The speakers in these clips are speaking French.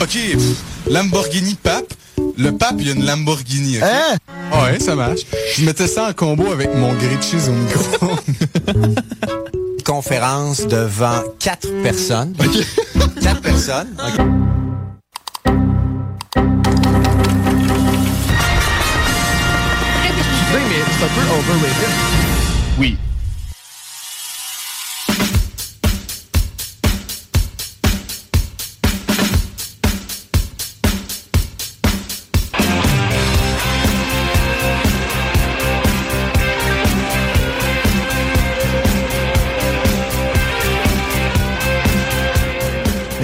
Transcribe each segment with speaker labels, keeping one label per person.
Speaker 1: Ok, pff, Lamborghini Pape. Le Pape, il y a une Lamborghini. ok? Ah
Speaker 2: Hein?
Speaker 1: Ouais, ça marche. Je mettais ça en combo avec mon grilled cheese au micro.
Speaker 3: conférence devant quatre personnes. Quatre personnes.
Speaker 2: Ah.
Speaker 4: Oui.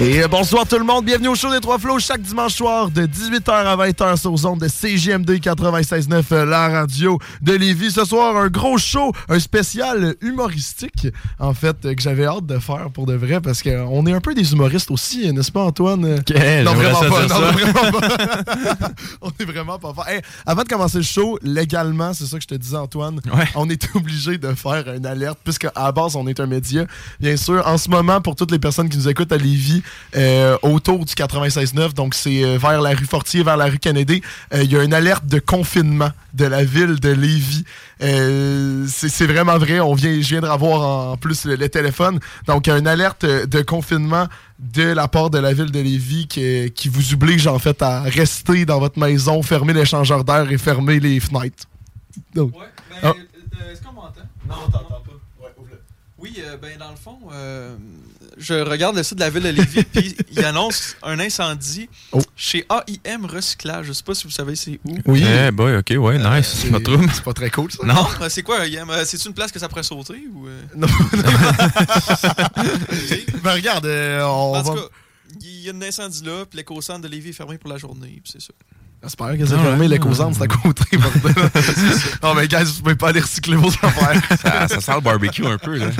Speaker 2: Et euh, bonsoir tout le monde, bienvenue au show des Trois Flots chaque dimanche soir de 18h à 20h sur zone de CGMD 96.9, euh, la radio de Lévis. Ce soir, un gros show, un spécial euh, humoristique, en fait, euh, que j'avais hâte de faire pour de vrai, parce qu'on est un peu des humoristes aussi, euh, n'est-ce pas Antoine? Euh, non,
Speaker 5: j'aimerais
Speaker 2: vraiment
Speaker 5: ça
Speaker 2: pas,
Speaker 5: dire
Speaker 2: non,
Speaker 5: ça.
Speaker 2: vraiment pas. on est vraiment pas fort. Hey, avant de commencer le show, légalement, c'est ça que je te disais, Antoine,
Speaker 5: Ouais.
Speaker 2: on est obligé de faire une alerte, puisque à la base, on est un média. Bien sûr, en ce moment, pour toutes les personnes qui nous écoutent à Lévis, euh, autour du 96.9, donc c'est euh, vers la rue Fortier, vers la rue Kennedy, euh, il y a une alerte de confinement de la ville de Lévis. Euh, c'est c'est vraiment vrai, on vient, je viens de revoir en plus le, le téléphone. Donc, une alerte euh, de confinement de la part de la ville de Lévis qui, qui vous oblige en fait à rester dans votre maison, fermer l'échangeur d'air et fermer les fenêtres. Donc,
Speaker 6: Ouais, ben,
Speaker 2: Ah.
Speaker 6: euh, est-ce qu'on m'entend? Non, on t'entend pas. Oui, euh, ben, dans le fond, euh, je regarde le site de la ville de Lévis, puis il annonce un incendie
Speaker 2: Oh.
Speaker 6: chez AIM Recyclage. Je sais pas si vous savez c'est où.
Speaker 2: oui, Euh,
Speaker 5: Eh boy, ok, ouais, nice.
Speaker 2: c'est
Speaker 5: Je me trouve.
Speaker 2: c'est pas très cool ça.
Speaker 5: Non.
Speaker 6: Euh, C'est quoi AIM? Euh, C'est-tu une place que ça pourrait sauter? Ou, euh,
Speaker 2: Non. Ben, regarde, euh, on
Speaker 6: En
Speaker 2: va...
Speaker 6: tout cas, il y a un incendie là, puis l'éco-centre de Lévis est fermé pour la journée, puis c'est ça.
Speaker 2: J'espère que c'est
Speaker 5: Non,
Speaker 2: fermé,
Speaker 5: Ah, ouais.
Speaker 2: les causantes, c'est à côté, bordel. non, mais guys, vous pouvez pas aller recycler vos affaires.
Speaker 5: Ça, ça sent le barbecue un peu, là.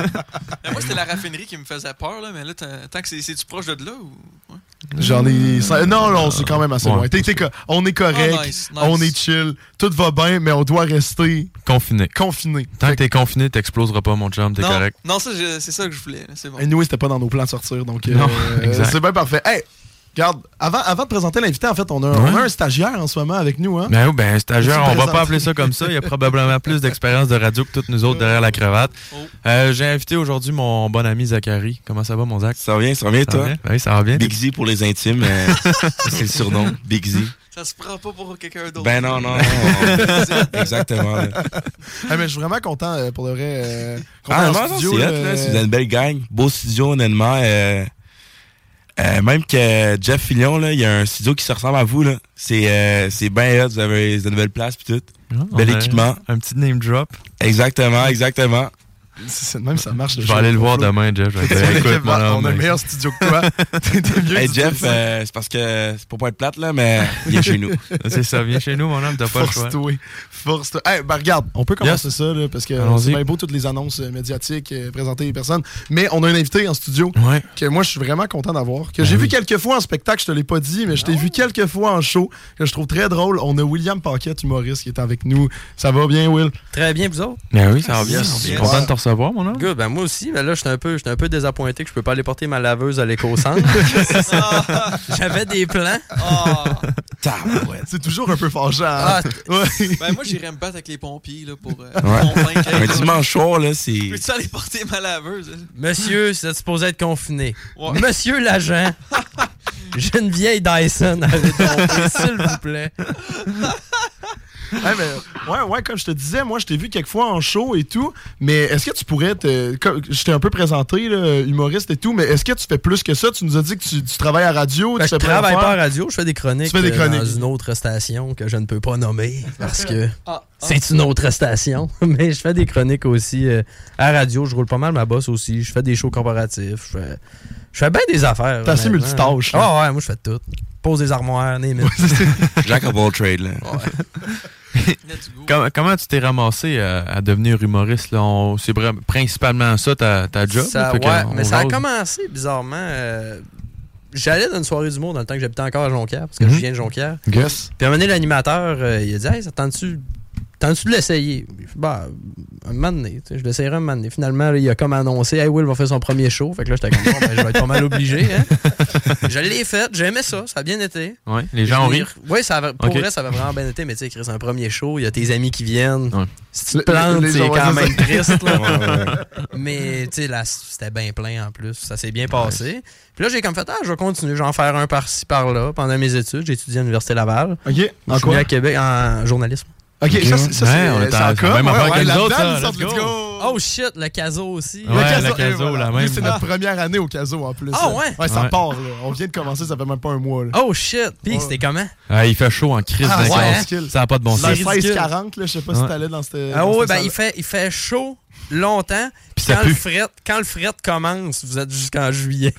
Speaker 6: Ben, moi, c'était la raffinerie qui me faisait peur, là, mais là, t'as- tant que c'est- c'est-tu proche de là? Ou... ouais.
Speaker 2: J'en ai. ça- Non, non, c'est quand même assez
Speaker 5: Ouais.
Speaker 2: loin. T'es- t'es co- on est correct,
Speaker 6: Ah, nice, nice.
Speaker 2: on est chill, tout va bien, mais on doit rester
Speaker 5: Confiné.
Speaker 2: confiné.
Speaker 5: Tant que t'es confiné, t'exploseras pas, mon chum, t'es
Speaker 6: non,
Speaker 5: correct.
Speaker 6: non, ça, je- c'est ça que je voulais. là, C'est bon.
Speaker 2: Anyway, c'était pas dans nos plans de sortir, donc euh,
Speaker 5: Non, exact.
Speaker 2: c'est bien parfait. Hey, regarde, avant, avant de présenter l'invité, en fait, on a, on a
Speaker 5: Ouais.
Speaker 2: un stagiaire en ce moment avec nous. Hein?
Speaker 5: Ben oui, ben stagiaire,
Speaker 2: Tu
Speaker 5: on va
Speaker 2: présentes.
Speaker 5: pas appeler ça comme ça. Il y a probablement plus d'expérience de radio que toutes nous autres derrière la cravate.
Speaker 6: Oh.
Speaker 5: Euh, J'ai invité aujourd'hui mon bon ami Zachary. Comment ça va, mon Zach?
Speaker 7: Ça revient, ça revient,
Speaker 5: Ça va
Speaker 7: toi?
Speaker 5: bien? Ben Oui, ça va bien.
Speaker 7: Big Z pour les intimes, euh, c'est le surnom, Big Z.
Speaker 6: Ça se prend pas pour quelqu'un d'autre.
Speaker 7: Ben non, non, non. Exactement. là.
Speaker 2: Hey, mais je suis vraiment content euh, pour le vrai. euh, qu'on
Speaker 7: Ah
Speaker 2: ait un
Speaker 7: non, non, c'est
Speaker 2: studio,
Speaker 7: hot,
Speaker 2: euh,
Speaker 7: là. C'est une belle gang. Beau studio, honnêtement. euh, euh, même que Jeff Fillion, là, il y a un studio qui se ressemble à vous, là. C'est euh, c'est bien hot, vous avez de nouvelles places pis tout.
Speaker 5: Ah, on
Speaker 7: Bel
Speaker 5: a
Speaker 7: équipement.
Speaker 5: Un petit name drop.
Speaker 7: Exactement, exactement.
Speaker 2: c'est- c'est de même, ça marche.
Speaker 5: Je vais aller le voir demain, Jeff. Je vais dire, écoute, mon
Speaker 2: on
Speaker 5: homme,
Speaker 2: a le meilleur studio que toi. T'es t'es mieux.
Speaker 7: Hey
Speaker 2: que tu
Speaker 7: Jeff,
Speaker 2: dis ça.
Speaker 7: euh, c'est parce que c'est pour pas être plate, là, mais il est chez nous.
Speaker 5: C'est ça, viens chez nous, mon homme, t'as pas le choix.
Speaker 2: Force-toi. Force-toi. Hey, ben regarde, on peut commencer ça, là, parce que
Speaker 5: Allons-y.
Speaker 2: c'est bien beau toutes les annonces euh, médiatiques euh, présentées les personnes. Mais on a un invité en studio
Speaker 5: Ouais. Ben
Speaker 2: que moi, je suis vraiment content d'avoir. Que j'ai vu quelques fois en spectacle, je te l'ai pas dit, mais je t'ai vu quelques fois en show, que je trouve très drôle. On a William Paquette, humoriste, qui est avec nous. Ça va bien, Will?
Speaker 8: Très bien, vous autres?
Speaker 5: Ben oui, ça va bien.
Speaker 2: Yes.
Speaker 5: Je suis content de te savoir, mon homme?
Speaker 4: Good, ben moi aussi, mais là, j'étais un, peu- j'étais un peu désappointé que je peux pas aller porter ma laveuse à l'éco-centre. J'avais des plans.
Speaker 5: Ah.
Speaker 2: C'est toujours un peu fâchant. hein?
Speaker 4: Ah,
Speaker 2: Ouais.
Speaker 6: Ben, moi, j'irais me battre avec les pompiers là, pour. Euh,
Speaker 7: Ouais.
Speaker 6: convaincre-
Speaker 7: Mais dimanche soir, là, c'est.
Speaker 6: Peux-tu aller porter ma laveuse? hein?
Speaker 4: Monsieur, c'est supposé être confiné.
Speaker 6: Ouais.
Speaker 4: Monsieur l'agent, j'ai une vieille Dyson à aller domper, s'il vous plaît.
Speaker 2: Ouais, mais- ouais, ouais, comme je te disais, moi, je t'ai vu quelques fois en show et tout, mais est-ce que tu pourrais te. comme- Je t'ai un peu présenté, là, humoriste et tout, mais est-ce que tu fais plus que ça? Tu nous as dit que tu, tu travailles à radio,
Speaker 5: Ben,
Speaker 4: Fait
Speaker 2: tu
Speaker 4: que je
Speaker 2: fais plein
Speaker 4: travaille pas à
Speaker 2: d'affaires.
Speaker 4: radio, je fais des chroniques,
Speaker 2: Tu fais des
Speaker 4: euh,
Speaker 2: chroniques.
Speaker 4: dans une autre station que je ne peux pas nommer parce que
Speaker 6: Ah, ah.
Speaker 4: c'est une autre station. Mais je fais des chroniques aussi euh, à radio, je roule pas mal ma bosse aussi, je fais des shows comparatifs, je fais, je fais bien des affaires.
Speaker 2: T'es assez
Speaker 4: honnêtement.
Speaker 2: multitâche, là.
Speaker 4: Ah ouais, moi je fais tout. Pose des armoires, des mines.
Speaker 7: Jack of all trade, là.
Speaker 6: Let's go.
Speaker 5: Com- comment tu t'es ramassé à, à devenir humoriste? là? On- C'est bra- principalement ça, ta, ta job? là?
Speaker 4: Ça,
Speaker 5: Fait que
Speaker 4: ouais,
Speaker 5: on
Speaker 4: mais ça a
Speaker 5: jase.
Speaker 4: commencé bizarrement. euh, J'allais dans une soirée d'humour dans le temps que j'habitais encore à Jonquière, parce que
Speaker 5: Mhm.
Speaker 4: je viens de Jonquière.
Speaker 2: Yes.
Speaker 4: Puis à un moment donné, l'animateur, euh, il a dit Hey, ça tente-tu tente-tu de l'essayer J'ai fait, Bah, un moment donné, tu sais, je l'essayerai un moment donné. Finalement, là, il a comme annoncé Hey, Will va faire son premier show. Fait que là, j'étais comme Bon, ben, Je vais être pas mal obligé. hein. je l'ai fait, j'aimais ça, ça a bien été.
Speaker 5: Ouais, les gens ont ri.
Speaker 4: Oui, ça avait- pour
Speaker 5: Ok.
Speaker 4: vrai, ça avait vraiment bien été, mais tu sais, Chris, un premier show, il y a tes amis qui viennent.
Speaker 5: Ouais.
Speaker 4: Si tu te
Speaker 2: Le-
Speaker 4: plantes,
Speaker 2: les-
Speaker 4: c'est
Speaker 2: ouais,
Speaker 4: quand
Speaker 2: c'est ça.
Speaker 4: même triste. là.
Speaker 7: Ouais, ouais, ouais.
Speaker 4: Mais tu sais, là, c'était bien plein en plus. Ça s'est bien passé. Puis là, j'ai comme fait, ah, je vais continuer, j'en faire un par-ci, par-là. Pendant mes études, j'ai étudié à l'Université Laval.
Speaker 2: Ok,
Speaker 4: Je
Speaker 2: en
Speaker 4: suis venu
Speaker 2: quoi?
Speaker 4: à Québec en journalisme.
Speaker 2: Ok, ça, c'est- ça, c'est
Speaker 5: Ouais, on est
Speaker 2: c'est
Speaker 5: en-
Speaker 2: en
Speaker 5: c'est
Speaker 2: com,
Speaker 5: même
Speaker 2: ouais,
Speaker 5: affaire que
Speaker 2: ouais,
Speaker 5: nous
Speaker 2: là-dedans,
Speaker 5: autres, ça,
Speaker 2: nous
Speaker 5: let's
Speaker 2: autres, let's
Speaker 5: go.
Speaker 2: go.
Speaker 4: Oh shit, le caso aussi.
Speaker 5: Ouais,
Speaker 2: caso,
Speaker 5: le caso,
Speaker 2: eh, voilà.
Speaker 5: la même.
Speaker 2: Lui, C'est notre première année au caso en plus.
Speaker 4: Ah,
Speaker 2: là.
Speaker 4: ouais?
Speaker 2: Ouais, ça
Speaker 5: Ouais.
Speaker 2: part, là. On vient de commencer, ça fait même pas un mois, là.
Speaker 4: Oh shit, puis
Speaker 2: Ouais.
Speaker 4: c'était comment?
Speaker 5: Ah, il fait chaud en crise
Speaker 2: Ah, ouais,
Speaker 5: d'un classe.
Speaker 2: hein?
Speaker 5: Ça n'a pas de bon
Speaker 2: Dans
Speaker 5: sens.
Speaker 4: C'est ridicule.
Speaker 2: 16-40, là, je sais pas si
Speaker 5: Ouais.
Speaker 2: t'allais dans cette.
Speaker 4: Ah
Speaker 2: dans
Speaker 4: oui, ben
Speaker 2: cette salle-là.
Speaker 4: il fait, il fait chaud longtemps. Puis
Speaker 5: ça
Speaker 4: quand
Speaker 5: pue.
Speaker 4: le, fret, quand le fret commence, vous êtes jusqu'en juillet.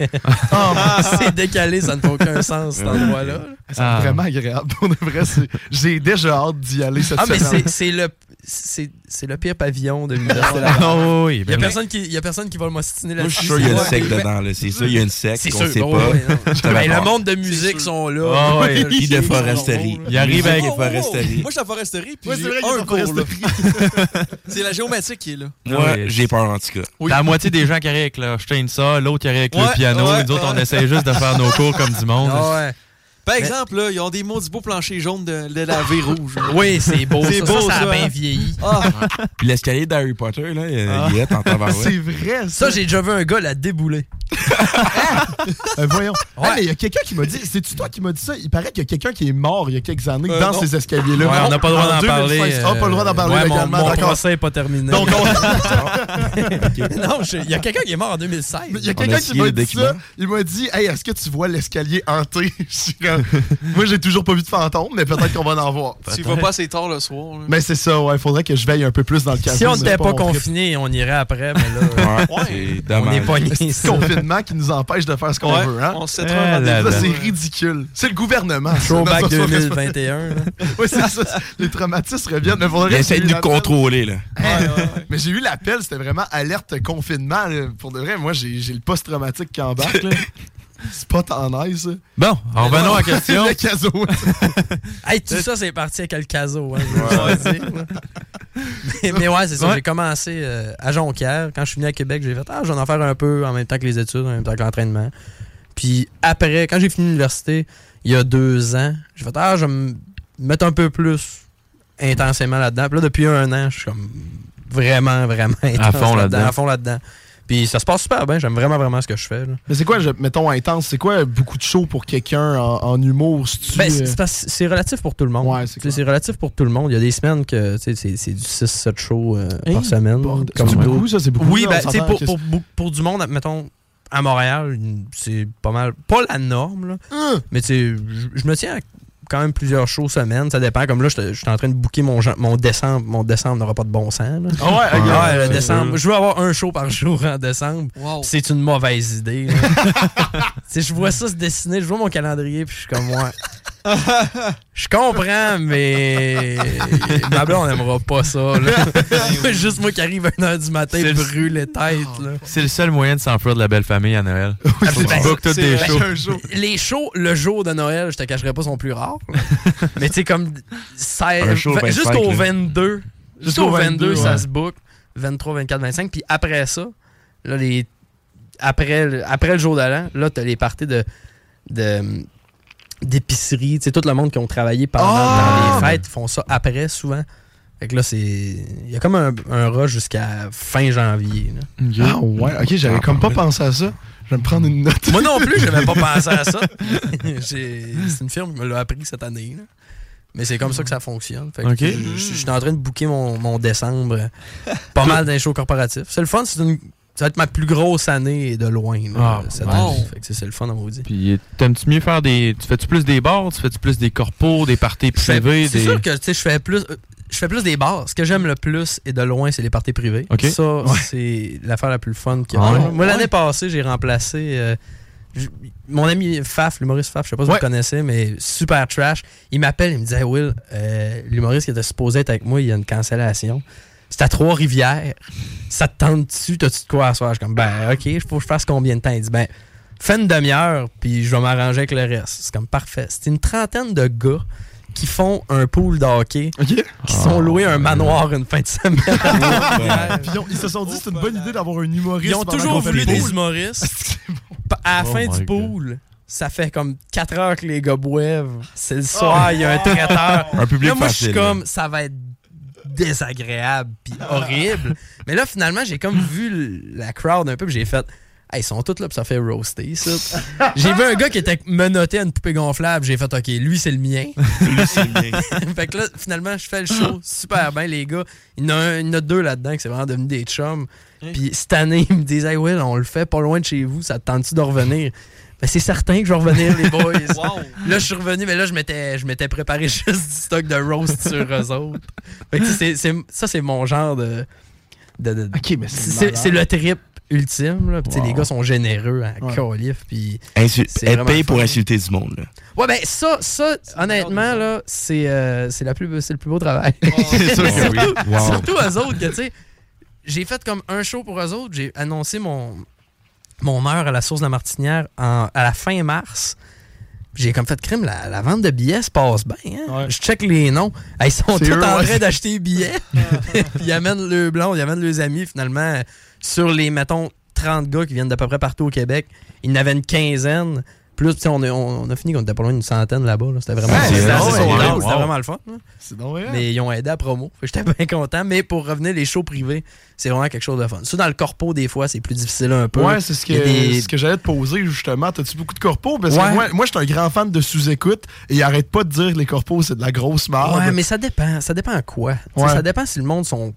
Speaker 4: Oh, c'est décalé, ça ne fait aucun sens cet endroit-là.
Speaker 2: C'est
Speaker 5: Ah.
Speaker 2: vraiment agréable. Pour de vrai, c'est- j'ai déjà hâte d'y aller cette
Speaker 4: Ah, mais
Speaker 2: semaine.
Speaker 4: c'est c'est le, c'est c'est le pire pavillon de l'Université Laval.
Speaker 5: Ah oui,
Speaker 4: Il y
Speaker 5: ben
Speaker 4: a
Speaker 5: oui.
Speaker 4: personne qui, il y a personne qui va m'ostiner
Speaker 7: Moi, je
Speaker 4: là-dessus.
Speaker 7: suis sûr qu'il y a une
Speaker 4: Ouais.
Speaker 7: sec dedans, là. C'est sûr, il y a une sec.
Speaker 4: C'est
Speaker 7: qu'on
Speaker 4: sûr.
Speaker 7: sait
Speaker 4: bon,
Speaker 7: pas.
Speaker 4: ouais, non.
Speaker 7: Ça va
Speaker 4: Ben,
Speaker 7: pas.
Speaker 4: le monde de musique sont là.
Speaker 5: Ah ouais,
Speaker 4: Le
Speaker 7: Guy
Speaker 4: chien,
Speaker 7: de
Speaker 4: ils sont
Speaker 7: Foresterie.
Speaker 4: drôles.
Speaker 5: Il arrive
Speaker 4: Oh,
Speaker 5: avec.
Speaker 7: la foresterie.
Speaker 6: Moi, je suis à foresterie, puis
Speaker 2: Ouais,
Speaker 6: j'ai
Speaker 2: c'est vrai qu'il est
Speaker 6: un
Speaker 2: en
Speaker 6: cours, là.
Speaker 2: foresterie.
Speaker 6: C'est la géomatique qui est là.
Speaker 7: Moi, j'ai peur, en tout cas.
Speaker 5: La moitié des gens qui arrivent avec le ça, l'autre qui arrive avec le
Speaker 6: Ouais,
Speaker 5: piano,
Speaker 6: ouais,
Speaker 5: et nous autres, on
Speaker 6: ouais.
Speaker 5: essaie juste de faire nos cours comme du monde.
Speaker 4: Ah ouais.
Speaker 6: Par exemple, là, ils ont des mots du beau plancher jaune de, de laver rouge. là.
Speaker 4: Oui, c'est beau.
Speaker 6: C'est
Speaker 4: ça,
Speaker 6: beau,
Speaker 4: ça, ça
Speaker 6: ça,
Speaker 4: a bien
Speaker 6: hein.
Speaker 4: vieilli.
Speaker 6: Ah,
Speaker 7: Puis l'escalier d'Harry Potter, là, il est en
Speaker 2: Ah. C'est
Speaker 7: tabarouette.
Speaker 2: vrai, ça.
Speaker 4: Ça, j'ai déjà vu un gars la débouler.
Speaker 2: Euh, voyons. Ah,
Speaker 4: Ouais.
Speaker 2: mais il y a quelqu'un qui m'a dit. C'est-tu toi qui m'a dit ça? Il paraît qu'il y a quelqu'un qui est mort il y a quelques années
Speaker 6: Euh,
Speaker 2: dans
Speaker 6: non.
Speaker 2: ces escaliers-là.
Speaker 4: Ouais, on n'a pas le droit
Speaker 2: En
Speaker 4: d'en
Speaker 2: 2016.
Speaker 4: parler. euh,
Speaker 2: Ah, pas le droit d'en parler
Speaker 4: ouais, mon-
Speaker 2: légalement,
Speaker 4: Mon,
Speaker 2: d'accord.
Speaker 4: procès n'est pas terminé.
Speaker 2: Donc, on-
Speaker 4: non, je- il y a quelqu'un qui est mort en 2016.
Speaker 2: il y a
Speaker 7: On a
Speaker 2: quelqu'un qui
Speaker 7: scié
Speaker 2: m'a
Speaker 7: le
Speaker 2: dit ça.
Speaker 7: document.
Speaker 2: Il m'a dit Hey, est-ce que tu vois l'escalier hanté? Je suis comme, Moi, j'ai toujours pas vu de fantôme, mais peut-être qu'on va en voir.
Speaker 6: tu vas pas assez tard le soir. là.
Speaker 2: Mais c'est ça, ouais. Faudrait que je veille un peu plus dans le cas.
Speaker 4: Si on n'était pas confiné, on irait après, mais là,
Speaker 7: Ouais, c'est
Speaker 4: on est
Speaker 7: dommage.
Speaker 4: pogné. ici.
Speaker 2: C'est le confinement qui nous empêche de faire ce qu'on
Speaker 6: Ouais,
Speaker 2: veut, hein?
Speaker 6: On se
Speaker 5: Eh
Speaker 6: un
Speaker 5: là
Speaker 6: rendez-vous.
Speaker 2: Ça, c'est
Speaker 6: Ouais.
Speaker 2: ridicule. C'est le gouvernement. ça,
Speaker 4: Throwback
Speaker 2: dans sa soirée.
Speaker 4: 2021. là.
Speaker 2: Oui, c'est ça. Les traumatismes reviennent. Mais faudrait
Speaker 7: Il essaie
Speaker 2: que
Speaker 7: de
Speaker 2: j'ai eu
Speaker 7: nous
Speaker 2: l'appel.
Speaker 7: contrôler, là.
Speaker 2: Mais j'ai eu l'appel, c'était vraiment alerte confinement. là. Pour de vrai, moi, j'ai j'ai le post-traumatique qui embarque. là. C'est pas tant nice. ça.
Speaker 5: Bon, en revenons à la question.
Speaker 2: le caso.
Speaker 4: Hey,
Speaker 5: Euh,
Speaker 4: tout ça, c'est parti avec le caso. hein, je veux dire, là. mais, mais ouais, c'est ça.
Speaker 5: Ouais.
Speaker 4: J'ai commencé euh, à Jonquière. Quand je suis venu à Québec, j'ai fait Ah, je vais en faire un peu en même temps que les études, en même temps que l'entraînement. Puis après, quand j'ai fini l'université, il y a deux ans, j'ai fait Ah, je vais me mettre un peu plus intensément là-dedans. Puis là, depuis un an, je suis comme vraiment, vraiment intense
Speaker 5: fond là-dedans.
Speaker 4: À fond là-dedans. Puis ça se passe super bien. J'aime vraiment, vraiment ce que je fais. là.
Speaker 2: Mais c'est quoi, je- mettons, intense? C'est quoi beaucoup de show pour quelqu'un en, en humour? si tu,
Speaker 4: Ben,
Speaker 2: euh,
Speaker 4: c'est, c'est parce que c'est relatif pour tout le monde.
Speaker 2: Ouais,
Speaker 4: Tu
Speaker 2: c'est
Speaker 4: sais,
Speaker 2: clair.
Speaker 4: c'est relatif pour tout le monde. Il y a des semaines que tu sais, c'est, c'est du 6-7 shows euh,
Speaker 2: Hey,
Speaker 4: par semaine.
Speaker 2: bordel.
Speaker 4: comme
Speaker 2: C'est
Speaker 4: d'autres.
Speaker 2: beaucoup, ça? C'est beaucoup.
Speaker 4: Oui,
Speaker 2: là,
Speaker 4: ben,
Speaker 2: on
Speaker 4: tu sais,
Speaker 2: s'entend
Speaker 4: pour,
Speaker 2: que
Speaker 4: pour, pour- pour du monde, mettons, à Montréal, c'est pas mal. Pas la norme, là.
Speaker 2: Hein?
Speaker 4: mais tu sais, je je me tiens à quand même plusieurs shows semaine. Ça dépend. Comme là, je suis en train de booker mon, jan- mon décembre. Mon décembre n'aura pas de bon sens. là.
Speaker 2: c'est- Ah ouais, ok.
Speaker 4: Ouais, le
Speaker 2: Ouais,
Speaker 4: décembre. Je veux avoir un show par jour en décembre.
Speaker 6: Wow.
Speaker 4: C'est une mauvaise idée. là. Tu sais, je vois ça se dessiner, je vois mon calendrier, puis je suis comme moi. Je comprends, mais ma blonde, on n'aimera pas ça. là. Juste moi qui arrive à 1h du matin,
Speaker 5: C'est le- Ah.
Speaker 4: brûle les têtes. là.
Speaker 5: C'est le seul moyen de s'enfuir de la belle famille à Noël.
Speaker 2: Ah,
Speaker 4: Faut que tu bookes
Speaker 5: toutes des shows.
Speaker 2: Un show.
Speaker 4: Les shows, le jour de Noël, je te cacherai pas, sont plus rares. mais tu sais, comme 16
Speaker 7: Un show
Speaker 4: vingt-
Speaker 7: 25,
Speaker 4: jusqu'au
Speaker 7: là.
Speaker 4: 22, jusqu'au
Speaker 2: Jusqu'au
Speaker 4: 22,
Speaker 2: 22,
Speaker 4: ça
Speaker 2: ouais.
Speaker 4: se book. 23, 24, 25. Puis après ça, là, les, après, le- après le jour de l'an, là, t'as les parties de. de d'épicerie, tu sais, tout le monde qui ont travaillé pendant
Speaker 2: Ah!
Speaker 4: dans les fêtes font ça après souvent. Fait que là, c'est. Il y a comme un, un rush jusqu'à fin janvier. là.
Speaker 2: Ah ouais, ok, j'avais comme pas pensé à ça. Je vais me prendre une note.
Speaker 4: Moi non plus, j'avais pas pensé à ça. J'ai- c'est une firme qui me l'a appris cette année. là. Mais c'est comme ça que ça fonctionne. Fait que
Speaker 5: Ok.
Speaker 4: je, je- je suis en train de booker mon, mon décembre. Pas mal d'un show corporatif. C'est le fun, c'est une- ça va être ma plus grosse année de loin là,
Speaker 5: Ah,
Speaker 4: euh, cette
Speaker 5: wow.
Speaker 4: année. Fait que c'est- c'est le fun à maudit.
Speaker 5: Puis, t'aimes-tu mieux faire des. Tu fais-tu plus des bars, tu fais-tu plus des corpos, des parties
Speaker 4: Je fais-
Speaker 5: privées,
Speaker 4: C'est
Speaker 5: des.
Speaker 4: sûr que tu sais, je fais plus. euh, Je fais plus des bars. Ce que j'aime le plus et de loin, c'est les parties privées.
Speaker 5: Ok.
Speaker 4: Ça, c'est l'affaire la plus fun qu'il y a.
Speaker 5: Ah ouais?
Speaker 4: Moi, l'année passée, j'ai remplacé euh, j- mon ami Faf, l'humoriste Faf, je sais pas si
Speaker 2: Ouais.
Speaker 4: vous connaissez, mais super trash. Il m'appelle, il me dit Hey, Will, euh, l'humoriste qui était supposé être avec moi, il y a une cancellation. C'est à Trois-Rivières. Ça te tente dessus, t'as-tu de quoi à soir? Je suis comme Ben, ok, il faut que je fasse combien de temps? Il dit Ben, fais une demi-heure, puis je vais m'arranger avec le reste. C'est comme parfait. C'est une trentaine de gars qui font un pool de hockey,
Speaker 2: Ok.
Speaker 4: qui se sont loués un manoir une fin de semaine.
Speaker 2: Puis ils ont- ils se sont dit c'est une bonne idée d'avoir un humoriste.
Speaker 4: Ils ont
Speaker 2: pendant
Speaker 4: toujours
Speaker 2: qu'on fait
Speaker 4: voulu
Speaker 2: le
Speaker 4: des
Speaker 2: pool.
Speaker 4: humoristes. Pa- À la
Speaker 5: Oh
Speaker 4: fin
Speaker 5: my
Speaker 4: du
Speaker 5: God.
Speaker 4: pool, ça fait comme 4 heures que les gars boivent. C'est le soir, il y a un traiteur.
Speaker 7: Un public
Speaker 4: Là, moi, je suis
Speaker 7: facile,
Speaker 4: comme, ça va être désagréable puis horrible. Mais là, finalement, j'ai comme vu la crowd un peu puis j'ai fait... Hey, ils sont tous là puis ça fait roaster, ça. j'ai vu un gars qui était menotté à une poupée gonflable. J'ai fait, OK, lui, c'est le mien. fait que là, finalement, je fais le show super bien, les gars. Il y en a, un- il y en a deux là-dedans qui c'est vraiment devenu des chums. Puis cette année, ils me disent, hey, Will, on le fait pas loin de chez vous, ça te tente-tu de revenir? Ben, c'est certain que je vais revenir, les boys.
Speaker 6: Wow!
Speaker 4: Là, je suis revenu, mais là, je m'étais, je m'étais préparé juste du stock de roast sur eux autres. Fait que c'est, c'est- ça, c'est mon genre de. de- de-
Speaker 2: Ok, mais c'est.
Speaker 4: c'est, c'est le trip ultime. Là. Puis, tu sais,
Speaker 5: Wow.
Speaker 4: Les gars sont généreux à
Speaker 2: Ouais.
Speaker 4: calife. Puis...
Speaker 7: Insu-
Speaker 4: C'est
Speaker 7: être
Speaker 4: vraiment
Speaker 7: payé pour
Speaker 4: fun.
Speaker 7: insulter du monde. Là.
Speaker 4: Ouais, ben ça, ça honnêtement,
Speaker 6: bizarre,
Speaker 4: là, c'est, euh, c'est, la plus, beau- c'est le plus beau travail.
Speaker 7: Oh. C'est sûr que oui.
Speaker 4: surtout,
Speaker 7: Wow.
Speaker 4: surtout eux autres, que tu sais, j'ai fait comme un show pour eux autres. J'ai annoncé mon, mon heure à la source de la Martinière en- à la fin mars. J'ai comme fait crime, la, la vente de billets se passe bien. hein. Je check les noms. Ah, Ils sont
Speaker 2: C'est
Speaker 4: tous
Speaker 2: eux,
Speaker 4: en
Speaker 2: ouais.
Speaker 4: train d'acheter des billets. Puis ils amènent le blond, ils amènent leurs amis finalement sur les, mettons, 30 gars qui viennent d'à peu près partout au Québec. Ils en avaient une quinzaine. Plus, tu sais, on, est- on, on a fini qu'on était pas loin d'une centaine là-bas. là. C'était vraiment,
Speaker 2: Ouais,
Speaker 4: c'était
Speaker 2: c'est
Speaker 4: assez
Speaker 2: vrai,
Speaker 4: sold out,
Speaker 2: ouais,
Speaker 4: c'était
Speaker 5: wow.
Speaker 4: vraiment le fun. là.
Speaker 2: C'est donc vrai.
Speaker 4: Mais ils ont aidé à promo. Fait que J'étais bien content. Mais pour revenir, les shows privés, c'est vraiment quelque chose de fun. Ça, dans le corpo, des fois, c'est plus difficile un peu.
Speaker 2: Ouais, c'est ce que,
Speaker 4: Il y a des-
Speaker 2: ce que j'allais te poser justement. T'as-tu beaucoup de corpos? Parce
Speaker 4: Ouais.
Speaker 2: que moi, moi je suis un grand fan de sous-écoute et ils arrêtent pas de dire que les corpos, c'est Ah, de la grosse marde.
Speaker 4: Ouais, mais ça dépend. Ça dépend à quoi. Tu sais,
Speaker 2: Ouais.
Speaker 4: Ça dépend si le monde sont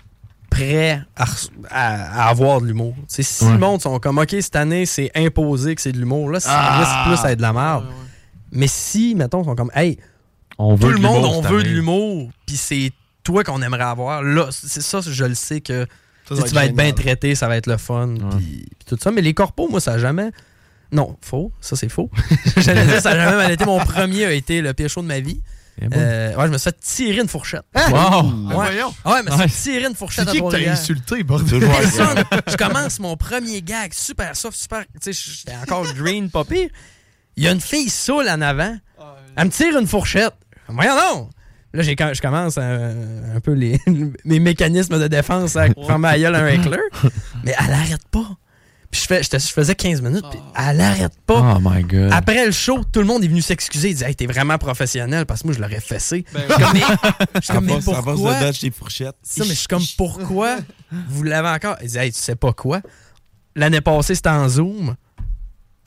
Speaker 4: prêts à, reç- à- à avoir de l'humour. Tu sais, Si le monde sont comme, OK, cette année, c'est imposé que c'est de l'humour, là, ça risque plus à être de la merde. Mais si, mettons, sont comme, hey,
Speaker 5: On
Speaker 4: tout
Speaker 5: veut
Speaker 4: le
Speaker 5: de
Speaker 4: monde,
Speaker 5: l'humour
Speaker 4: on
Speaker 5: cette
Speaker 4: veut de
Speaker 5: année.
Speaker 4: l'humour, puis c'est toi qu'on aimerait avoir, là, c'est ça, je le sais que
Speaker 2: Ça, ça
Speaker 4: tu sais, tu vas être bien
Speaker 2: génial.
Speaker 4: traité, ça va être le fun, puis puis tout ça. Mais les corpos, moi, ça a jamais. Non, faux, ça c'est faux. J'allais dire, ça a jamais mal été. Mon premier a été le pire show de ma vie.
Speaker 5: Eh bon.
Speaker 4: Euh, ouais, je me suis fait tirer une fourchette.
Speaker 5: Wow!
Speaker 2: Ah,
Speaker 4: Ouais.
Speaker 2: voyons.
Speaker 4: Ah ouais, mais
Speaker 5: Ouais.
Speaker 4: c'est tirer une
Speaker 2: C'est
Speaker 4: fourchette à
Speaker 2: qui que t'as
Speaker 4: Trois-Rivières.
Speaker 2: insulté, bordel?
Speaker 7: Toujours à ça.
Speaker 4: Personne. Je commence mon premier gag, super soft, super. Tu sais, j'étais encore green, pas pire. Il y a une fille saoule en avant. Elle me tire une fourchette. Voyons non! Là, j'ai, quand- je commence à, euh, un peu les, mes mécanismes de défense à faire ma gueule à un éclair. Mais elle arrête pas. Puis je, fais, je, te- je faisais 15 minutes, puis elle arrête pas.
Speaker 5: Oh my god!
Speaker 4: Après le show, tout le monde est venu s'excuser. Il dit Hey, t'es vraiment professionnel parce que moi, je l'aurais fessé. Je suis comme, mais, je suis
Speaker 7: Ça
Speaker 4: comme, mais
Speaker 7: passe- ça passe
Speaker 4: pourquoi
Speaker 7: de dodge des fourchettes.
Speaker 4: ça, mais je suis comme, pourquoi vous l'avez encore? Il dit, hey, tu sais pas quoi? L'année passée, c'était en Zoom.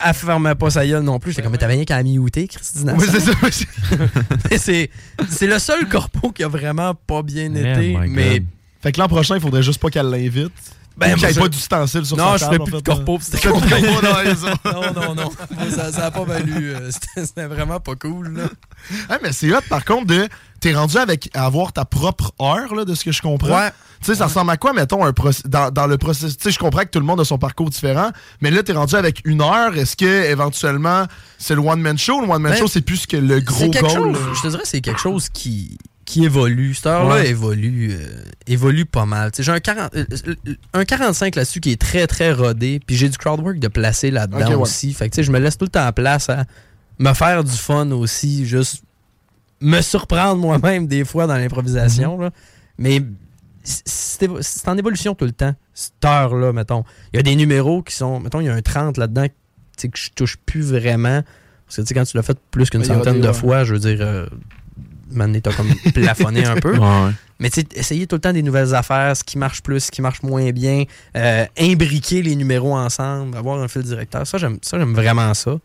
Speaker 4: Elle fermait pas sa gueule non plus. J'étais comme, mais t'avais rien qu'à miouter, Christine.
Speaker 2: Ouais, c'est ça, ouais, c'est-
Speaker 4: c'est c'est le seul corpo qui a vraiment pas bien
Speaker 5: Oh
Speaker 4: été.
Speaker 5: my God.
Speaker 4: mais
Speaker 2: Fait que l'an prochain, il faudrait juste pas qu'elle l'invite.
Speaker 4: Ben,
Speaker 2: Ou qu'il
Speaker 4: moi,
Speaker 2: n'y ait
Speaker 4: je-
Speaker 2: pas d'ustensile sur
Speaker 4: non,
Speaker 2: sa
Speaker 4: je
Speaker 2: table,
Speaker 4: fais
Speaker 2: en
Speaker 4: plus de
Speaker 2: fait. euh.
Speaker 4: corpo. puis C'était
Speaker 2: Fais plus de corpo dans la raison.
Speaker 4: Non, non, non. Ça, ça a pas valu. euh, C'était c'était vraiment pas cool. là.
Speaker 2: Ah, mais c'est hot, par contre, de. T'es rendu avec à avoir ta propre heure, là, de ce que je comprends.
Speaker 4: Ouais.
Speaker 2: Tu sais, ça ressemble à quoi, mettons, un proc- dans, dans le processus. Tu sais, je comprends que tout le monde a son parcours différent, mais là, t'es rendu avec une heure. Est-ce que, éventuellement, c'est le one-man show? Le one-man
Speaker 4: Ben,
Speaker 2: show, c'est plus que le gros
Speaker 4: C'est quelque
Speaker 2: goal.
Speaker 4: chose- je te dirais, c'est quelque chose qui, qui évolue. Cette heure-là
Speaker 2: Ouais.
Speaker 4: évolue, euh, évolue pas mal. Tu sais, J'ai un, 40 euh, euh, un 45 là-dessus qui est très, très rodé. Puis j'ai du crowd work de placer là-dedans
Speaker 2: Ok, ouais.
Speaker 4: aussi. Fait que, tu sais, je me laisse tout le temps en place à me faire du fun aussi.
Speaker 2: Mm-hmm.
Speaker 4: Juste me surprendre moi-même des fois dans l'improvisation. là. Mais c'est c'est en évolution tout le temps, cette heure-là, mettons. Il y a des numéros qui sont. Mettons, il y a un 30 là-dedans tu sais, que je touche plus vraiment. Parce que tu sais, quand tu l'as fait plus qu'une
Speaker 2: Ouais, il y aura
Speaker 4: centaine de
Speaker 2: des- ouais.
Speaker 4: fois, je veux dire, euh, maintenant, t'as comme plafonné un peu.
Speaker 5: Ouais, ouais.
Speaker 4: Mais tu sais, essayer tout le temps des nouvelles affaires, ce qui marche plus, ce qui marche moins bien, euh, imbriquer les numéros ensemble, avoir un fil directeur. Ça, j'aime ça, j'aime vraiment ça.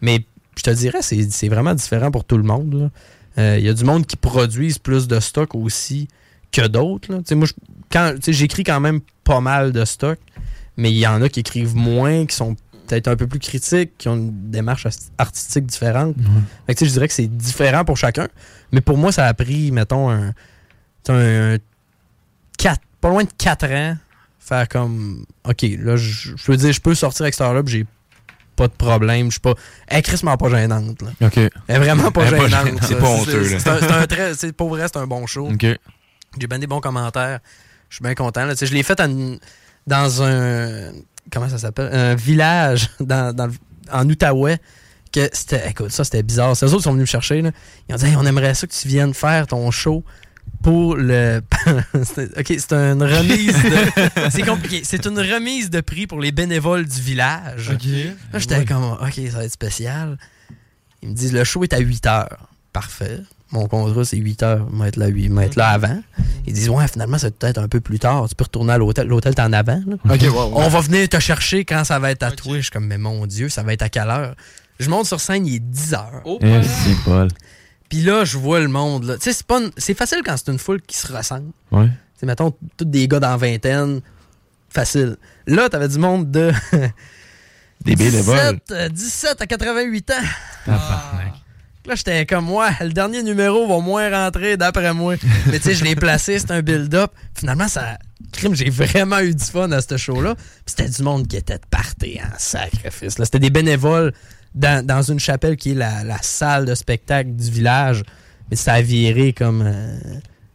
Speaker 4: Mais je te dirais, c'est c'est vraiment différent pour tout le monde. là. Euh, Il y a du monde qui produisent plus de stock aussi que d'autres. là. Tu sais, Moi, je- quand- tu sais, j'écris quand même pas mal de stock, mais il y en a qui écrivent moins, qui sont peut-être un peu plus critiques, qui ont une démarche as- artistique différente. Fait que, tu sais, je dirais que c'est différent pour chacun. Mais pour moi, ça a pris, mettons, un, tu sais, un- un quatre- pas loin de 4 ans, faire comme, OK, là, je je peux dire, je peux sortir avec cette heure-là, puis j'ai pas de problème. Je suis pas. Elle est crissement pas gênante, là.
Speaker 5: OK.
Speaker 4: Elle est vraiment pas
Speaker 5: Elle est pas
Speaker 4: gênante.
Speaker 5: gênante.
Speaker 4: là.
Speaker 7: C'est pas honteux, là.
Speaker 4: C'est un, c'est un très- c'est- pour vrai, c'est un bon show.
Speaker 5: OK.
Speaker 4: J'ai bien des bons commentaires. Je suis bien content. là. Tu sais, Je l'ai fait à une- dans un. Comment ça s'appelle Un village dans, dans le- en Outaouais. Que c'était, écoute, ça c'était bizarre. C'est eux autres qui sont venus me chercher. Là. Ils ont dit Hey, on aimerait ça que tu viennes faire ton show pour le. C'était- ok, c'est une remise de. c'est compliqué. C'est une remise de prix pour les bénévoles du village. Là, j'étais comme, OK, ça va être spécial. Ils me disent, le show est à 8 heures. Parfait. Mon contrat, c'est 8 heures. Je vais être là, huit- je vais être là
Speaker 2: Mhm.
Speaker 4: avant. Ils disent, ouais, finalement, c'est peut-être un peu plus tard. Tu peux retourner à l'hôtel. L'hôtel, t'es en avant. là.
Speaker 2: Ok, ouais, ouais.
Speaker 4: On va venir te chercher quand ça va être à toi. Je suis comme, mais mon Dieu, ça va être à quelle heure? Je monte sur scène, il est 10 heures.
Speaker 6: Oh,
Speaker 5: Eh, si, Paul.
Speaker 4: Puis là, je vois le monde. là. Tu sais, c'est pas une- c'est facile quand c'est une foule qui se ressemble.
Speaker 5: Ouais.
Speaker 4: C'est mettons, tous des gars dans la vingtaine. Facile. Là, t'avais du monde de
Speaker 7: Des bénévoles.
Speaker 4: 17, euh, 17 à 88 ans.
Speaker 5: Tabarnak.
Speaker 4: Là, j'étais comme moi, le dernier numéro va moins rentrer d'après moi. Mais tu sais, je l'ai placé, c'est un build-up. Finalement, ça. Crime, j'ai vraiment eu du fun à ce show-là. Puis c'était du monde qui était de party en sacrifice. là. C'était des bénévoles dans, dans une chapelle qui est la, la salle de spectacle du village. Mais ça a viré comme. euh,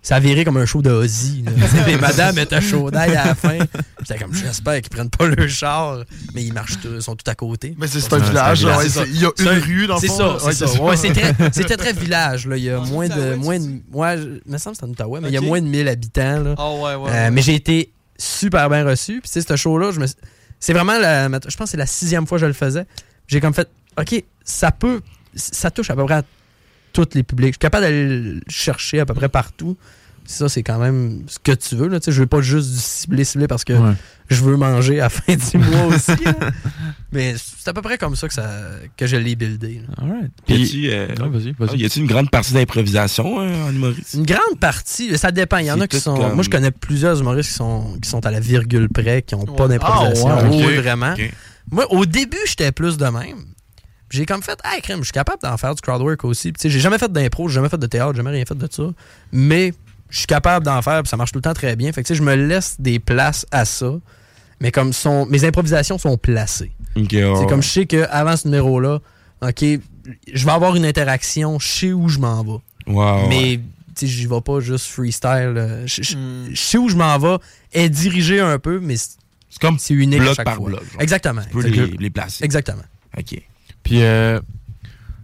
Speaker 4: ça a viré comme un show de Ozzy. là. Tu sais, les madames étaient chaudes à la fin. J'étais comme, j'espère qu'ils prennent pas le char. Mais ils marchent tous, ils sont tout à côté.
Speaker 2: Mais c'est c'est un
Speaker 5: Ouais,
Speaker 2: village,
Speaker 5: c'est un
Speaker 2: ouais,
Speaker 4: village,
Speaker 2: c'est- il y a une
Speaker 4: C'est-
Speaker 2: rue dans le
Speaker 4: C'est
Speaker 2: fond,
Speaker 4: ça,
Speaker 2: là.
Speaker 4: c'est
Speaker 2: Ouais,
Speaker 4: ça.
Speaker 2: c'est
Speaker 4: Ouais, c'est très- c'était très village. Là. Il y a
Speaker 6: Dans
Speaker 4: moins de.
Speaker 6: l'Outaouais,
Speaker 4: Moins
Speaker 6: tu
Speaker 4: de ouais, je- il me semble que c'est en Outaouais, mais il y a
Speaker 6: Ok.
Speaker 4: moins de 1000 habitants. Là.
Speaker 6: Ah ouais, ouais.
Speaker 4: Euh,
Speaker 6: ouais.
Speaker 4: mais j'ai été super bien reçu. Puis, tu sais, ce show-là, je me... c'est vraiment la. Je pense que c'est la sixième fois que je le faisais. J'ai comme fait, OK, ça peut. Ça touche à peu près à tous les publics. Je suis capable d'aller le chercher à peu près partout. Ça, c'est quand même ce que tu veux. Là. Tu sais, Je veux pas juste du ciblé, ciblé parce que
Speaker 5: Ouais.
Speaker 4: je veux manger à la fin du mois aussi. là. Mais c'est à peu près comme ça que, ça, que je l'ai buildé. là.
Speaker 5: All right.
Speaker 7: Y
Speaker 5: Puis,
Speaker 7: a-tu euh,
Speaker 5: Ah, vas-y,
Speaker 7: ah, y
Speaker 5: vas-y.
Speaker 7: a-tu une grande partie d'improvisation euh, en humoriste?
Speaker 4: Une grande partie, ça dépend. Il y en
Speaker 7: C'est
Speaker 4: a qui
Speaker 7: tout
Speaker 4: sont.
Speaker 7: comme-
Speaker 4: Moi, je connais plusieurs humoristes qui sont, qui sont à la virgule près, qui n'ont pas
Speaker 6: Ouais.
Speaker 4: d'improvisation.
Speaker 2: Ah, ouais,
Speaker 4: Oui,
Speaker 7: ok,
Speaker 4: vraiment.
Speaker 7: ok.
Speaker 4: Moi, au début, j'étais plus de même. J'ai comme fait, ah, crème, je suis capable d'en faire du crowd work aussi. Puis, tu sais, j'ai jamais fait d'impro, j'ai jamais fait de théâtre, j'ai jamais rien fait de ça. Mais je suis capable d'en faire, puis ça marche tout le temps très bien. Fait que, tu sais, je me laisse des places à ça. Mais comme sont, mes improvisations sont placées.
Speaker 7: Ok, ouais,
Speaker 4: C'est
Speaker 7: ouais.
Speaker 4: comme je sais qu'avant ce numéro-là, OK, je vais avoir une interaction, je sais où je m'en vais.
Speaker 7: Wow, ouais.
Speaker 4: Mais tu sais, j'y vais pas juste freestyle. euh, Je je-
Speaker 6: Hmm.
Speaker 4: je sais où je m'en vais, est dirigé un peu, mais c'est-
Speaker 7: c'est comme
Speaker 4: c'est unique à
Speaker 7: bloc
Speaker 4: chaque
Speaker 7: par
Speaker 4: fois.
Speaker 7: bloc. genre.
Speaker 4: Exactement.
Speaker 7: Tu peux les, les placer.
Speaker 4: Exactement.
Speaker 7: Ok.
Speaker 5: Puis, euh,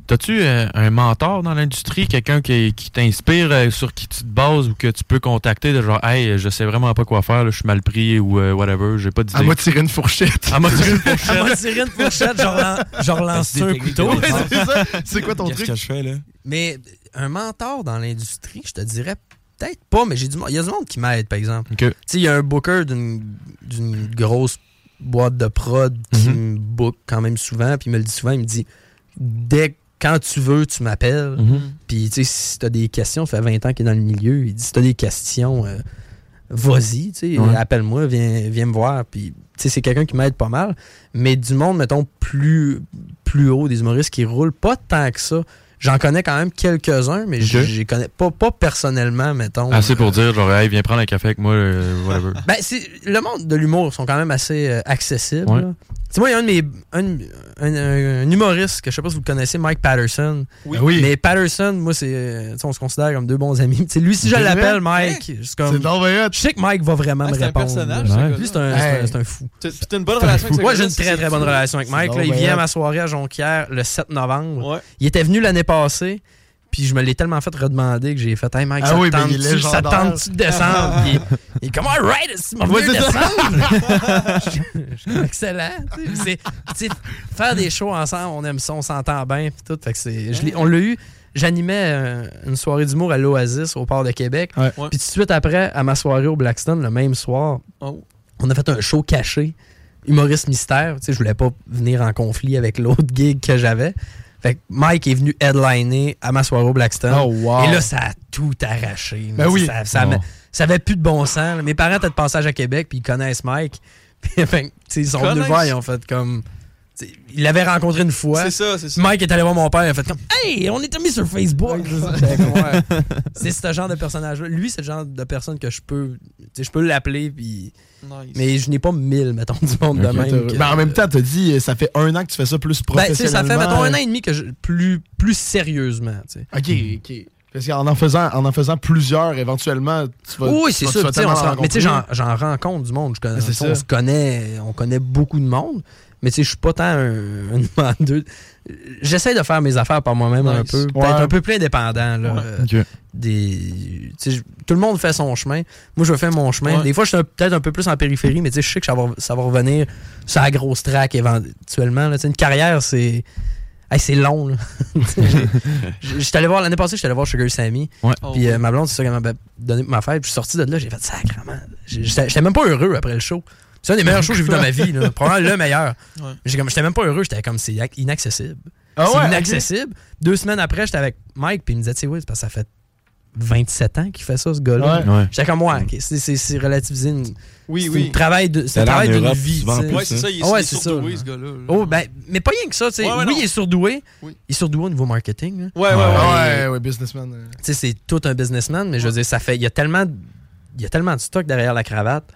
Speaker 5: t'as-tu euh, un mentor dans l'industrie, quelqu'un qui, qui t'inspire, euh, sur qui tu te bases ou que tu peux contacter de genre, hey, je sais vraiment pas quoi faire, là, je suis mal pris ou euh, whatever, j'ai pas d'idée.
Speaker 2: Elle m'a tiré une fourchette.
Speaker 5: Ah, moi, tu veux pas-
Speaker 4: Elle m'a tiré une fourchette, genre relan- genre relance un couteau.
Speaker 7: Ouais,
Speaker 2: C'est ça? C'est quoi ton
Speaker 7: Qu'est-ce
Speaker 2: truc?
Speaker 7: que je fais là?
Speaker 4: Mais un mentor dans l'industrie, je te dirais peut-être pas, mais j'ai du monde- Il y a du monde qui m'aide, par exemple.
Speaker 5: Ok.
Speaker 4: Tu sais, il y a un booker d'une d'une grosse boîte de prod qui
Speaker 5: Mhm.
Speaker 4: me book quand même souvent, puis il me le dit souvent, il me dit dès que- quand tu veux, tu m'appelles.
Speaker 5: Mhm.
Speaker 4: Puis, tu sais, si t'as des questions, ça fait 20 ans qu'il est dans le milieu, il dit si t'as des questions, euh, vas-y, tu sais,
Speaker 5: Ouais.
Speaker 4: appelle-moi, viens, viens me voir. Puis, tu sais, c'est quelqu'un qui m'aide pas mal. Mais du monde, mettons, plus, plus haut, des humoristes qui roulent, pas tant que ça. J'en connais quand même quelques-uns, mais je
Speaker 5: Ok. Ah,
Speaker 4: les connais pas, pas personnellement, mettons.
Speaker 5: Assez pour
Speaker 4: Euh,
Speaker 5: dire, genre, hey, viens prendre un café avec moi, euh, whatever.
Speaker 4: ben, c'est- le monde de l'humour sont quand même assez euh, accessibles.
Speaker 5: Ouais.
Speaker 4: là. Tu sais, moi, il y a un de mes. Un, un- un- un humoriste que je sais pas si vous le connaissez, Mike Patterson.
Speaker 6: Oui.
Speaker 4: Mais Patterson, moi, c'est. euh, tu sais, on se considère comme deux bons amis. Tu sais, lui, si je
Speaker 2: C'est
Speaker 4: l'appelle
Speaker 2: vrai?
Speaker 4: Mike, je suis
Speaker 2: C'est
Speaker 4: comme.
Speaker 2: dans le
Speaker 4: Je sais que Mike va vraiment
Speaker 6: Ah,
Speaker 4: me
Speaker 6: c'est un
Speaker 4: répondre.
Speaker 6: personnage,
Speaker 4: là.
Speaker 6: ce gars-là.
Speaker 4: Lui, c'est un,
Speaker 2: Hey.
Speaker 4: c'est un- c'est un fou.
Speaker 6: T'as t'as une bonne relation avec ce
Speaker 4: Moi, j'ai
Speaker 6: gars-là,
Speaker 4: une très,
Speaker 6: c'est-
Speaker 4: très bonne relation avec Mike.
Speaker 2: c'est
Speaker 4: là. il
Speaker 2: donc
Speaker 4: vient à
Speaker 2: bien.
Speaker 4: ma soirée à Jonquière le 7 novembre.
Speaker 6: Ouais.
Speaker 4: Il était venu l'année passée. Puis je me l'ai tellement fait redemander que j'ai fait Hey Mike,
Speaker 2: Ah
Speaker 4: ça
Speaker 2: oui,
Speaker 4: te
Speaker 2: mais il est
Speaker 4: tente-tu ça te
Speaker 2: légendaire.
Speaker 4: tente-tu de descendre Puis il- Il est comme Alright, c'est mon
Speaker 2: Ouais, c'est ça.
Speaker 4: descendre Je suis comme, Excellent. tu sais. Puis c'est- puis tu sais, faire des shows ensemble, on aime ça, on s'entend bien. Puis tout. Fait que c'est- je l'ai- on l'a eu. J'animais euh, une soirée d'humour à l'Oasis au port de Québec.
Speaker 2: Ouais.
Speaker 4: Puis tout de suite après, à ma soirée au Blackstone, le même soir,
Speaker 6: Oh.
Speaker 4: on a fait un show caché, humoriste mystère. Tu sais, je voulais pas venir en conflit avec l'autre gig que j'avais. Fait que Mike est venu headliner à ma soirée au Blackstone.
Speaker 2: Oh, wow.
Speaker 4: Et là, ça a tout arraché.
Speaker 2: Ben
Speaker 4: Ça-
Speaker 2: oui.
Speaker 4: Ça, ça,
Speaker 5: Oh.
Speaker 4: m'a- ça avait plus de bon sens. là. Mes parents étaient de passage à Québec, puis ils connaissent Mike. Puis, fait que, tu sais, ils sont venus
Speaker 6: Connaissent.
Speaker 4: voir, ils ont fait comme... tu sais, Ils l'avaient rencontré une fois.
Speaker 6: C'est ça, c'est ça.
Speaker 4: Mike est allé voir mon père, il a fait comme Hey, on était mis sur Facebook. J'étais comme, Ouais. c'est ce genre de personnage-là. Lui, c'est le genre de personne que je peux. tu sais, Je peux l'appeler, puis.
Speaker 6: Nice.
Speaker 4: Mais je n'ai pas mille, mettons, du monde de même. que-
Speaker 2: Ben, en même temps, t'as dit, euh, ça fait un an que tu fais ça plus
Speaker 4: Ben, tu sais,
Speaker 2: professionnellement.
Speaker 4: ça fait, mettons, un an et demi que je. Plus, plus sérieusement, tu sais.
Speaker 2: OK, OK. Parce qu'en en faisant, en en faisant plusieurs, éventuellement, tu vas.
Speaker 4: Oui, c'est
Speaker 2: tu vas-
Speaker 4: ça.
Speaker 2: tu vas
Speaker 4: tu sais,
Speaker 2: tellement
Speaker 4: on s'en-
Speaker 2: en
Speaker 4: Mais tu sais,
Speaker 2: rencontrer.
Speaker 4: j'en j'en rencontre du monde. Je connais-
Speaker 2: Ben, c'est
Speaker 4: tu sais, on
Speaker 2: ça.
Speaker 4: se connaît, on connaît beaucoup de monde. Mais tu sais, je suis pas tant un, un demandeur. J'essaie de faire mes affaires par moi-même un
Speaker 6: Nice.
Speaker 4: peu. Peut-être
Speaker 2: Ouais.
Speaker 4: un peu plus indépendant. Là. Euh, des tu sais, je- tout le monde fait son chemin moi je fais mon chemin
Speaker 6: Ouais.
Speaker 4: des fois je suis un- peut-être un peu plus en périphérie mais tu sais je sais que ça va, ça va revenir sur la grosse track éventuellement là. Tu sais, une carrière c'est hey, c'est long là. Je- j'étais allé voir l'année passée j'étais allé voir Sugar Sammy
Speaker 6: Oh,
Speaker 4: puis euh, ma blonde c'est ça qu'elle m'a donné pour ma fête puis je suis sorti de là j'ai fait sacrement J'ai- j'étais j'étais même pas heureux après le show c'est un des meilleurs shows que j'ai vu dans ma vie là. probablement le meilleur
Speaker 6: Ouais.
Speaker 4: j'ai comme j'étais même pas heureux j'étais comme c'est inaccessible
Speaker 2: Ah
Speaker 4: c'est
Speaker 2: ouais,
Speaker 4: inaccessible. Deux semaines après, j'étais avec Mike, puis il me disait, tu sais, oui, c'est parce que ça fait 27 ans qu'il fait ça, ce gars-là.
Speaker 2: Ouais.
Speaker 5: Ouais.
Speaker 4: J'étais comme, ouais, ok, c'est- c'est c'est relativisé. une-
Speaker 6: oui,
Speaker 4: c'est
Speaker 6: oui.
Speaker 4: un travail de- c'est un
Speaker 7: D'aller en
Speaker 4: travail d'une
Speaker 7: Europe,
Speaker 4: vie.
Speaker 7: souvent
Speaker 4: tu sais.
Speaker 7: plus, hein.
Speaker 6: Ouais,
Speaker 5: hein.
Speaker 6: c'est ça, il est,
Speaker 4: Ah ouais,
Speaker 6: il est
Speaker 4: c'est ça,
Speaker 6: surdoué,
Speaker 4: là.
Speaker 6: ce gars-là. là.
Speaker 4: Oh, ben, mais pas rien que ça, tu sais.
Speaker 6: Ouais, ouais,
Speaker 4: oui,
Speaker 6: non.
Speaker 4: il est surdoué.
Speaker 6: Oui.
Speaker 4: Il est surdoué au niveau marketing. là.
Speaker 6: Ouais, ouais, ouais.
Speaker 2: Ah ouais, ouais, businessman. euh.
Speaker 4: Tu sais, c'est tout un businessman, mais je veux dire, ça fait. Il y a tellement. de- Il y a tellement de stock derrière la cravate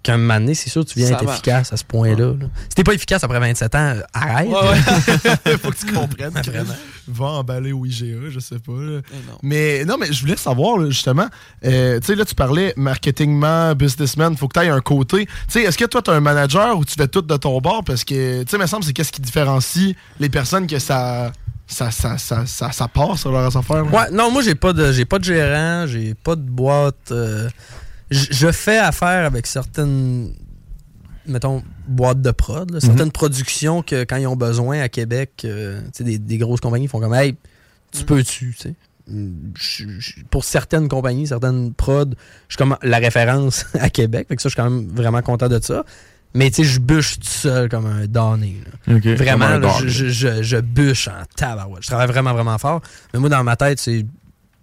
Speaker 4: qu'à un moment donné, c'est sûr que tu viens
Speaker 6: Ça
Speaker 4: être
Speaker 6: marche.
Speaker 4: efficace à ce point-là. là. Si t'es pas efficace après 27 ans, euh, arrête.
Speaker 6: Ouais, ouais.
Speaker 2: Faut que tu comprennes. que
Speaker 4: Vraiment.
Speaker 2: Va emballer au IGA, je sais pas. là.
Speaker 6: Eh non.
Speaker 2: Mais non, mais je voulais savoir, là, justement, euh, tu sais, là, tu parlais marketingman, businessman, faut que tu ailles un côté. Tu sais, est-ce que toi, tu as un manager ou tu fais tout de ton bord? Parce que, tu sais, il me semble, c'est qu'est-ce qui différencie les personnes que ça. Ça, ça, ça, ça, ça part sur leurs affaires. là.
Speaker 4: Ouais, non, moi j'ai pas de j'ai pas de gérant, j'ai pas de boîte. euh, je je fais affaire avec certaines mettons boîtes de prod, là, certaines productions que quand ils ont besoin à Québec, euh, tu sais, des, des grosses compagnies font comme hey, tu peux-tu, tu sais. Mm, je- je- Pour certaines compagnies, certaines prod, je suis comme la référence à Québec, fait que ça je suis quand même vraiment content de ça. Mais tu sais, je bûche tout seul comme un donné.
Speaker 5: Ok.
Speaker 4: Vraiment,
Speaker 5: Comme un
Speaker 4: là,
Speaker 5: dog.
Speaker 4: je, je, je, je bûche en tabarouette. Je travaille vraiment, vraiment fort. Mais moi, dans ma tête, c'est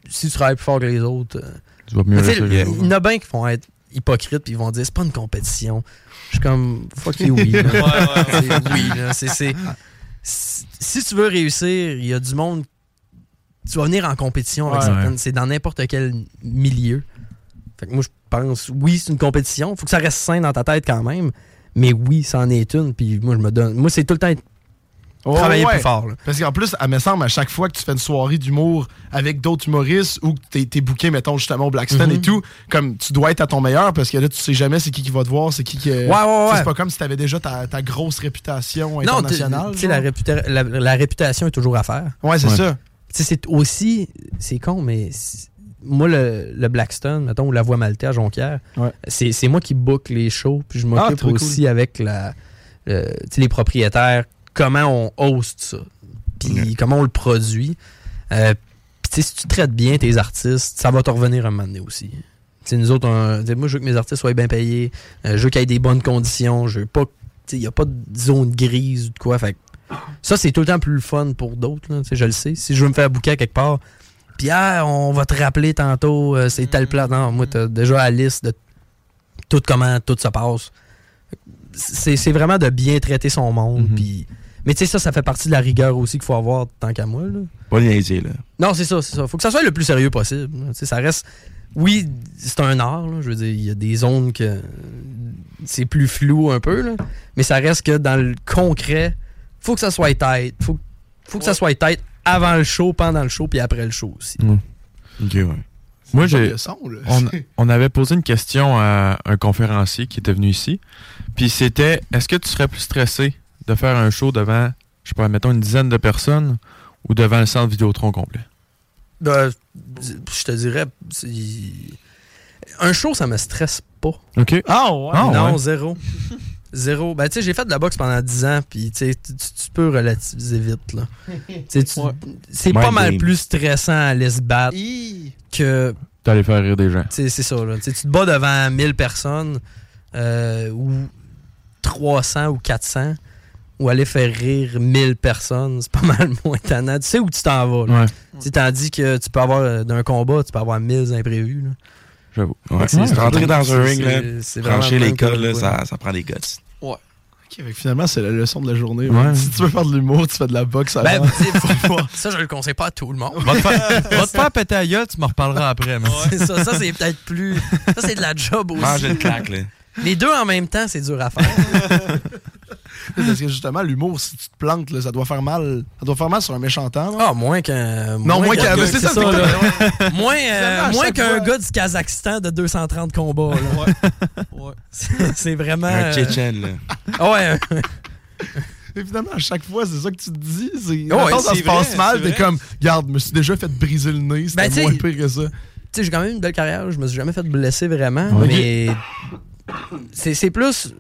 Speaker 4: si tu travailles plus fort que les autres. euh,
Speaker 5: Tu vas
Speaker 4: mais
Speaker 5: mieux
Speaker 4: tu sais,
Speaker 5: rester là.
Speaker 4: il y en a bien qui vont être hypocrites puis ils vont dire c'est pas une compétition. Je suis comme fuck you, oui. là.
Speaker 6: Ouais, ouais, ouais.
Speaker 4: C'est- oui, là, c'est- c'est- si- Si tu veux réussir, il y a du monde. Tu vas venir en compétition avec
Speaker 5: Ouais.
Speaker 4: certaines. C'est dans n'importe quel milieu. Fait que moi, je pense, oui, c'est une compétition. Faut que ça reste sain dans ta tête quand même. Mais oui, c'en est une. Puis moi, je me donne. Moi, c'est tout le temps être-
Speaker 2: Oh,
Speaker 4: travailler
Speaker 2: ouais.
Speaker 4: plus fort. là.
Speaker 2: Parce qu'en plus, à me semble, à chaque fois que tu fais une soirée d'humour avec d'autres humoristes ou que t'es, t'es booké, mettons, justement au Blackstone
Speaker 4: Mhm.
Speaker 2: et tout, comme tu dois être à ton meilleur parce que là, tu sais jamais c'est qui qui va te voir, c'est qui qui.
Speaker 4: Ouais, ouais, ouais.
Speaker 2: C'est pas comme si t'avais déjà ta, ta grosse
Speaker 4: Non,
Speaker 2: réputation
Speaker 4: tu
Speaker 2: internationale.
Speaker 4: tu sais, la,
Speaker 2: genre.
Speaker 4: réputa- la- la réputation est toujours à faire.
Speaker 2: Ouais, c'est
Speaker 5: Ouais.
Speaker 2: ça.
Speaker 4: Tu sais, c'est aussi, c'est con, mais c'est- moi, le, le Blackstone, mettons, ou la Voie Maltais à Jonquière,
Speaker 2: Ouais.
Speaker 4: c'est c'est moi qui book les shows, puis je m'occupe
Speaker 2: trop
Speaker 4: aussi avec la, le- tu sais, les propriétaires, comment on host ça, puis comment on le produit. Euh, puis tu sais, si tu traites bien tes artistes, ça va te revenir un moment donné aussi. Tu sais, nous autres, on- tu sais, moi, je veux que mes artistes soient bien payés, euh, je veux qu'ils aient des bonnes conditions, je veux pas, il n'y a pas de zone grise ou de quoi, fait que ça, c'est tout le temps plus le fun pour d'autres. là. Tu sais, Je le sais. Si je veux me faire bouquer à quelque part, Pierre, on va te rappeler tantôt, euh, c'est tel plat. Non, moi, t'as déjà la liste de tout comment tout se passe. C'est c'est vraiment de bien traiter son monde.
Speaker 5: Mhm.
Speaker 4: puis- Mais tu sais, ça, ça fait partie de la rigueur aussi qu'il faut avoir tant qu'à moi. là.
Speaker 7: Pas niaiser, là.
Speaker 4: Non, c'est ça, c'est ça. Faut que ça soit le plus sérieux possible. là. Tu sais, ça reste. Oui, c'est un art, là. je veux dire, il y a des zones que c'est plus flou un peu, là. mais ça reste que dans le concret, faut que ça soit tête. Faut, faut que ça
Speaker 6: Ouais.
Speaker 4: soit tête avant le show, pendant le show, puis après le show aussi.
Speaker 7: Ok, ouais.
Speaker 2: C'est
Speaker 5: Moi, j'ai.
Speaker 2: pas le son, là.
Speaker 5: on, on avait posé une question à un conférencier qui était venu ici. Puis c'était est-ce que tu serais plus stressé de faire un show devant, je sais pas, mettons une dizaine de personnes ou devant le centre Vidéotron complet
Speaker 4: Ben, je te dirais, c'est- un show, ça me stresse pas.
Speaker 5: OK.
Speaker 4: Ah
Speaker 5: Ah
Speaker 4: Non,
Speaker 5: ouais.
Speaker 4: zéro. zéro. Ben, tu sais, j'ai fait de la boxe pendant 10 ans, puis tu sais, tu- tu tu peux relativiser vite, là. Tu sais, tu- C'est
Speaker 5: Mind
Speaker 4: pas mal
Speaker 5: game.
Speaker 4: plus stressant à aller se battre que
Speaker 5: T'es allé faire rire des gens.
Speaker 4: tu sais, c'est ça. Là. Tu sais, tu te bats devant 1000 personnes euh, ou 300 ou 400 ou aller faire rire 1000 personnes, c'est pas mal moins tannant. Tu sais où tu t'en vas. là.
Speaker 5: Ouais.
Speaker 4: Tu sais, Tandis que tu peux avoir, euh, d'un combat, tu peux avoir 1000 imprévus. là.
Speaker 5: J'avoue.
Speaker 7: Ouais.
Speaker 4: C'est- c'est-
Speaker 7: Rentrer dans un
Speaker 4: c'est-
Speaker 7: ring, là,
Speaker 4: c'est- c'est vraiment
Speaker 7: franchir
Speaker 4: le
Speaker 7: les
Speaker 4: même
Speaker 7: codes,
Speaker 4: que-
Speaker 7: là,
Speaker 4: ouais.
Speaker 7: ça, ça prend des guts.
Speaker 6: Ouais.
Speaker 2: Ok, fait que finalement, c'est la leçon de la journée.
Speaker 5: Ouais.
Speaker 2: Si tu veux faire de l'humour, tu fais de la boxe
Speaker 4: Ben,
Speaker 2: avant.
Speaker 4: tu sais, faut- ça, je le conseille pas à tout le monde.
Speaker 5: Va te faire, va te faire péter la gueule, tu m'en reparleras après. mais-
Speaker 4: C'est ça, ça c'est peut-être plus. Ça, c'est de la job
Speaker 7: Mange
Speaker 4: aussi.
Speaker 7: une claque, là.
Speaker 4: Les deux en même temps, c'est dur à faire.
Speaker 2: Parce que justement, l'humour, si tu te plantes, là, ça doit faire mal. Ça doit faire mal sur un méchant temps. là.
Speaker 4: Ah, moins qu'un.
Speaker 2: Non, moins qu'un- mais c'est ça, c'est
Speaker 4: là. Moins, euh,
Speaker 2: à
Speaker 4: moins
Speaker 2: chaque
Speaker 4: qu'un
Speaker 2: fois.
Speaker 4: gars du Kazakhstan de 230 combats. là. C'est- C'est vraiment.
Speaker 7: Un
Speaker 4: euh,
Speaker 7: Tchétchène, là.
Speaker 4: ah ouais, euh,
Speaker 2: Et finalement, à chaque fois, c'est ça que tu te dis. C'est...
Speaker 4: Ah Ouais,
Speaker 2: Mettons, ça
Speaker 6: c'est
Speaker 2: se passe
Speaker 6: vrai,
Speaker 2: mal,
Speaker 6: c'est
Speaker 2: t'es
Speaker 6: vrai.
Speaker 2: comme, regarde, je me suis déjà fait briser le nez, c'était
Speaker 4: Ben, tu sais,
Speaker 2: moins pire que ça.
Speaker 4: tu sais, j'ai quand même une belle carrière. Je me suis jamais fait blesser vraiment.
Speaker 5: Ouais.
Speaker 4: Mais. C'est c'est plus.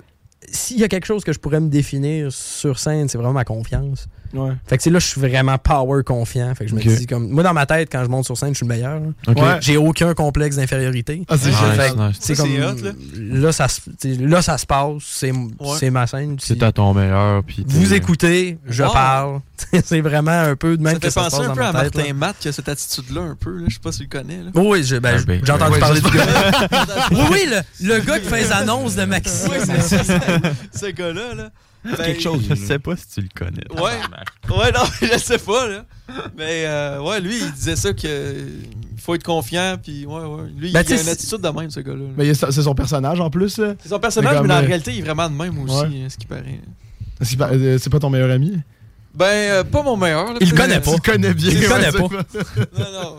Speaker 4: S'il y a quelque chose que je pourrais me définir sur scène, c'est vraiment ma confiance.
Speaker 2: Ouais.
Speaker 4: Fait que c'est là je suis vraiment power confiant. Fait que je me
Speaker 5: Ok.
Speaker 4: dis comme. Moi, dans ma tête, quand je monte sur scène, je suis le meilleur. là.
Speaker 5: Ok.
Speaker 2: Ouais.
Speaker 4: J'ai aucun complexe d'infériorité.
Speaker 2: Ah, c'est
Speaker 5: Nice,
Speaker 2: ça.
Speaker 4: fait que-
Speaker 5: nice.
Speaker 4: C'est
Speaker 6: Ça,
Speaker 4: comme.
Speaker 6: c'est
Speaker 4: Là.
Speaker 6: hot, là.
Speaker 4: ça, se- tu sais, là, ça se passe. C'est c'est ma scène.
Speaker 5: C'est à ton meilleur. Puis t'es-
Speaker 4: Vous écoutez, je
Speaker 6: Wow.
Speaker 4: parle. c'est vraiment un peu de même
Speaker 6: ça
Speaker 4: que
Speaker 6: fait
Speaker 4: ça se
Speaker 6: penser
Speaker 4: passe
Speaker 6: un
Speaker 4: dans
Speaker 6: peu à
Speaker 4: ma tête.
Speaker 6: Martin Matt qui a cette attitude-là un peu. là. Je sais pas si tu le connais. Là.
Speaker 4: là. Oui, j'ai ben,
Speaker 5: Ah,
Speaker 4: j'ai-
Speaker 5: ben,
Speaker 4: j'ai entendu
Speaker 5: ouais,
Speaker 4: parler du gars. oui, oui, le, le gars qui fait les annonces de Maxime.
Speaker 6: Ouais, c'est ça, c'est- ce gars-là. Là. Ben,
Speaker 7: Quelque chose.
Speaker 5: Je sais pas si tu le connais.
Speaker 6: Ouais. Ouais, non, je sais pas. Là. Mais euh, ouais, lui, il disait ça que euh, faut être confiant. Puis ouais, ouais. Lui,
Speaker 4: Ben,
Speaker 6: il
Speaker 4: tu
Speaker 6: a
Speaker 4: sais,
Speaker 6: une
Speaker 4: c'est-
Speaker 6: attitude de même, ce gars-là. là.
Speaker 2: Mais il est- c'est son personnage en plus. là.
Speaker 6: C'est son personnage,
Speaker 2: Mais
Speaker 6: mais dans la
Speaker 2: comme, euh,
Speaker 6: réalité, il est vraiment de même aussi,
Speaker 2: ouais.
Speaker 6: hein, ce qui paraît.
Speaker 2: Parce qu'il par- euh, C'est pas ton meilleur ami.
Speaker 6: Ben, euh, pas mon meilleur. là,
Speaker 4: Il le
Speaker 6: peut-être.
Speaker 4: connaît pas.
Speaker 2: Tu le connais bien.
Speaker 4: Il le connaît
Speaker 2: ouais, c'est
Speaker 4: pas.
Speaker 6: Non, non.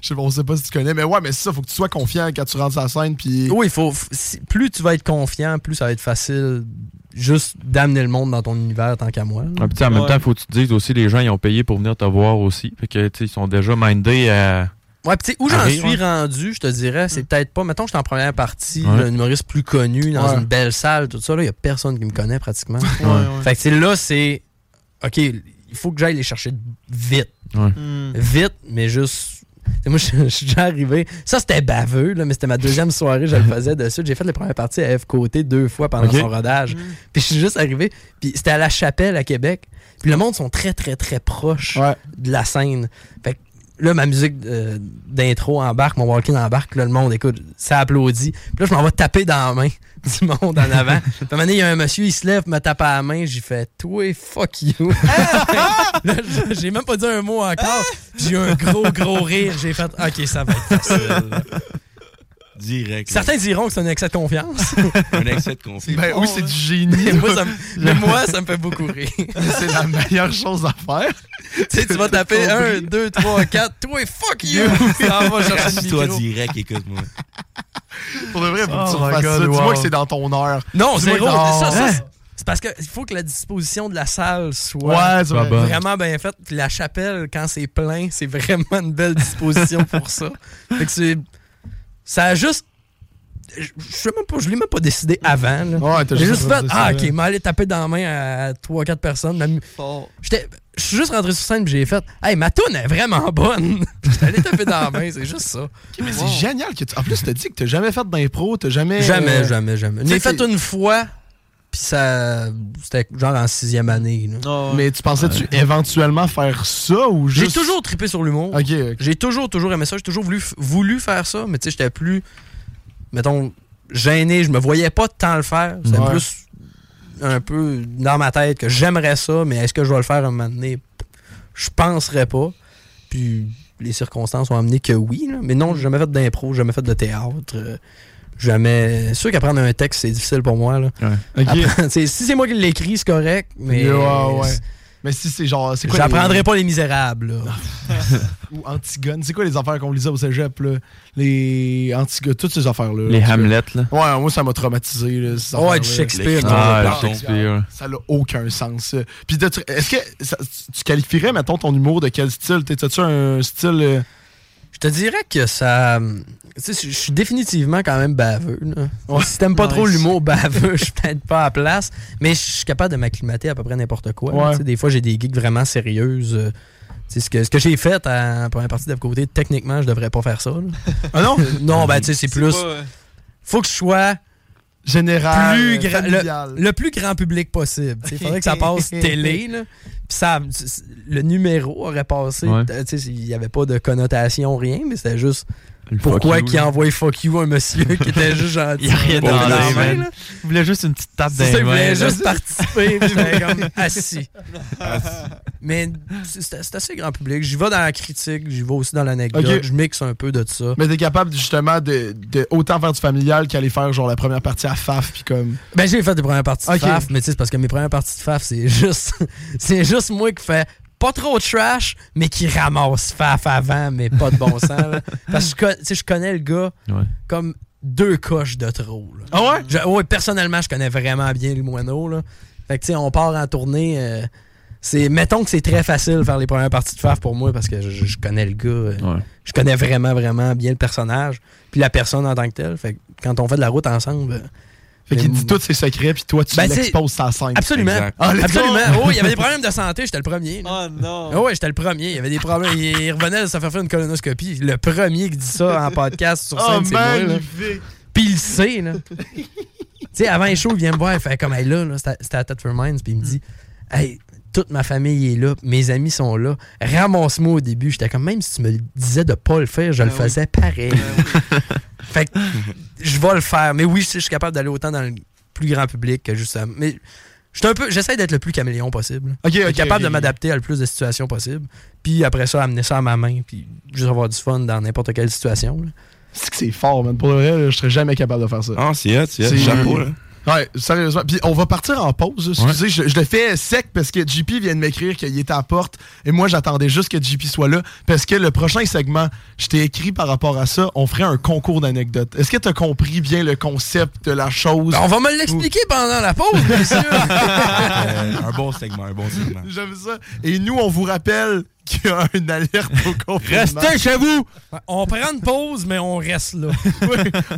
Speaker 2: Je sais pas, on sait pas si tu connais, mais ouais, mais c'est ça, faut que tu sois confiant quand tu rentres sur la scène, puis
Speaker 4: Oui, il faut. f- si- plus tu vas être confiant, plus ça va être facile juste d'amener le monde dans ton univers tant qu'à moi. là.
Speaker 5: Ah, puis, tu sais, en même
Speaker 6: Ouais.
Speaker 5: temps, faut que tu te dises aussi, les gens, ils ont payé pour venir te voir aussi. Fait que, tu sais, ils sont déjà mindés à.
Speaker 4: Ouais, pis tu sais, où j'en
Speaker 5: Arrive,
Speaker 4: suis
Speaker 5: ouais.
Speaker 4: rendu, je te dirais,
Speaker 6: Mm.
Speaker 4: c'est peut-être pas. Mettons, je suis en première partie,
Speaker 5: Ouais.
Speaker 4: le humoriste plus connu, dans
Speaker 2: Ouais.
Speaker 4: une belle salle, tout ça, là, il y a personne qui me connaît pratiquement.
Speaker 6: Ouais, ouais.
Speaker 4: Fait que tu sais, là, c'est. OK, il faut que j'aille les chercher vite.
Speaker 6: Hmm.
Speaker 4: Vite, mais juste. tu sais, Moi, je je suis déjà arrivé. Ça, c'était baveux, là, mais c'était ma deuxième soirée, je le faisais de suite. J'ai fait la première partie à F Côté deux fois pendant
Speaker 5: Ok.
Speaker 4: son rodage.
Speaker 6: Mm.
Speaker 4: Puis je suis juste arrivé. Puis c'était à la chapelle à Québec. Puis le monde sont très, très, très proches
Speaker 2: Ouais.
Speaker 4: de la scène. Fait que là, ma musique euh, d'intro embarque, mon walk-in embarque. Là, le monde, écoute, ça applaudit. Puis là, je m'en vais taper dans la main du monde en avant. Puis à un moment donné, il y a un monsieur, il se lève, me tape à la main. J'y fais, toi, fuck you. Là, j'ai même pas dit un mot encore. Puis J'ai eu un gros, gros rire. J'ai fait, OK, ça va être facile.
Speaker 7: Direct. là.
Speaker 4: Certains diront que c'est un excès de confiance.
Speaker 7: Un excès de confiance.
Speaker 2: ben oui, c'est du génie.
Speaker 4: Mais Ah moi, ça me, mais moi, ça me fait beaucoup rire.
Speaker 2: c'est la meilleure chose à faire.
Speaker 4: Tu sais, tu vas taper 1, 2, 3, 4, toi, fuck you! Ça va chercher le
Speaker 7: Toi
Speaker 4: micro.
Speaker 7: direct, écoute-moi.
Speaker 2: Pour de vrai, faut que tu
Speaker 5: Oh my
Speaker 2: refasses
Speaker 5: God,
Speaker 2: ça. Dis-moi
Speaker 5: wow.
Speaker 2: que c'est dans ton heure.
Speaker 4: Non,
Speaker 2: Dis-moi
Speaker 4: zéro.
Speaker 2: que- Ah. Non.
Speaker 4: Ça, ça, c'est- c'est parce qu'il faut que la disposition de la salle soit
Speaker 2: Ouais, c'est
Speaker 5: Pas
Speaker 2: vrai.
Speaker 5: bon.
Speaker 4: vraiment bien faite. Puis La chapelle, quand c'est plein, c'est vraiment une belle disposition pour ça. Fait que c'est. Ça a juste. Je je sais même pas, je l'ai même pas décidé avant. là.
Speaker 2: Ouais, t'as
Speaker 4: J'ai juste fait,
Speaker 2: de ça,
Speaker 4: ah
Speaker 2: là.
Speaker 4: ok, m'a allé taper dans la main à 3-4 personnes. La mu-
Speaker 6: Fort.
Speaker 4: J'étais- Je suis juste rentré sur scène et j'ai fait Hey, ma toune est vraiment bonne. J'étais allé taper dans la main, c'est juste ça.
Speaker 2: Mais c'est
Speaker 6: Wow.
Speaker 2: génial que tu. En plus, t'as dit que t'as jamais fait d'impro, t'as jamais.
Speaker 4: Jamais,
Speaker 2: euh,
Speaker 4: jamais, jamais. Je
Speaker 2: tu
Speaker 4: l'ai
Speaker 2: sais,
Speaker 4: fait une fois, puis ça. C'était genre en sixième année. là.
Speaker 6: Non,
Speaker 2: Mais tu pensais-tu éventuellement faire ça ou
Speaker 4: J'ai
Speaker 2: juste.
Speaker 4: toujours trippé sur l'humour.
Speaker 2: Ok, ok.
Speaker 4: J'ai toujours, toujours aimé ça. J'ai toujours voulu, voulu faire ça, mais tu sais, j'étais plus. Mettons, gêné. Je me voyais pas tant le faire. C'était
Speaker 2: Ouais.
Speaker 4: plus un peu dans ma tête que j'aimerais ça, mais est-ce que je vais le faire un moment donné Je penserais pas. Puis les circonstances ont amené que oui, là. mais non, j'ai jamais fait d'impro, j'ai jamais fait de théâtre. euh, Jamais. C'est sûr qu'apprendre un texte, c'est difficile pour moi. là.
Speaker 2: Ok.
Speaker 4: Après, tu sais, si c'est moi qui l'écris, c'est correct, mais.
Speaker 2: Ouais, ouais. Mais si c'est genre. c'est quoi
Speaker 4: J'apprendrai
Speaker 2: les-
Speaker 4: pas les misérables. là.
Speaker 2: Ou Antigone. C'est quoi les affaires qu'on lisait au cégep, là? Les Antigone, toutes ces affaires-là.
Speaker 5: Les
Speaker 2: En tout cas.
Speaker 5: Hamlet, là.
Speaker 2: Ouais, moi, ça m'a traumatisé, là, ces
Speaker 4: Ouais,
Speaker 2: affaires-là.
Speaker 4: du Shakespeare.
Speaker 7: Les-
Speaker 4: non.
Speaker 7: Ah,
Speaker 5: Ah,
Speaker 7: pardon.
Speaker 5: Shakespeare.
Speaker 2: Ça n'a aucun sens. ça. Puis, de- est-ce que ça- tu qualifierais, mettons, ton humour de quel style? T'es- T'as-tu un style. euh,
Speaker 4: Je te dirais que ça. Tu sais, je- je suis définitivement quand même baveux. là. Si t'aimes pas
Speaker 6: Nice.
Speaker 4: trop l'humour baveux, je suis peut-être pas à place. Mais je suis capable de m'acclimater à peu près n'importe quoi. là.
Speaker 2: Ouais.
Speaker 4: Tu sais, Des fois, j'ai des gigs vraiment sérieuses. euh, tu sais, ce que, ce que j'ai fait en première partie de côté, techniquement, je devrais pas faire ça. là.
Speaker 2: Ah non?
Speaker 4: non, ben tu sais, c'est plus.
Speaker 6: pas, euh,
Speaker 4: Faut que je sois
Speaker 2: Général.
Speaker 4: plus
Speaker 2: euh,
Speaker 4: grand-
Speaker 2: familial.
Speaker 4: le, le plus grand public possible. Il faudrait que ça passe télé. là. Puis ça, c- c- le numéro aurait passé.
Speaker 5: Ouais.
Speaker 4: euh, tu sais, Il n'y avait pas de connotation, rien, mais c'était juste
Speaker 5: Le
Speaker 4: pourquoi
Speaker 5: fuck you,
Speaker 4: qui
Speaker 5: là.
Speaker 4: envoie fuck you à un monsieur qui était juste gentil.
Speaker 5: Il y a rien
Speaker 7: Bon,
Speaker 5: dans
Speaker 7: dans
Speaker 5: les
Speaker 7: la main,
Speaker 5: mains. là. Il voulait juste une petite tape dans
Speaker 4: C'est ça,
Speaker 5: les
Speaker 4: il
Speaker 5: mains.
Speaker 4: voulait
Speaker 5: là.
Speaker 4: juste participer. puis j'étais comme assis. Mais c'est c'est assez grand public. J'y vais dans la critique, j'y vais aussi dans l'anecdote.
Speaker 2: Ok.
Speaker 4: Je mixe un peu de ça.
Speaker 2: Mais t'es capable, justement, de, de autant faire du familial qu'aller faire, genre, la première partie à FAF, puis comme.
Speaker 4: Ben, j'ai fait des premières parties de
Speaker 2: Ok.
Speaker 4: FAF, mais tu sais, c'est parce que mes premières parties de FAF, c'est juste, c'est juste moi qui fais pas trop de trash, mais qui ramasse FAF avant, mais pas de bon sens. là. Parce que je con- tu sais, je connais le gars
Speaker 5: Ouais.
Speaker 4: comme deux coches de trop. Ah ouais? ouais, personnellement, je connais vraiment bien le moineau. Là. Fait que tu sais, on part en tournée. euh, c'est, mettons que c'est très facile faire les premières parties de FAF pour moi parce que je, je connais le gars. euh,
Speaker 5: Ouais.
Speaker 4: je connais vraiment, vraiment bien le personnage. Puis la personne en tant que telle. Fait que quand on fait de la route ensemble. euh,
Speaker 2: Fait
Speaker 4: mais-
Speaker 2: qu'il dit tous ses secrets, puis toi, tu
Speaker 4: Ben,
Speaker 2: l'exposes sa scène.
Speaker 4: Absolument.
Speaker 7: Exact.
Speaker 2: Ah, let's
Speaker 4: Absolument.
Speaker 2: go.
Speaker 4: Oh, il y avait des problèmes de santé, j'étais le premier. là.
Speaker 6: Oh non.
Speaker 4: Ah ouais, j'étais le premier. Il y avait des problèmes. Il il revenait de se faire faire une colonoscopie. Le premier qui dit ça en podcast sur
Speaker 2: Oh,
Speaker 4: scène, c'est moi. là.
Speaker 2: magnifique!
Speaker 4: Puis il le sait, là. tu sais, avant les shows, il vient me voir, il fait comme, hey, là, là, c'était à- c'était à Tetford Mines, puis il me dit, hey, toute ma famille est là, mes amis sont là, ramasse-moi au début. J'étais comme, même si tu me le disais de pas le faire, je le
Speaker 6: Ben oui.
Speaker 4: faisais pareil.
Speaker 6: Ben oui.
Speaker 4: Fait que je vais le faire. Mais oui, je je suis capable d'aller autant dans le plus grand public que juste ça. Mais je suis un peu, j'essaie d'être le plus caméléon possible.
Speaker 2: Ok,
Speaker 4: Je suis
Speaker 2: ok,
Speaker 4: capable
Speaker 2: ok.
Speaker 4: de m'adapter à le plus de situations possible. Puis après ça, amener ça à ma main. Puis juste avoir du fun dans n'importe quelle situation. là.
Speaker 2: C'est que c'est fort, man. Pour le vrai, là, je serais jamais capable de faire ça.
Speaker 7: Ah, c'est hot, c'est hot.
Speaker 2: C'est-
Speaker 7: Chapeau, là.
Speaker 2: Ouais, sérieusement. Puis on va partir en pause. Excusez, je, je le fais sec parce que JP vient de m'écrire qu'il était à la porte et moi j'attendais juste que JP soit là parce que le prochain segment, je t'ai écrit par rapport à ça, on ferait un concours d'anecdotes. Est-ce que tu as compris bien le concept de la chose?
Speaker 4: Ben, on va me l'expliquer pendant la
Speaker 2: Oh,
Speaker 4: pause, messieurs.
Speaker 7: Euh, un bon segment, un bon segment.
Speaker 2: J'aime ça. Et nous, on vous rappelle qu'il y a une alerte au confinement.
Speaker 4: chez vous! On prend une pause, mais on reste là.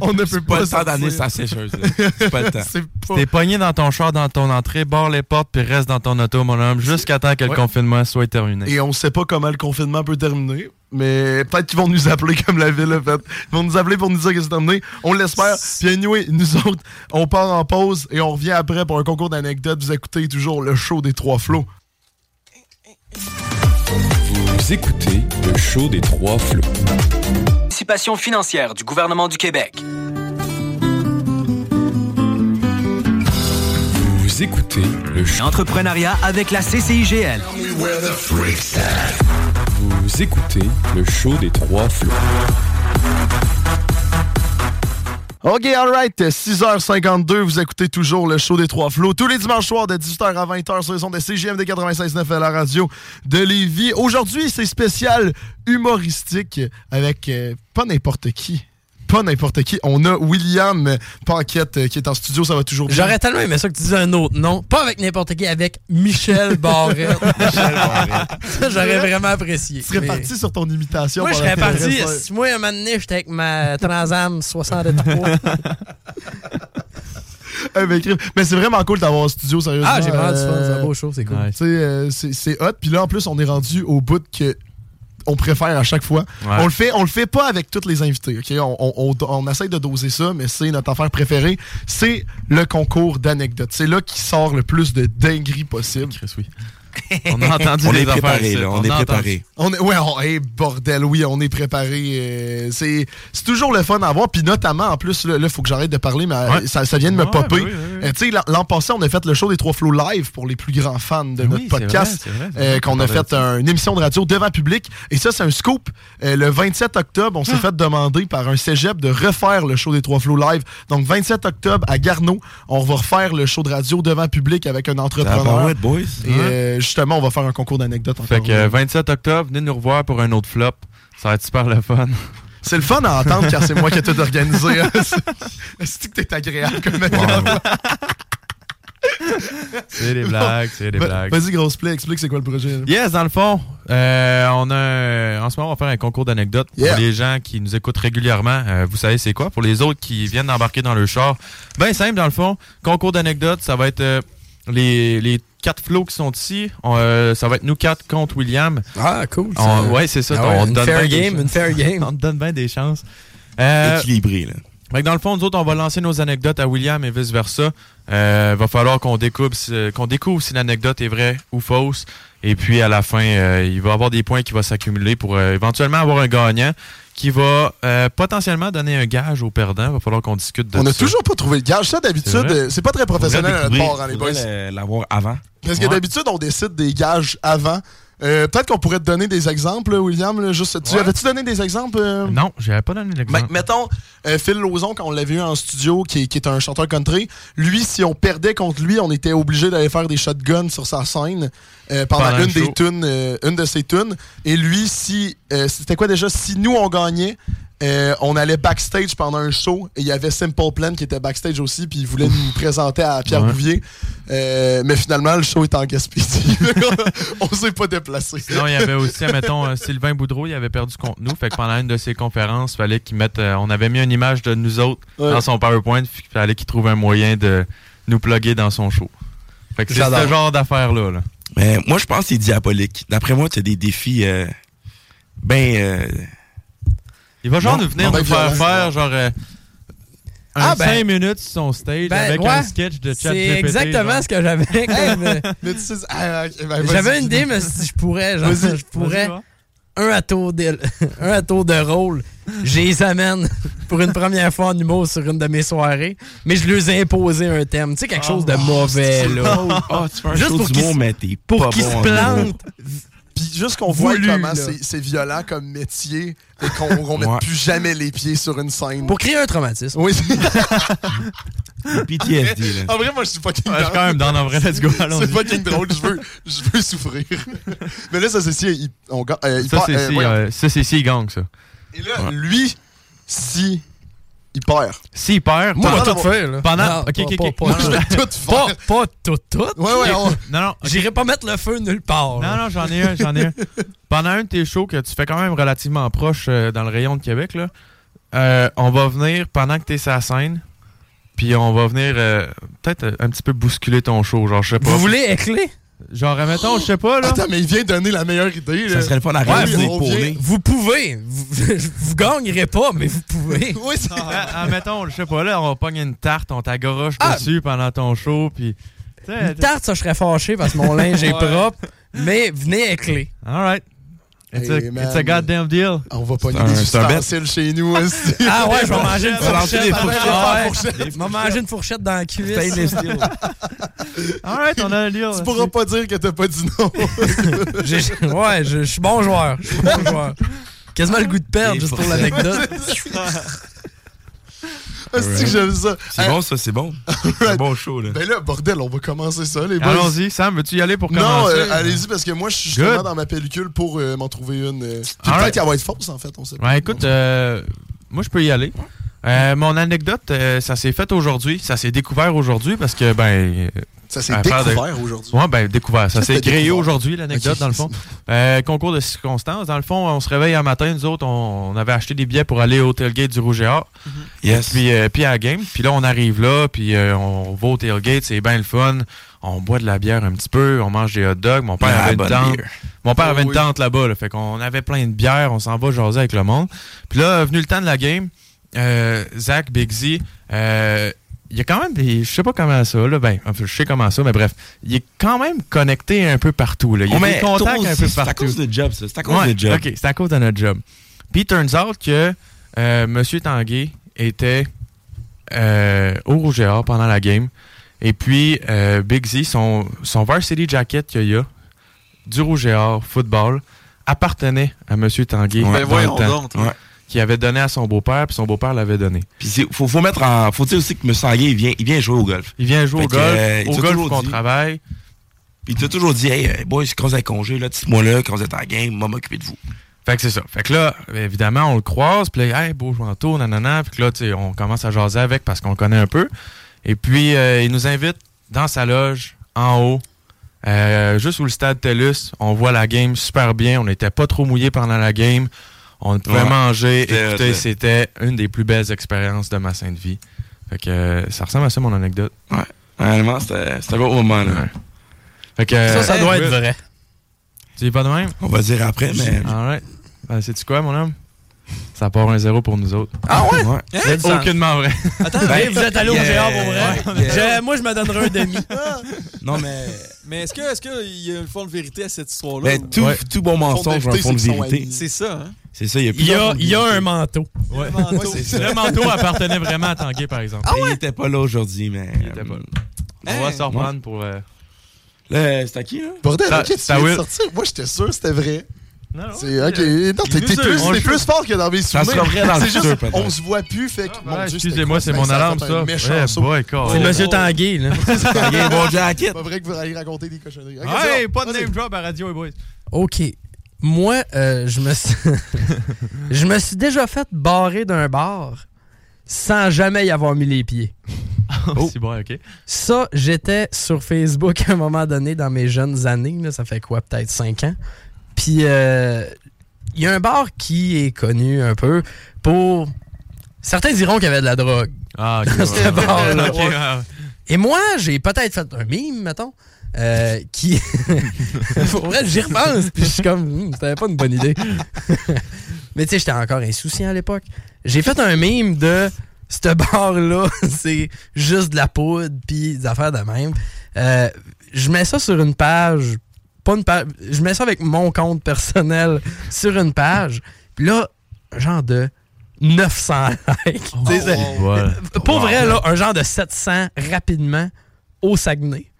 Speaker 2: On ne peut
Speaker 7: C'est pas
Speaker 2: pas
Speaker 7: le temps d'amener
Speaker 2: sortir.
Speaker 7: sa sécheuse, là. C'est pas le temps.
Speaker 2: C'est pas...
Speaker 5: T'es pogné dans ton char, dans ton entrée, barre les portes, puis reste dans ton auto, mon homme, jusqu'à temps que le
Speaker 2: Ouais.
Speaker 5: confinement soit terminé.
Speaker 2: Et on sait pas comment le confinement peut terminer. Mais peut-être qu'ils vont nous appeler comme la ville a fait. Ils vont nous appeler pour nous dire que c'est terminé. On l'espère. Puis anyway, nous autres, on part en pause et on revient après pour un concours d'anecdotes. Vous écoutez toujours le show des trois flots.
Speaker 8: Vous écoutez le show des trois flots.
Speaker 9: Participation financière du gouvernement du Québec.
Speaker 8: Vous écoutez le show.
Speaker 9: Entrepreneuriat avec la CCIGL.
Speaker 8: Vous écoutez le show des trois flots.
Speaker 2: OK, alright. 6h52, vous écoutez toujours le show des trois flots. Tous les dimanches soirs de 18h à 20h sur les ondes de CGMD 96.9 à la radio de Lévis. Aujourd'hui, c'est spécial humoristique avec euh, pas n'importe qui. Pas n'importe qui. On a William Paquette euh, qui est en studio, ça va toujours bien.
Speaker 4: J'aurais tellement aimé ça que tu dises un autre nom. Pas avec n'importe qui, avec Michel Barrette. Ça, j'aurais vraiment apprécié.
Speaker 2: Tu serais
Speaker 4: Mais-
Speaker 2: parti sur ton imitation.
Speaker 4: Moi, je
Speaker 2: pendant
Speaker 4: serais
Speaker 2: tout le
Speaker 4: parti.
Speaker 2: reste, ouais.
Speaker 4: Si moi, un moment donné, j'étais avec ma Transam 63.
Speaker 2: Ah, mais crime. Mais c'est vraiment cool d'avoir un studio, sérieusement.
Speaker 4: ah, j'ai vraiment du fun.
Speaker 2: Euh,
Speaker 4: C'est un beau show, c'est cool.
Speaker 5: Ouais.
Speaker 2: Tu sais, euh, c'est c'est hot. Puis là, en plus, on est rendu au bout que on préfère à chaque fois.
Speaker 5: Ouais.
Speaker 2: On le fait, on le fait pas avec tous les invités. ok? On, on, on, on essaye de doser ça, mais c'est notre affaire préférée. C'est le concours d'anecdotes. C'est là qui sort le plus de dingueries possible.
Speaker 5: Chris, oui. On a entendu
Speaker 7: On
Speaker 5: des
Speaker 7: est
Speaker 5: affaires,
Speaker 7: préparé,
Speaker 5: ça.
Speaker 7: là. On
Speaker 5: a
Speaker 7: est
Speaker 5: entendu-
Speaker 7: préparé.
Speaker 2: On est, ouais, on, hey, bordel, oui, on est préparé. euh, c'est c'est toujours le fun à voir. Puis notamment, en plus, là, il faut que j'arrête de parler, mais euh,
Speaker 5: Ouais.
Speaker 2: ça, ça vient de me
Speaker 5: Ouais,
Speaker 2: popper.
Speaker 5: ouais, ouais, ouais.
Speaker 2: Euh, tu sais, l'an- l'an passé, on a fait le show des trois flots live pour les plus grands fans de
Speaker 5: Oui,
Speaker 2: notre
Speaker 5: c'est
Speaker 2: podcast.
Speaker 5: vrai, c'est vrai, c'est
Speaker 2: euh,
Speaker 5: vrai.
Speaker 2: qu'on a fait un- une émission de radio devant public. Et ça, c'est un scoop. Euh, le 27 octobre, on
Speaker 5: Hum.
Speaker 2: s'est fait demander par un cégep de refaire le show des Trois Flots live. Donc, 27 octobre, à Garneau, on va refaire le show de radio devant public avec un
Speaker 5: Ah, bah
Speaker 7: Ça va
Speaker 2: entrepreneur.
Speaker 5: hein.
Speaker 7: pas être boys.
Speaker 2: Et euh, justement, on va faire un concours d'anecdotes encore.
Speaker 5: Fait que euh, 27 octobre, venez nous revoir pour un autre flop. Ça va être super le fun.
Speaker 2: C'est le fun à entendre car c'est moi qui ai tout organisé. hein. C'est- C'est-tu que t'es agréable comme agréable?
Speaker 5: C'est des blagues, c'est des
Speaker 2: Va-
Speaker 5: blagues.
Speaker 2: Vas-y, grosse play, explique c'est quoi le projet. là.
Speaker 5: Yes, dans le fond, euh, on a un- en ce moment on va faire un concours d'anecdotes
Speaker 2: Yeah.
Speaker 5: pour les gens qui nous écoutent régulièrement. euh, vous savez c'est quoi Pour les autres qui viennent d'embarquer dans le char, ben simple dans le fond. Concours d'anecdotes, ça va être euh, les, les quatre flots qui sont ici. On, euh, ça va être nous quatre contre William.
Speaker 4: Ah cool. ça.
Speaker 5: On- ouais, c'est ça.
Speaker 4: Ah
Speaker 5: on-
Speaker 4: ouais,
Speaker 5: on
Speaker 4: une
Speaker 5: donne
Speaker 4: fair
Speaker 5: bien des
Speaker 4: game,
Speaker 5: chances.
Speaker 4: une fair game.
Speaker 5: on te donne bien des chances. Euh,
Speaker 7: Équilibré, là.
Speaker 5: Fait que dans le fond, nous autres, on va lancer nos anecdotes à William et vice-versa. Euh, va falloir qu'on découvre, si- qu'on découvre si l'anecdote est vraie ou fausse. Et puis, à la fin, euh, il va y avoir des points qui vont s'accumuler pour euh, éventuellement avoir un gagnant qui va euh, potentiellement donner un gage au perdant. va falloir qu'on discute de
Speaker 2: On
Speaker 5: ça.
Speaker 2: n'a toujours pas trouvé le gage. Ça, d'habitude,
Speaker 5: C'est vrai.
Speaker 2: euh, c'est pas très professionnel à notre
Speaker 5: découvrir,
Speaker 2: part, hein, les boys.
Speaker 7: faudrait le- l'avoir avant.
Speaker 2: Parce que
Speaker 7: Ouais.
Speaker 2: d'habitude, on décide des gages avant. Euh, Peut-être qu'on pourrait te donner des exemples, là, William. là, juste, tu
Speaker 5: Ouais.
Speaker 2: avais-tu donné des exemples euh?
Speaker 5: Non, j'avais pas donné l'exemple.
Speaker 4: Ben,
Speaker 2: Mec, mettons, euh, Phil Lauzon, quand on l'avait eu en studio, qui, est- qui est un chanteur country, lui, si on perdait contre lui, on était obligé d'aller faire des shotguns sur sa scène euh, pendant,
Speaker 5: Pendant le
Speaker 2: une, des
Speaker 5: show.
Speaker 2: tunes, euh, une de ses tunes. Et lui, si euh, c'était quoi déjà? Si nous, on gagnait, euh, on allait backstage pendant un show et il y avait Simple Plan qui était backstage aussi, puis il voulait nous présenter à Pierre
Speaker 5: Ouais.
Speaker 2: Bouvier. Euh, mais finalement, le show est en Gaspésie. on s'est pas déplacé.
Speaker 5: Non, il y avait aussi, mettons, Sylvain Boudreau, il avait perdu contre nous. Fait que pendant une de ses conférences, fallait qu'il mette. euh, on avait mis une image de nous autres
Speaker 2: Ouais.
Speaker 5: dans son PowerPoint. puis fallait qu'il trouve un moyen de nous plugger dans son show. Fait que c'est
Speaker 7: J'adore.
Speaker 5: ce genre d'affaires-là. là.
Speaker 7: Mais moi, je pense que c'est diabolique. D'après moi, tu as des défis euh, ben. euh,
Speaker 5: Il va genre
Speaker 7: non-
Speaker 5: nous venir
Speaker 7: non, ben
Speaker 5: nous faire
Speaker 7: violents.
Speaker 5: faire genre. euh, un
Speaker 4: Ah, ben.
Speaker 5: 5 minutes sur son stage
Speaker 4: Ben,
Speaker 5: avec
Speaker 4: ouais.
Speaker 5: un sketch de chat
Speaker 4: C'est exactement ce que j'avais comme, euh,
Speaker 2: Mais tu sais, ah, ok, ben, vas-y.
Speaker 4: J'avais une idée, mais si je pourrais, genre,
Speaker 2: Vas-y.
Speaker 4: je pourrais
Speaker 2: Vas-y,
Speaker 4: un
Speaker 2: va.
Speaker 4: à tour de, un à tour de rôle. Je les amène pour une première fois en humour sur une de mes soirées, mais je leur ai imposé un thème. Tu sais, quelque chose de mauvais,
Speaker 7: Oh, c'est
Speaker 4: là.
Speaker 7: drôle. Ah, tu fais un
Speaker 4: Juste
Speaker 7: show
Speaker 4: pour
Speaker 7: d'humour,
Speaker 4: qu'ils se-
Speaker 7: mais t'es
Speaker 4: Pour
Speaker 7: pas
Speaker 4: qu'ils
Speaker 7: bon en
Speaker 4: se plantent.
Speaker 2: Puis juste qu'on voit
Speaker 4: Voulu,
Speaker 2: comment
Speaker 4: là.
Speaker 2: c'est c'est violent comme métier et qu'on ne mette
Speaker 7: Ouais.
Speaker 2: plus jamais les pieds sur une scène.
Speaker 4: Pour créer un traumatisme.
Speaker 2: Oui.
Speaker 7: PTSD, là.
Speaker 2: En vrai, moi, je suis fucking
Speaker 5: Ouais, je suis
Speaker 2: down.
Speaker 5: quand même down, en vrai, let's go, allons-y.
Speaker 2: C'est fucking drôle, je veux, je veux souffrir. Mais là, ça, c'est si. il- on ga- euh, il
Speaker 5: Ça,
Speaker 2: part-
Speaker 5: c'est
Speaker 2: euh,
Speaker 5: si,
Speaker 2: voyons.
Speaker 5: euh, ça, c'est si, il gagne, ça.
Speaker 2: Et là, lui, si. Il perd.
Speaker 5: S'il perd,
Speaker 4: Moi,
Speaker 5: pendant-
Speaker 4: on va tout faire, là.
Speaker 5: Pendant.
Speaker 4: Non,
Speaker 5: ok,
Speaker 4: pas-
Speaker 5: ok,
Speaker 4: pas-
Speaker 5: ok.
Speaker 4: pas-
Speaker 5: Non,
Speaker 4: pas-
Speaker 5: non,
Speaker 2: Je vais tout
Speaker 4: Pas,
Speaker 2: faire.
Speaker 4: pas tout, tout.
Speaker 2: Ouais, ouais, on-
Speaker 5: Non, non, ok.
Speaker 4: J'irai pas mettre le feu nulle part. là.
Speaker 5: Non, non, j'en ai un, j'en ai un. Pendant un de tes shows que tu fais quand même relativement proche euh, dans le rayon de Québec, là, euh, on va venir pendant que t'es sur la scène, puis on va venir euh, peut-être euh, un petit peu bousculer ton show, genre je sais pas.
Speaker 4: Vous voulez écler?
Speaker 5: Genre, mettons, je sais pas, là.
Speaker 2: Attends, mais il vient donner la meilleure idée. là.
Speaker 7: Ça serait le fun à
Speaker 2: Ouais,
Speaker 7: réaliser
Speaker 2: on
Speaker 7: pour
Speaker 2: vient-
Speaker 7: lui.
Speaker 4: Vous pouvez. Vous, vous gagnerez pas, mais vous pouvez.
Speaker 2: Oui, ça.
Speaker 5: Ah, mettons, je sais pas, là, on pogne une tarte, on t'agoroche dessus pendant ton show, puis.
Speaker 4: Une tarte, ça, je serais fâché parce que mon linge est propre. Mais venez écler.
Speaker 5: Alright. It's,
Speaker 2: Hey,
Speaker 5: a,
Speaker 2: man.
Speaker 5: it's a goddamn deal.
Speaker 2: On va pogner
Speaker 7: un-
Speaker 2: des
Speaker 7: c'est un bet.
Speaker 2: ustensiles chez nous aussi.
Speaker 4: Ah ouais, je vais manger une
Speaker 7: On va lancer
Speaker 4: fourchette.
Speaker 7: des
Speaker 4: Ah ouais,
Speaker 7: fourchettes.
Speaker 4: ouais.
Speaker 2: Fourchette.
Speaker 4: Je vais manger une fourchette dans la cuisse.
Speaker 5: Alright, on a un deal.
Speaker 2: Tu pourras pas dire que t'as pas dit non.
Speaker 4: J'ai- Ouais, je je suis bon joueur. Je suis bon joueur. Quasiment le goût de perdre, juste pour l'anecdote.
Speaker 2: C'est que Ah, j'aime ça.
Speaker 7: C'est
Speaker 2: Hey,
Speaker 7: bon, ça, c'est bon. C'est un bon show, là.
Speaker 2: Ben là, bordel, on va commencer ça, les boys.
Speaker 5: Allons-y, Sam, Ah, veux-tu y aller pour
Speaker 2: Non,
Speaker 5: commencer?
Speaker 2: euh, allez-y, parce que moi, je suis justement
Speaker 5: Good.
Speaker 2: dans ma pellicule pour euh, m'en trouver une. euh, puis
Speaker 5: All
Speaker 2: Peut-être
Speaker 5: right.
Speaker 2: qu'elle va être fausse, en fait, on sait pas.
Speaker 5: Ouais, écoute, euh, moi je peux y aller. Euh, mon anecdote, euh, ça s'est fait aujourd'hui, ça s'est découvert aujourd'hui parce que ben, euh,
Speaker 2: Ça s'est
Speaker 5: à faire de-
Speaker 2: découvert aujourd'hui.
Speaker 5: ouais ben découvert, ça
Speaker 2: Qu'est-ce
Speaker 5: s'est
Speaker 2: que t'as
Speaker 5: créé
Speaker 2: découvert?
Speaker 5: aujourd'hui l'anecdote
Speaker 2: Ok.
Speaker 5: dans le fond. Euh, concours de circonstances, dans le fond, on se réveille un matin, nous autres, on, on avait acheté des billets pour aller au tailgate du Rouge et Or.
Speaker 7: Yes.
Speaker 5: Puis, euh, puis à la game. Puis là, on arrive là, puis euh, on va au tailgate, c'est bien le fun. On boit de la bière un petit peu, on mange des hot dogs. Mon père
Speaker 7: Ah,
Speaker 5: avait une
Speaker 7: bonne
Speaker 5: tente.
Speaker 7: bière.
Speaker 5: Mon père
Speaker 2: Ah
Speaker 5: avait une
Speaker 2: oui.
Speaker 5: tente là-bas, là. fait qu'on avait plein de bières, on s'en va jaser avec le monde. Puis là, venu le temps de la game, euh, Zach, Big Z, euh, il y a quand même des. Je sais pas comment ça, là. Ben, enfin, je sais comment ça, mais bref. Il est quand même connecté un peu partout, là. Il y a
Speaker 7: Oh,
Speaker 5: des
Speaker 7: mais toi
Speaker 5: contacts un
Speaker 7: aussi,
Speaker 5: peu
Speaker 7: C'est à
Speaker 5: partout.
Speaker 7: cause de job, ça. C'est à cause
Speaker 5: Ouais,
Speaker 7: de job.
Speaker 5: OK, c'est à cause de notre job. Puis, turns out que euh, M. Tanguay était euh, au Rouge et Or pendant la game. Et puis, euh, Big Z, son, son varsity jacket qu'il y a, du Rouge et Or football, appartenait à M. Tanguay
Speaker 7: Ouais.
Speaker 5: dans
Speaker 6: Ben
Speaker 5: le
Speaker 6: voyons
Speaker 5: temps,
Speaker 6: donc. toi.
Speaker 7: Ouais.
Speaker 5: qui avait donné à son beau-père, puis son beau-père l'avait donné.
Speaker 7: Puis c'est- faut, faut mettre en. Faut dire aussi que M. Sanguier, il vient, il vient jouer au golf.
Speaker 5: Il vient jouer
Speaker 7: Fait
Speaker 5: au
Speaker 7: que,
Speaker 5: golf,
Speaker 7: euh, il
Speaker 5: au
Speaker 7: nous a
Speaker 5: golf
Speaker 7: toujours
Speaker 5: qu'on
Speaker 7: dit.
Speaker 5: travaille.
Speaker 7: Puis tu as toujours dit, hey, euh, boys, quand vous êtes à congé, là, dites-moi là, quand vous êtes en game, moi, m'occuper de vous.
Speaker 5: Fait que c'est ça. Fait que là, évidemment, on le croise, puis là, hey, beau, je m'entoure, nanana. Puis que là, tu sais, on commence à jaser avec parce qu'on le connaît un peu. Et puis, euh, il nous invite dans sa loge, en haut, euh, juste où le stade TELUS. On voit la game super bien. On n'était pas trop mouillé pendant la game. On pouvait
Speaker 7: Ouais.
Speaker 5: manger.
Speaker 7: C'était-
Speaker 5: Écoutez,
Speaker 7: c'était-
Speaker 5: c'était une des plus belles expériences de ma sainte vie. Fait que euh, ça ressemble à ça, mon anecdote.
Speaker 7: Ouais. Honnêtement, c'était c'était un beau moment, là.
Speaker 5: Fait que,
Speaker 7: Ça, ça
Speaker 5: euh,
Speaker 7: doit
Speaker 5: Will,
Speaker 7: être vrai.
Speaker 5: Tu dis pas de même?
Speaker 7: On va dire après, mais-
Speaker 5: Alright.
Speaker 6: Ah,
Speaker 5: Ben, sais-tu quoi, mon homme? Ça part un zéro pour nous autres.
Speaker 4: Ah ouais? Hein?
Speaker 5: C'est aucunement vrai.
Speaker 4: Attends,
Speaker 6: Ben,
Speaker 5: Ben,
Speaker 4: mais vous êtes allé au GA pour vrai? Je- moi, je me donnerais un demi.
Speaker 7: non, mais.
Speaker 6: Mais est-ce que est-ce qu'il y a une fond de vérité à cette histoire-là?
Speaker 7: Ben,
Speaker 6: ou-
Speaker 7: tout, tout bon mensonge, un fond de
Speaker 6: c'est qu'ils sont
Speaker 7: vérité.
Speaker 6: amis. C'est ça, hein?
Speaker 7: C'est ça, il y a plus
Speaker 6: Il y a-
Speaker 5: il y a un manteau.
Speaker 6: Le manteau.
Speaker 5: Le manteau appartenait vraiment à Tanguay, par exemple.
Speaker 7: Ah Il était pas là aujourd'hui, mais. Il était
Speaker 5: pas là. On va se reprendre pour. euh,
Speaker 7: Là, c'est à qui, là?
Speaker 2: Bordel,
Speaker 7: Ça-
Speaker 2: ok, tu
Speaker 7: ça
Speaker 2: viens de
Speaker 7: will.
Speaker 2: sortir. Moi, j'étais sûr que c'était vrai. C'est ok.
Speaker 7: euh,
Speaker 2: Non, t'es
Speaker 7: il
Speaker 2: t'es
Speaker 7: nous a-
Speaker 2: plus,
Speaker 7: on
Speaker 2: t'es
Speaker 7: le
Speaker 2: plus
Speaker 7: fait.
Speaker 2: fort que dans mes
Speaker 7: Ça
Speaker 2: souvenirs.
Speaker 7: sera vrai dans le
Speaker 2: C'est juste,
Speaker 7: futur, peut-être.
Speaker 2: on se voit plus, fait que. mon Dieu, c'était
Speaker 5: Excusez-moi,
Speaker 2: quoi?
Speaker 5: c'est
Speaker 2: Ben,
Speaker 5: mon
Speaker 2: ça a
Speaker 5: alarme,
Speaker 2: fait un
Speaker 5: ça.
Speaker 2: méchant
Speaker 5: Eh,
Speaker 2: saut.
Speaker 5: boy, God.
Speaker 4: C'est Monsieur Tanguay, là.
Speaker 7: Tanguay, bon
Speaker 2: C'est pas vrai que vous allez raconter des cochonneries. Ok, c'est
Speaker 5: Hey,
Speaker 2: bon.
Speaker 5: pas de name drop à radio, les boys.
Speaker 4: OK. Moi, euh, je me suis... je me suis déjà fait barrer d'un bar sans jamais y avoir mis les pieds.
Speaker 5: Oh, c'est bon, ok.
Speaker 4: Ça, j'étais sur Facebook à un moment donné dans mes jeunes années, là, ça fait quoi, peut-être 5 ans. Puis euh, il y a un bar qui est connu un peu pour. Certains diront qu'il y avait de la drogue
Speaker 5: ah,
Speaker 4: dans ce
Speaker 5: ouais.
Speaker 4: bar-là.
Speaker 5: Ok, ouais, ouais.
Speaker 4: Et moi, j'ai peut-être fait un mime, mettons, euh, qui. Pour vrai, j'y repense, puis je suis comme, Hum, c'était pas une bonne idée. Mais tu sais, j'étais encore insouciant à l'époque. J'ai fait un mime de. Ce bar-là, c'est juste de la poudre, puis des affaires de même. Euh, je mets ça sur une page, pas une page, je mets ça avec mon compte personnel sur une page, puis là, genre de 900 likes. Tu sais, c'est-
Speaker 5: Ouais.
Speaker 4: pour vrai, là, un genre de 700 rapidement au Saguenay.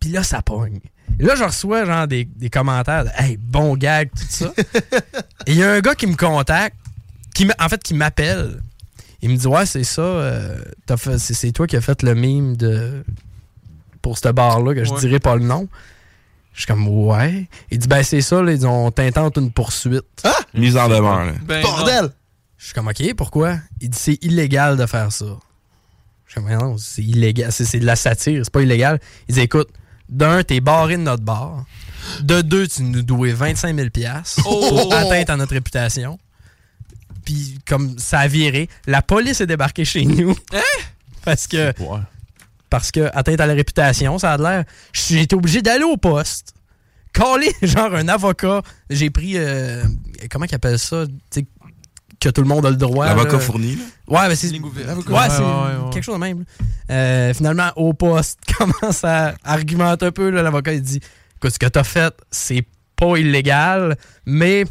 Speaker 4: Puis là, ça pogne. Et là, je reçois genre des, des commentaires de Hey, bon gag, tout ça. Et il y a un gars qui me contacte, qui m'a- en fait, qui m'appelle. Il me dit Ouais, c'est ça, euh, t'as fait- c'est, c'est toi qui as fait le mime de pour ce bar-là, que je
Speaker 10: Ouais.
Speaker 4: dirais pas le nom. Je suis comme Ouais. Il dit Ben, c'est ça, là, ils disent, on t'intente une poursuite.
Speaker 7: Ah! Mise en demeure, là.
Speaker 4: Bordel! Je suis comme, OK, pourquoi? Il dit, c'est illégal de faire ça. Je suis comme, Mais non, c'est illégal. C'est, c'est de la satire, c'est pas illégal. Il dit, écoute, d'un, t'es barré de notre bar. De deux, tu nous douais 25 000
Speaker 10: Oh!
Speaker 4: pour atteinte à notre réputation. Puis, comme ça a viré, la police est débarquée chez nous. Parce que. Parce que, atteinte à la réputation, ça a l'air. J'ai été obligé d'aller au poste caller genre un avocat. J'ai pris euh, comment qu'ils appellent ça, tu sais, que tout le monde a le droit.
Speaker 7: L'avocat
Speaker 4: là.
Speaker 7: fourni, là.
Speaker 4: Ouais, mais c'est
Speaker 7: L'avocat.
Speaker 4: Ouais,
Speaker 7: Ouais,
Speaker 4: c'est
Speaker 7: ouais, ouais, ouais.
Speaker 4: quelque chose de même. là. Euh, finalement, au poste, commence à argumenter un peu. là, L'avocat, il dit Écoute, ce que t'as fait, c'est pas illégal, mais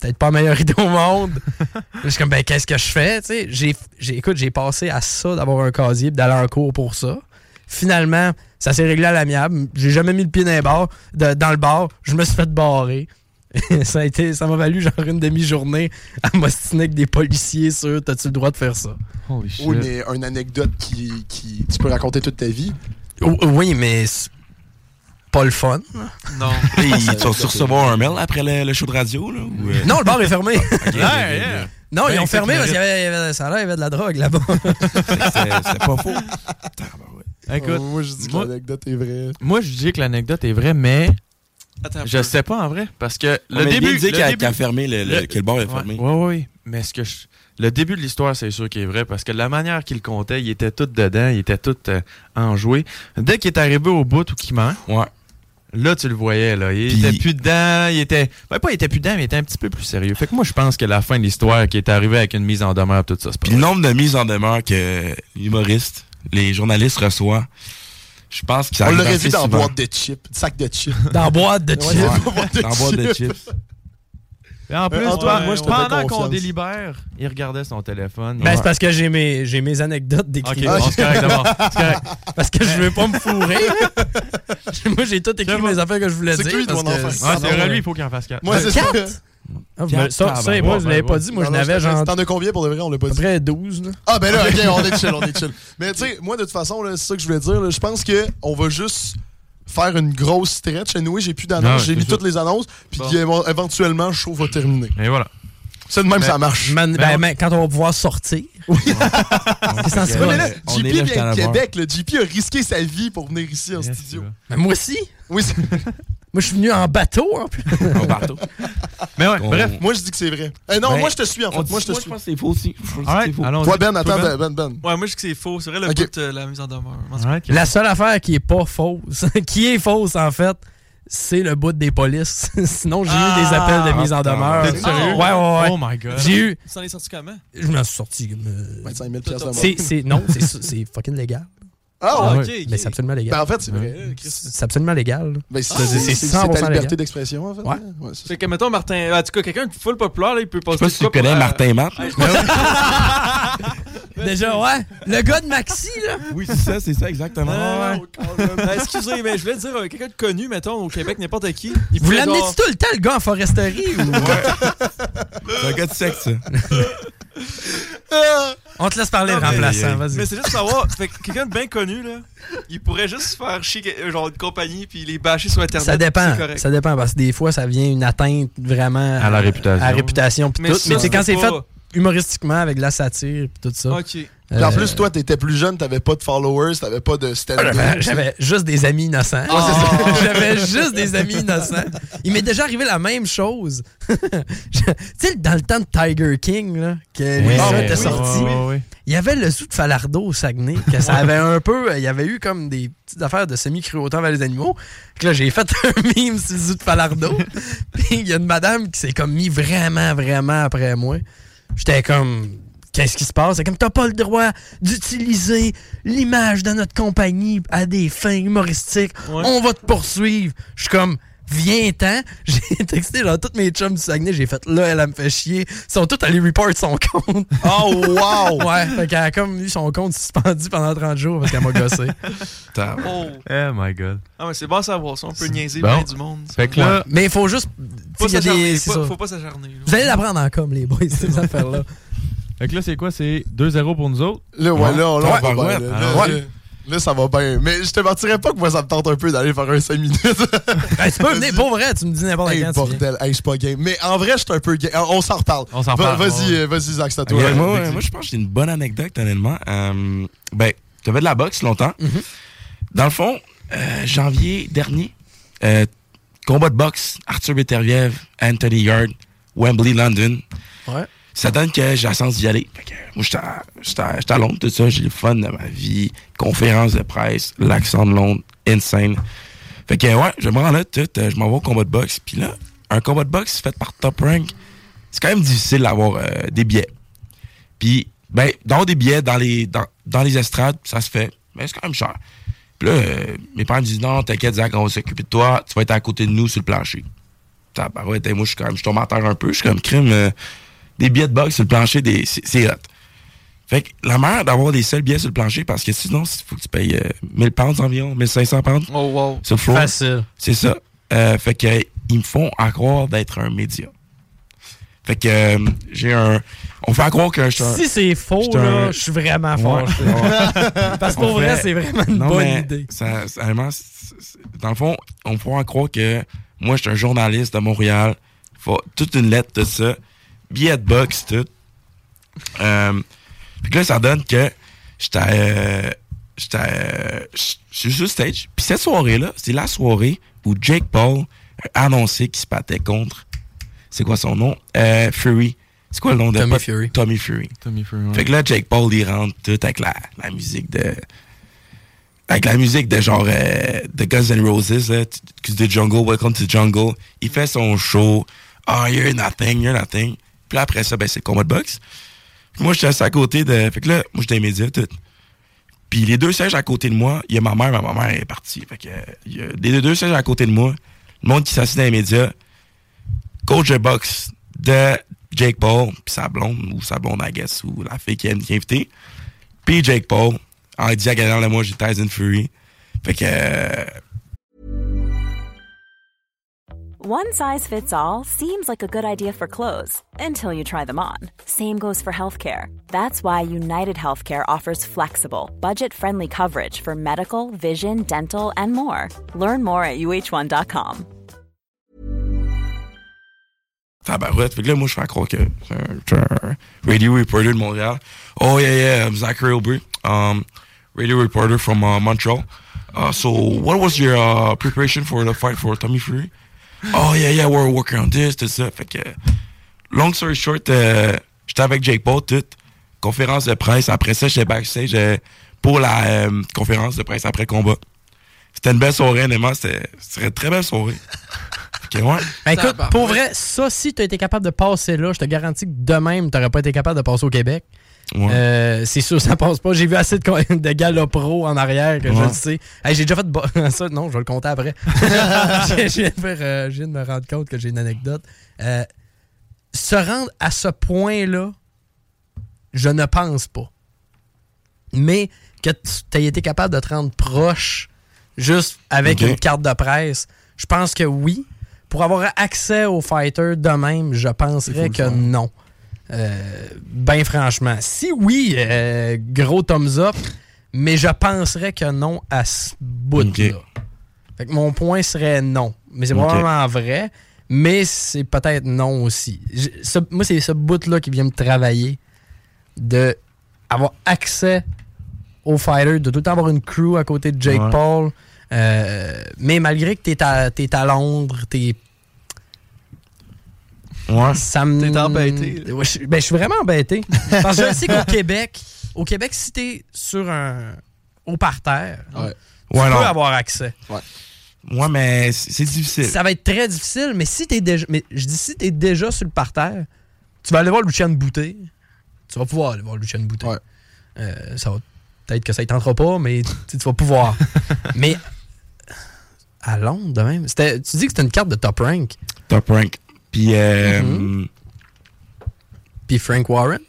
Speaker 4: peut-être pas la meilleure idée au monde. Là, je suis comme, ben, qu'est-ce que je fais? Tu sais, j'ai, j'ai- écoute, j'ai passé à ça d'avoir un casier et d'aller en cours pour ça. Finalement, ça s'est réglé à l'amiable. J'ai jamais mis le pied dans, les bars- de- dans le bar. Je me suis fait barrer. ça, a été, ça m'a valu genre une demi-journée à m'ostiner avec des policiers sur T'as-tu le droit de faire ça?
Speaker 2: Oui, mais une anecdote qui, qui. Tu peux raconter toute ta vie.
Speaker 4: O- Oui, mais c'est pas le fun.
Speaker 6: Non.
Speaker 7: Hey, Ils sont sur recevoir un mail après le, le show de radio, là? ou, euh?
Speaker 4: Non, le bar est fermé.
Speaker 7: Ok, ok, ok.
Speaker 4: Non,
Speaker 7: Ben,
Speaker 4: ils ont
Speaker 7: ça,
Speaker 4: fermé
Speaker 7: tu
Speaker 4: parce qu'il y avait, il y avait- ça a l'air, il y avait de la drogue là-bas.
Speaker 7: C'est pas faux.
Speaker 4: Ben,
Speaker 5: Écoute,
Speaker 2: moi, je dis que
Speaker 5: moi-
Speaker 2: l'anecdote est vraie.
Speaker 5: Moi, je dis que l'anecdote est vraie, mais. je sais pas en vrai. Parce que le
Speaker 7: mais il
Speaker 5: début.
Speaker 7: dit
Speaker 5: le
Speaker 7: qu'elle-
Speaker 5: début-
Speaker 7: qu'elle a fermé le- le- que le bar est
Speaker 5: Ouais,
Speaker 7: fermé.
Speaker 5: Ouais, ouais, ouais. Mais ce que je- Le début de l'histoire, c'est sûr qu'il est vrai parce que la manière qu'il comptait, il était tout dedans, il était tout euh, enjoué. Dès qu'il est arrivé au bout ou qu'il ment, là, tu le voyais. là. Il était plus dedans, il était. ben, pas il était plus dedans, mais il était un petit peu plus sérieux. Fait que moi, je pense que la fin de l'histoire qui est arrivée avec une mise en demeure, tout ça, c'est pas
Speaker 7: Puis le nombre de mises en demeure que l'humoriste, euh, les journalistes reçoivent, je pense qu'ils
Speaker 2: On l'aurait vu dans la boîte de chips, sac de chips.
Speaker 4: Dans la boîte de
Speaker 2: Ouais,
Speaker 4: chips.
Speaker 2: dans la boîte de
Speaker 7: Dans la boîte de chips.
Speaker 5: Et en plus,
Speaker 2: Euh, Antoine,
Speaker 5: pe-
Speaker 2: moi, je te fais
Speaker 5: pendant qu'on
Speaker 2: confiance.
Speaker 5: délibère, il regardait son téléphone.
Speaker 4: Ben, c'est parce que j'ai mes, j'ai mes anecdotes d'écrivains.
Speaker 5: Ok, bon, c'est correct, d'abord. C'est correct.
Speaker 4: Parce que je veux pas me fourrer. Moi, j'ai tout écrit mes affaires que je voulais
Speaker 5: C'est
Speaker 4: dire.
Speaker 5: que lui, il
Speaker 4: parce
Speaker 5: doit en faire ça. Ouais, c'est vrai, lui, il faut qu'il en fasse quatre. Moi, c'est
Speaker 4: Quatre?
Speaker 5: ça.
Speaker 4: Ah, ben, Ça,
Speaker 5: Quatre,
Speaker 4: ça, moi, je
Speaker 5: ah, ben, bon,
Speaker 4: l'avais
Speaker 5: ben,
Speaker 4: pas
Speaker 5: bon.
Speaker 4: dit. Moi, je
Speaker 2: Non, non,
Speaker 4: n'avais
Speaker 2: je te-
Speaker 4: genre.
Speaker 2: T'en as combien pour de vrai? On l'a pas dit.
Speaker 4: Après 12, là.
Speaker 2: Ah ben là, ok, on est chill, on est chill. Mais tu sais, moi de toute façon, là, c'est ça que je voulais dire. là, Je pense que on va juste faire une grosse stretch. Et nous, j'ai plus d'annonces.
Speaker 5: Ah ouais,
Speaker 2: j'ai
Speaker 5: c'est
Speaker 2: lu
Speaker 5: ça.
Speaker 2: toutes les annonces. Puis évo- éventuellement, le show va terminer.
Speaker 5: Et voilà.
Speaker 2: C'est de même,
Speaker 5: Mais-
Speaker 2: ça marche.
Speaker 4: Man- ben, man- quand on va pouvoir sortir. C'est
Speaker 2: Ouais,
Speaker 4: sensible.
Speaker 2: mais là, JP vient de Québec. Le JP a risqué sa vie pour venir ici en studio.
Speaker 4: Mais moi aussi.
Speaker 2: Oui, c'est-
Speaker 4: Moi, je suis venu en bateau. hein, En plus.
Speaker 7: En bateau.
Speaker 5: Mais ouais,
Speaker 2: bref. Moi, je dis que c'est vrai. Eh non,
Speaker 6: Ben,
Speaker 2: moi, je te suis, en
Speaker 6: on
Speaker 2: fait.
Speaker 6: dit-
Speaker 2: Moi, je te
Speaker 6: moi,
Speaker 2: suis.
Speaker 6: je pense que c'est faux aussi. Je pense que
Speaker 2: Alright,
Speaker 6: c'est faux.
Speaker 2: allons-y. Toi, Ben, attends, Ben, Ben, Ben.
Speaker 6: Ouais, moi, je dis que c'est faux. C'est vrai, le bout de la mise en demeure. En tout cas.
Speaker 4: La seule affaire qui est pas fausse, qui est fausse en fait, c'est le bout des polices. Sinon, j'ai eu des appels de mise en demeure.
Speaker 6: Ah! T'es sérieux?
Speaker 4: Ouais, ouais, ouais.
Speaker 6: Oh my God.
Speaker 4: J'ai eu.
Speaker 6: Tu t'en es sorti comment?
Speaker 4: Je m'en suis sorti. euh,
Speaker 2: 25 000 piastres de
Speaker 4: C'est,
Speaker 2: moins.
Speaker 4: c'est, non, c'est, c'est fucking légal.
Speaker 2: Ah, ouais, ok,
Speaker 4: Mais c'est absolument légal.
Speaker 2: Ben, en fait, c'est vrai.
Speaker 4: Ouais. C'est absolument légal. Ah,
Speaker 2: Ben,
Speaker 4: c'est,
Speaker 2: c'est- c'est- c'est ta
Speaker 4: 100% légal.
Speaker 2: liberté d'expression, en fait.
Speaker 4: Ouais.
Speaker 6: Fait que, mettons, Martin. En tout cas, quelqu'un de full populaire, là, il peut passer.
Speaker 7: sais pas si tu connais Martin Matt.
Speaker 4: Déjà, ouais. Le gars de Maxi, là.
Speaker 7: Oui, c'est ça, c'est ça, exactement.
Speaker 6: Ah, excusez, mais je voulais dire euh, quelqu'un de connu, mettons, au Québec, n'importe qui. Il
Speaker 4: Vous
Speaker 6: pouvait
Speaker 4: l'amenez
Speaker 6: genre-
Speaker 4: tout le temps, le gars en foresterie ou.
Speaker 7: C'est un gars de sexe, ça.
Speaker 4: On te laisse parler,
Speaker 6: Non, mais-
Speaker 4: remplaçant. Vas-y.
Speaker 6: Mais c'est juste savoir, fait que quelqu'un de bien connu, là, il pourrait juste faire chier que- genre une compagnie puis les bâcher sur Internet.
Speaker 4: Ça dépend.
Speaker 6: c'est correct.
Speaker 4: Ça dépend parce que des fois, ça vient une atteinte vraiment
Speaker 5: À la réputation.
Speaker 4: À la réputation puis
Speaker 6: Mais
Speaker 4: tout.
Speaker 6: ça,
Speaker 4: mais c'est quand
Speaker 6: c'est
Speaker 4: c'est
Speaker 6: pas-
Speaker 4: fait humoristiquement avec de la satire puis tout ça.
Speaker 6: Ok.
Speaker 2: Puis en
Speaker 4: Euh, Ah,
Speaker 2: plus, toi, t'étais plus jeune, t'avais pas de followers, t'avais pas de stand-up.
Speaker 4: J'avais- J'avais juste des amis innocents.
Speaker 2: Ouais, c'est ça.
Speaker 4: J'avais juste des amis innocents. Il m'est déjà arrivé la même chose. Je- tu sais, dans le temps de Tiger King, là, que les
Speaker 5: Ouais.
Speaker 4: gens
Speaker 5: Ouais,
Speaker 4: étaient
Speaker 5: ouais,
Speaker 4: sortis,
Speaker 5: ouais, ouais.
Speaker 4: il y avait le zoo de Falardeau au Saguenay, que ça avait un peu. euh, Il y avait eu comme des petites affaires de semi-cruauté envers les animaux. Que là, j'ai fait un mime sur le zoo de Falardeau. Puis il y a une madame qui s'est comme mis vraiment, vraiment après moi. J'étais comme. Qu'est-ce qui se passe? C'est comme t'as pas le droit d'utiliser l'image de notre compagnie à des fins humoristiques. On va te poursuivre. Je suis comme viens-t'en. J'ai texté genre tous mes chums du Saguenay, j'ai fait là, elle, elle me fait chier. Ils sont tous allés report son compte.
Speaker 2: Oh wow!
Speaker 4: ouais, fait qu'elle a comme eu son compte suspendu pendant 30 jours parce qu'elle m'a gossé.
Speaker 6: Oh.
Speaker 5: Oh my god.
Speaker 6: Ah, mais c'est bon à savoir ça. On peut niaiser
Speaker 5: Bon.
Speaker 6: bien du monde.
Speaker 5: Fait que là-
Speaker 4: Ouais. Mais il faut juste.
Speaker 6: Faut
Speaker 4: tu sais, il y a des-
Speaker 6: s'acharner,
Speaker 4: c'est
Speaker 6: faut-
Speaker 4: ça.
Speaker 6: faut pas s'acharner, là.
Speaker 4: Vous allez l'apprendre en com, les boys, ces affaires-là.
Speaker 5: Fait que là, c'est quoi? C'est 2-0 pour nous autres?
Speaker 2: Là, ouais, là, on là, on va
Speaker 5: Tabarouette.
Speaker 2: bien,
Speaker 5: Alors,
Speaker 7: Ah
Speaker 2: là, là, là, ça va bien. Mais je te mentirais pas que moi, ça me tente un peu d'aller faire un 5 minutes.
Speaker 4: tu peux venir pour vrai, tu me dis n'importe
Speaker 2: hey,
Speaker 4: quand, tu
Speaker 2: bordel, hey, je suis pas game. Mais en vrai, je suis un peu game. On s'en reparle.
Speaker 7: On s'en
Speaker 2: Va-
Speaker 7: reparle,
Speaker 2: Vas-y,
Speaker 7: ouais.
Speaker 2: euh, vas-y, Zach, c'est à
Speaker 7: Ok,
Speaker 2: toi.
Speaker 7: moi, ouais, moi, je pense que j'ai une bonne anecdote, honnêtement. Euh, ben, tu fait de la boxe longtemps.
Speaker 2: Mm-hmm.
Speaker 7: Dans le fond, euh, janvier dernier, euh, combat de boxe, Arthur Beterviev, Anthony Yard, Wembley, London.
Speaker 4: Ouais.
Speaker 7: Ça donne que j'ai la chance d'y aller. Fait que moi, j'étais à- j'étais à j'étais à Londres, tout ça. J'ai le fun de ma vie. Conférence de presse, l'accent de Londres, insane. Fait que, ouais, je me rends là, tout. euh, je m'en vais au combat de boxe. Puis là, un combat de boxe fait par Top Rank, c'est quand même difficile d'avoir euh, des billets. Puis, ben, dans des billets, dans les, dans, dans les estrades, ça se fait. Mais c'est quand même cher. Puis là, euh, mes parents me disent non, t'inquiète, Zach, on va s'occuper de toi. Tu vas être à côté de nous sur le plancher. Tabarouette, hey, moi, je suis quand même, je tombe à terre un peu. Je suis comme crime. euh, des billets de boxe sur le plancher, des, c'est, c'est hot. Fait que la merde d'avoir des seuls billets sur le plancher parce que sinon, il faut que tu payes euh, 1000 pounds environ, 1500 pounds.
Speaker 6: Oh wow.
Speaker 7: Sur le floor.
Speaker 4: Facile.
Speaker 7: C'est ça. Euh, fait que euh, ils me font à croire d'être un média. Fait que euh, j'ai un. On fait à croire que je suis un.
Speaker 4: Si c'est faux,
Speaker 7: j'étais un-
Speaker 4: là, je suis vraiment
Speaker 7: Ouais,
Speaker 4: fort.
Speaker 7: ouais.
Speaker 4: Parce que
Speaker 7: On
Speaker 4: pour vrai,
Speaker 7: fait-
Speaker 4: c'est vraiment une
Speaker 7: Non,
Speaker 4: bonne
Speaker 7: mais
Speaker 4: idée.
Speaker 7: ça- ça- vraiment, c'est- c'est- dans le fond, on pourra en croire que moi, je suis un journaliste de Montréal. Faut toute une lettre, tout ça. Billet de boxe, tout. Euh, puis que là, ça donne que j'étais. euh, j'étais. euh, j- je suis sur le stage. Puis cette soirée-là, c'est la soirée où Jake Paul a annoncé qu'il se battait contre. C'est quoi son nom? Euh, Fury. C'est quoi le nom de
Speaker 4: Tommy
Speaker 7: pas-
Speaker 4: Fury.
Speaker 7: Tommy Fury.
Speaker 5: Tommy Fury, ouais.
Speaker 7: Fait que là, Jake Paul, il rentre tout avec la, la musique de. Avec la musique de genre euh, de Guns N' Roses, là, t- t- de Jungle, Welcome to Jungle. Il fait son show. Ah, you're nothing, you're nothing. Puis là, après ça, ben, c'est le combat de boxe. Puis moi, j'étais assis à côté de. Fait que là, moi, j'étais immédiat, tout. Puis les deux sièges à côté de moi, il y a ma mère, ma ma mère elle est partie. Fait que, euh, il y a les deux sièges à côté de moi, le monde qui s'assied dans les médias, coach de boxe de Jake Paul, puis sa blonde, ou sa blonde, I guess, ou la fille qui aime qui est invitée, puis Jake Paul, en diagonale de moi, j'ai Tyson Fury. Fait que, euh,
Speaker 11: One size fits all seems like a good idea for clothes until you try them on. Same goes for healthcare. That's why United Healthcare offers flexible, budget friendly coverage for medical, vision, dental, and more. Learn more at uh1.com.
Speaker 7: Tabarouette. Fait que là, moi, je fais croire que c'est un- c'est un radio reporter de Montréal. Oh, yeah, yeah, I'm Zachary Aubrey, um, radio reporter from uh, Montreal. Uh, so, what was your uh, preparation for the fight for Tommy Fury? Oh, yeah, yeah, we're working on this, this, that. Fait que, long story short, euh, j'étais avec Jake Paul, toute conférence de presse. Après ça, j'étais backstage euh, pour la euh, conférence de presse après combat. C'était une belle soirée, honnêtement. C'était c'était une très belle soirée. Ok, ouais.
Speaker 4: Ben, écoute, pour vrai, ça, si tu été capable de passer là, je te garantis que de même, tu n'aurais pas été capable de passer au Québec.
Speaker 7: Ouais.
Speaker 4: Euh, c'est sûr, ça passe pas. J'ai vu assez de, con- de galopro en arrière que je
Speaker 7: Ouais.
Speaker 4: le sais. Hey, j'ai déjà fait bo- ça. Non, je vais le compter après. J'ai- j'ai de faire, euh, je viens de me rendre compte que j'ai une anecdote. Euh, se rendre à ce point-là, je ne pense pas. Mais que tu aies été capable de te rendre proche juste avec
Speaker 7: Ok.
Speaker 4: une carte de presse, je pense que oui. Pour avoir accès aux fighters de même, je penserais que non. Euh, ben franchement, si oui, euh, gros thumbs up, mais je penserais que non à ce bout-là. Fait que mon point serait non. Mais c'est
Speaker 10: Ok.
Speaker 4: probablement vrai, mais c'est peut-être non aussi. Je- ce- moi, c'est ce bout-là qui vient me travailler de avoir accès aux fighters, de tout le temps avoir une crew à côté de Jake
Speaker 10: Ouais.
Speaker 4: Paul. Euh, mais malgré que t'es à, t'es à Londres, t'es
Speaker 7: Ouais.
Speaker 4: ça me. T'es embêté. ben, je suis vraiment embêté. Parce que je sais qu'au Québec, au Québec, si t'es sur un. au parterre, tu
Speaker 7: Ouais,
Speaker 4: peux
Speaker 7: non.
Speaker 4: avoir accès.
Speaker 7: Ouais, mais c'est c'est difficile.
Speaker 4: Ça va être très difficile, mais si t'es déjà. Mais je dis si t'es déjà sur le parterre, tu vas aller voir Lucien Bouté. Tu vas pouvoir aller voir Lucien Bouté. Euh, ça va. Peut-être que ça ne tentera pas, mais tu sais, tu vas pouvoir. mais à Londres, de même. c'était- Tu dis que c'était une carte de top rank.
Speaker 7: Top rank. Puis, euh,
Speaker 4: Mhm. Puis Frank Warren.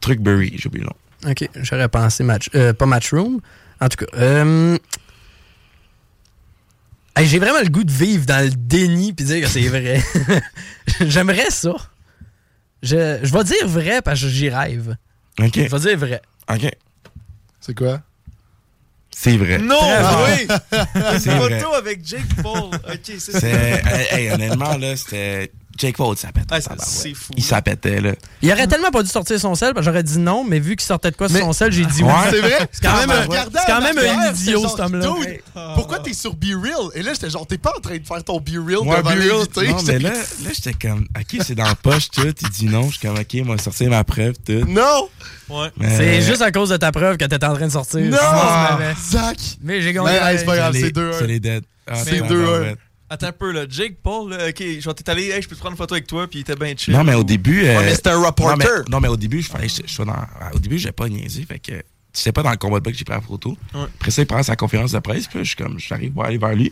Speaker 7: Truckberry, j'ai oublié le nom.
Speaker 4: Ok, j'aurais pensé match, euh, pas matchroom. En tout cas, euh, hey, j'ai vraiment le goût de vivre dans le déni puis dire que c'est vrai. J'aimerais ça. Je, je vais dire vrai parce que j'y rêve.
Speaker 7: Ok.
Speaker 4: Je vais dire vrai.
Speaker 7: Ok.
Speaker 2: C'est quoi?
Speaker 7: C'est vrai.
Speaker 2: Non,
Speaker 7: Très
Speaker 2: oui!
Speaker 7: vrai. C'est vrai.
Speaker 6: Ah Photo avec Jake Paul. Ok, c'est ça.
Speaker 7: C'est- hey, hey, honnêtement, là, c'était. Jake Paul, il s'appétait.
Speaker 4: Ah,
Speaker 6: c'est fou.
Speaker 7: Il s'appétait, là.
Speaker 4: Il aurait tellement pas dû sortir son sel, parce que j'aurais dit non, mais vu qu'il sortait de quoi sur son sel, j'ai dit
Speaker 7: Ouais.
Speaker 4: oui.
Speaker 7: C'est vrai?
Speaker 4: C'est quand même un,
Speaker 2: Regardant
Speaker 4: c'est quand même
Speaker 2: Marc
Speaker 4: un
Speaker 2: Ferrer,
Speaker 4: idiot,
Speaker 2: c'est
Speaker 4: cet
Speaker 2: genre,
Speaker 4: homme-là.
Speaker 2: Dude, pourquoi t'es sur Be Real? Et là, j'étais genre, t'es pas en train de faire ton Be Real
Speaker 7: Ouais,
Speaker 2: devant
Speaker 7: Be Real,
Speaker 2: l'invité.
Speaker 7: Non, mais là, là j'étais comme. Ok, c'est dans la poche, tout. Il dit non. Je suis comme, ok, il m'a sorti ma preuve, tout.
Speaker 2: Non!
Speaker 6: Ouais.
Speaker 4: C'est juste à cause de ta preuve que t'étais en train de sortir.
Speaker 2: Non!
Speaker 4: Sinon, tu m'avais-
Speaker 2: Zach!
Speaker 4: Mais j'ai gagné.
Speaker 2: Mais, hey, c'est pas grave, c'est 2-1.
Speaker 7: C'est les dead.
Speaker 2: C'est 2-1.
Speaker 6: Attends un peu, là. Jake Paul, là, ok, genre, t'es allé, hey, je peux te prendre une photo avec toi, puis il était bien chill.
Speaker 7: Non, mais au début.
Speaker 6: Ouais,
Speaker 7: euh,
Speaker 6: mais c'était un
Speaker 7: Non, mais,
Speaker 6: reporter.
Speaker 7: non, mais au début, je fallait- je- je suis dans- Au début, j'ai pas niaisé. Fait que. Tu sais pas dans le combat de boxe, j'ai pris la photo.
Speaker 6: Ouais.
Speaker 7: Après ça, il prend sa conférence de presse. Puis là, je suis comme, j'arrive pour aller vers lui.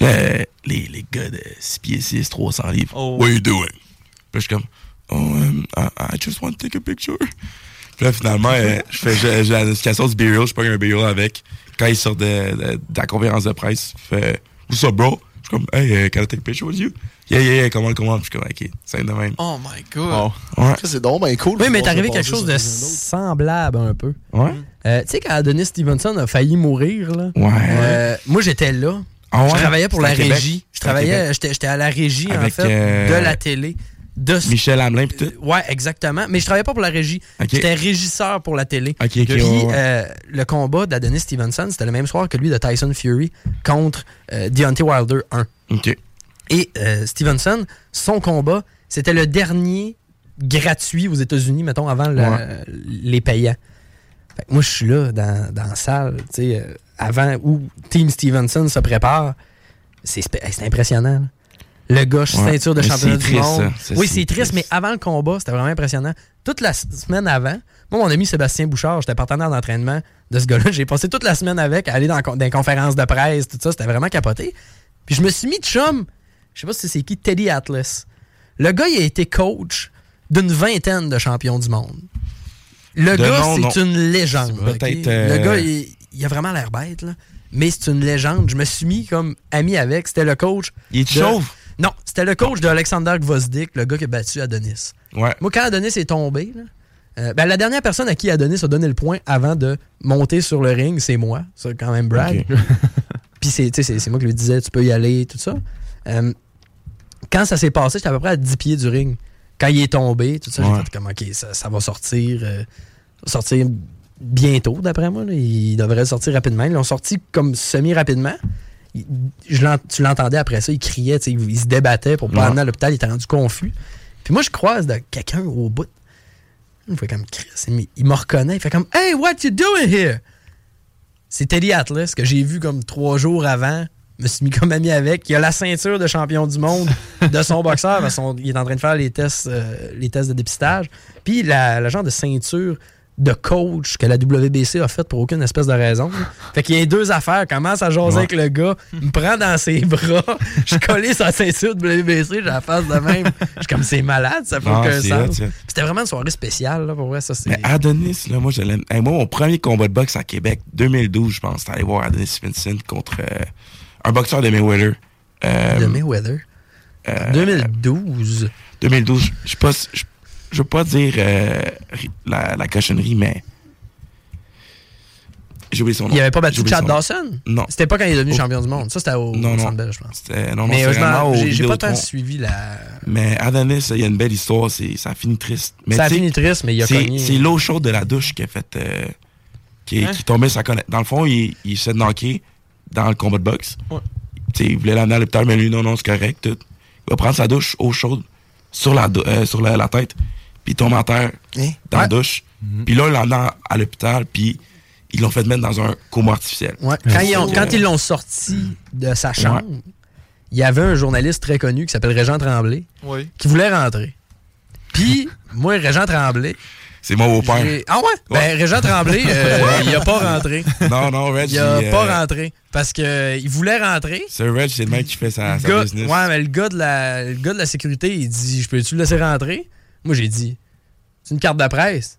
Speaker 7: Là, euh, les, les gars de 6 pieds 6, 300 livres.
Speaker 6: Oh.
Speaker 7: What you doing? Puis là, je suis comme, oh, um, I, I just want to take a picture. Puis là, finalement, euh, je fais j'ai- j'ai la notification du B-roll. Je pogne un B-roll avec. Quand il sort de, de- de la conférence de presse, il fait, what's up, bro? Je suis comme, hey, uh, can I take a picture with you? Yeah, yeah, yeah, comment, comment? Puis je suis comme, ok, c'est de même.
Speaker 6: Oh my god.
Speaker 7: Ouais.
Speaker 2: Ça, c'est donc ben cool.
Speaker 4: Oui, mais
Speaker 2: On
Speaker 4: t'es
Speaker 2: s'est
Speaker 4: arrivé quelque
Speaker 2: basé
Speaker 4: chose
Speaker 2: sur
Speaker 4: de
Speaker 2: quelqu'un d'autre.
Speaker 4: semblable un peu.
Speaker 7: Ouais.
Speaker 4: Euh, tu sais, quand Denis Stevenson a failli mourir, là,
Speaker 7: Ouais.
Speaker 4: euh, moi j'étais là.
Speaker 7: Ah ouais?
Speaker 4: Je travaillais pour la
Speaker 7: C'était à Québec.
Speaker 4: régie. Je
Speaker 7: C'était à Québec.
Speaker 4: travaillais, j'étais j'étais à la régie, en
Speaker 7: Avec,
Speaker 4: fait,
Speaker 7: euh,
Speaker 4: de la télé. De...
Speaker 7: Michel Hamelin, pis tout.
Speaker 4: Ouais, exactement. Mais je travaillais pas pour la régie.
Speaker 7: Ok.
Speaker 4: J'étais régisseur pour la télé.
Speaker 7: Ok, ok,
Speaker 4: Puis
Speaker 7: ouais, ouais.
Speaker 4: euh, le combat d'Adonis Stevenson, c'était le même soir que lui de Tyson Fury contre euh, Deontay Wilder 1.
Speaker 7: OK.
Speaker 4: Et euh, Stevenson, son combat, c'était le dernier gratuit aux États-Unis, mettons, avant le-
Speaker 10: Ouais.
Speaker 4: les payants. Fait que moi, je suis là dans, dans la salle, tu sais, euh, avant où Team Stevenson se prépare. C'est spé- hey, c'est impressionnant. là. Le gars, je suis
Speaker 10: Ouais.
Speaker 4: ceinture de
Speaker 10: Mais
Speaker 4: championnat
Speaker 10: c'est
Speaker 4: du
Speaker 10: triste,
Speaker 4: monde.
Speaker 10: ça. C'est-
Speaker 4: oui,
Speaker 10: c'est
Speaker 4: c'est triste, mais avant le combat, c'était vraiment impressionnant. Toute la s- semaine avant, moi, mon ami Sébastien Bouchard, j'étais partenaire d'entraînement de ce gars-là. J'ai passé toute la semaine avec, à aller dans, con- dans les conférences de presse, tout ça, c'était vraiment capoté. Puis je me suis mis de chum, je sais pas si c'est qui, Teddy Atlas. Le gars, il a été coach d'une vingtaine de champions du monde. Le
Speaker 7: De
Speaker 4: gars,
Speaker 7: nom, non.
Speaker 4: c'est une légende.
Speaker 7: C'est peut-être,
Speaker 4: ok?
Speaker 7: euh,
Speaker 4: Le gars, il, il a vraiment l'air bête, là. Mais c'est une légende. Je me suis mis comme ami avec. C'était le coach.
Speaker 7: Il est
Speaker 4: de-
Speaker 7: chauve?
Speaker 4: Non, c'était le coach d'Alexander Gvozdik, le gars qui a battu Adonis.
Speaker 7: Ouais.
Speaker 4: Moi, quand Adonis est tombé, là, euh, ben, la dernière personne à qui Adonis a donné le point avant de monter sur le ring, c'est moi. C'est quand même brag. Puis c'est, tu sais, c'est c'est moi qui lui disais, tu peux y aller, tout ça. Euh, quand ça s'est passé, j'étais à peu près à 10 pieds du ring. Quand il est tombé, tout ça,
Speaker 7: Ouais.
Speaker 4: j'ai fait comme, OK, ça, ça va sortir, euh, sortir bientôt, d'après moi. là. Il devrait sortir rapidement. Ils l'ont sorti comme semi-rapidement. Il- je l'en- tu l'entendais après ça, il criait, tu sais, il, il se débattait pour pas
Speaker 7: Ouais.
Speaker 4: amener à l'hôpital, il était rendu confus. Puis moi, je croise de- quelqu'un au bout. Il me fait comme Chris. Il me- Il me reconnaît. Il fait comme Hey, what you doing here? C'est Teddy Atlas que j'ai vu comme trois jours avant. Je me suis mis comme ami avec. Il a la ceinture de champion du monde de son boxeur. parce qu'on- il est en train de faire les tests, euh, les tests de dépistage. Puis la, la genre de ceinture de coach que la WBC a faite pour aucune espèce de raison. Fait qu'il y a deux affaires. Commence à jaser
Speaker 10: Ouais.
Speaker 4: avec le gars, il me prend dans ses bras, je suis collé sa ceinture de WBC, j'ai la face de même. Je suis comme, c'est malade, ça fait
Speaker 7: Non,
Speaker 4: aucun
Speaker 7: c'est
Speaker 4: sens.
Speaker 7: hot, ça.
Speaker 4: Puis C'était vraiment une soirée spéciale, là, pour vrai, ça, c'est...
Speaker 7: Mais Adonis, là, moi, je l'aime. Hey, moi, mon premier combat de boxe à Québec, 2012, je pense, c'était aller voir Adonis Stevenson contre euh, un boxeur de Mayweather. Euh,
Speaker 4: De Mayweather. 2012.
Speaker 7: 2012, je sais pas, si- je, je veux pas dire euh, ri- la, la cochonnerie, mais. J'ai oublié son nom.
Speaker 4: Il avait pas
Speaker 7: J'ai
Speaker 4: battu
Speaker 7: oublié
Speaker 4: Chad
Speaker 7: son nom.
Speaker 4: Dawson?
Speaker 7: Non.
Speaker 4: C'était pas quand il est devenu
Speaker 7: Au-
Speaker 4: champion du monde. Ça, c'était au
Speaker 7: Non, non.
Speaker 4: Centre Bell, je pense.
Speaker 7: C'était- non, non,
Speaker 4: Mais
Speaker 7: c'est
Speaker 4: honnêtement,
Speaker 7: vraiment au
Speaker 4: j'ai- j'ai pas
Speaker 7: Vidéotron.
Speaker 4: tant suivi la...
Speaker 7: Mais Adonis, il y a une belle histoire, c'est, ça finit triste. Mais
Speaker 4: Ça a
Speaker 7: tu sais,
Speaker 4: fini triste, mais il a
Speaker 7: c'est,
Speaker 4: cogné.
Speaker 7: C'est l'eau chaude de la douche qui a fait. euh, qui,
Speaker 4: Hein?
Speaker 7: qui tombait sa conna- Dans le fond, il, il s'est knocké dans le combat de boxe.
Speaker 4: Ouais.
Speaker 7: Tu sais, il voulait l'amener à l'hôpital, mais lui, non, non, c'est correct. tout. Il va prendre sa douche eau chaude sur la, dou- euh, sur la, la tête, puis il tombe en terre
Speaker 4: Hein? Mhm.
Speaker 7: dans la douche. Puis là, il l'emmène à l'hôpital, puis ils l'ont fait mettre dans un coma artificiel.
Speaker 4: Ouais. Quand, ils ont-
Speaker 7: Donc, euh,
Speaker 4: quand ils l'ont sorti de sa chambre, il y avait un journaliste très connu qui s'appelle Régent Tremblay
Speaker 6: Oui.
Speaker 4: qui voulait rentrer. Puis, moi, Régent Tremblay.
Speaker 7: C'est mon beau-père.
Speaker 4: j'ai- Ah ouais? Ben,
Speaker 7: Ouais.
Speaker 4: Régent Tremblay, euh, il a pas rentré.
Speaker 7: Non, non, Reg.
Speaker 4: Il a
Speaker 7: il, euh,
Speaker 4: pas rentré. Parce qu'il voulait rentrer.
Speaker 7: C'est Reg, Ah, c'est le mec qui fait sa,
Speaker 4: Le
Speaker 7: sa
Speaker 4: gars-
Speaker 7: business.
Speaker 4: ouais, mais le gars, de la, le gars de la sécurité, il dit Je peux-tu le laisser rentrer Moi, j'ai dit C'est une carte de presse.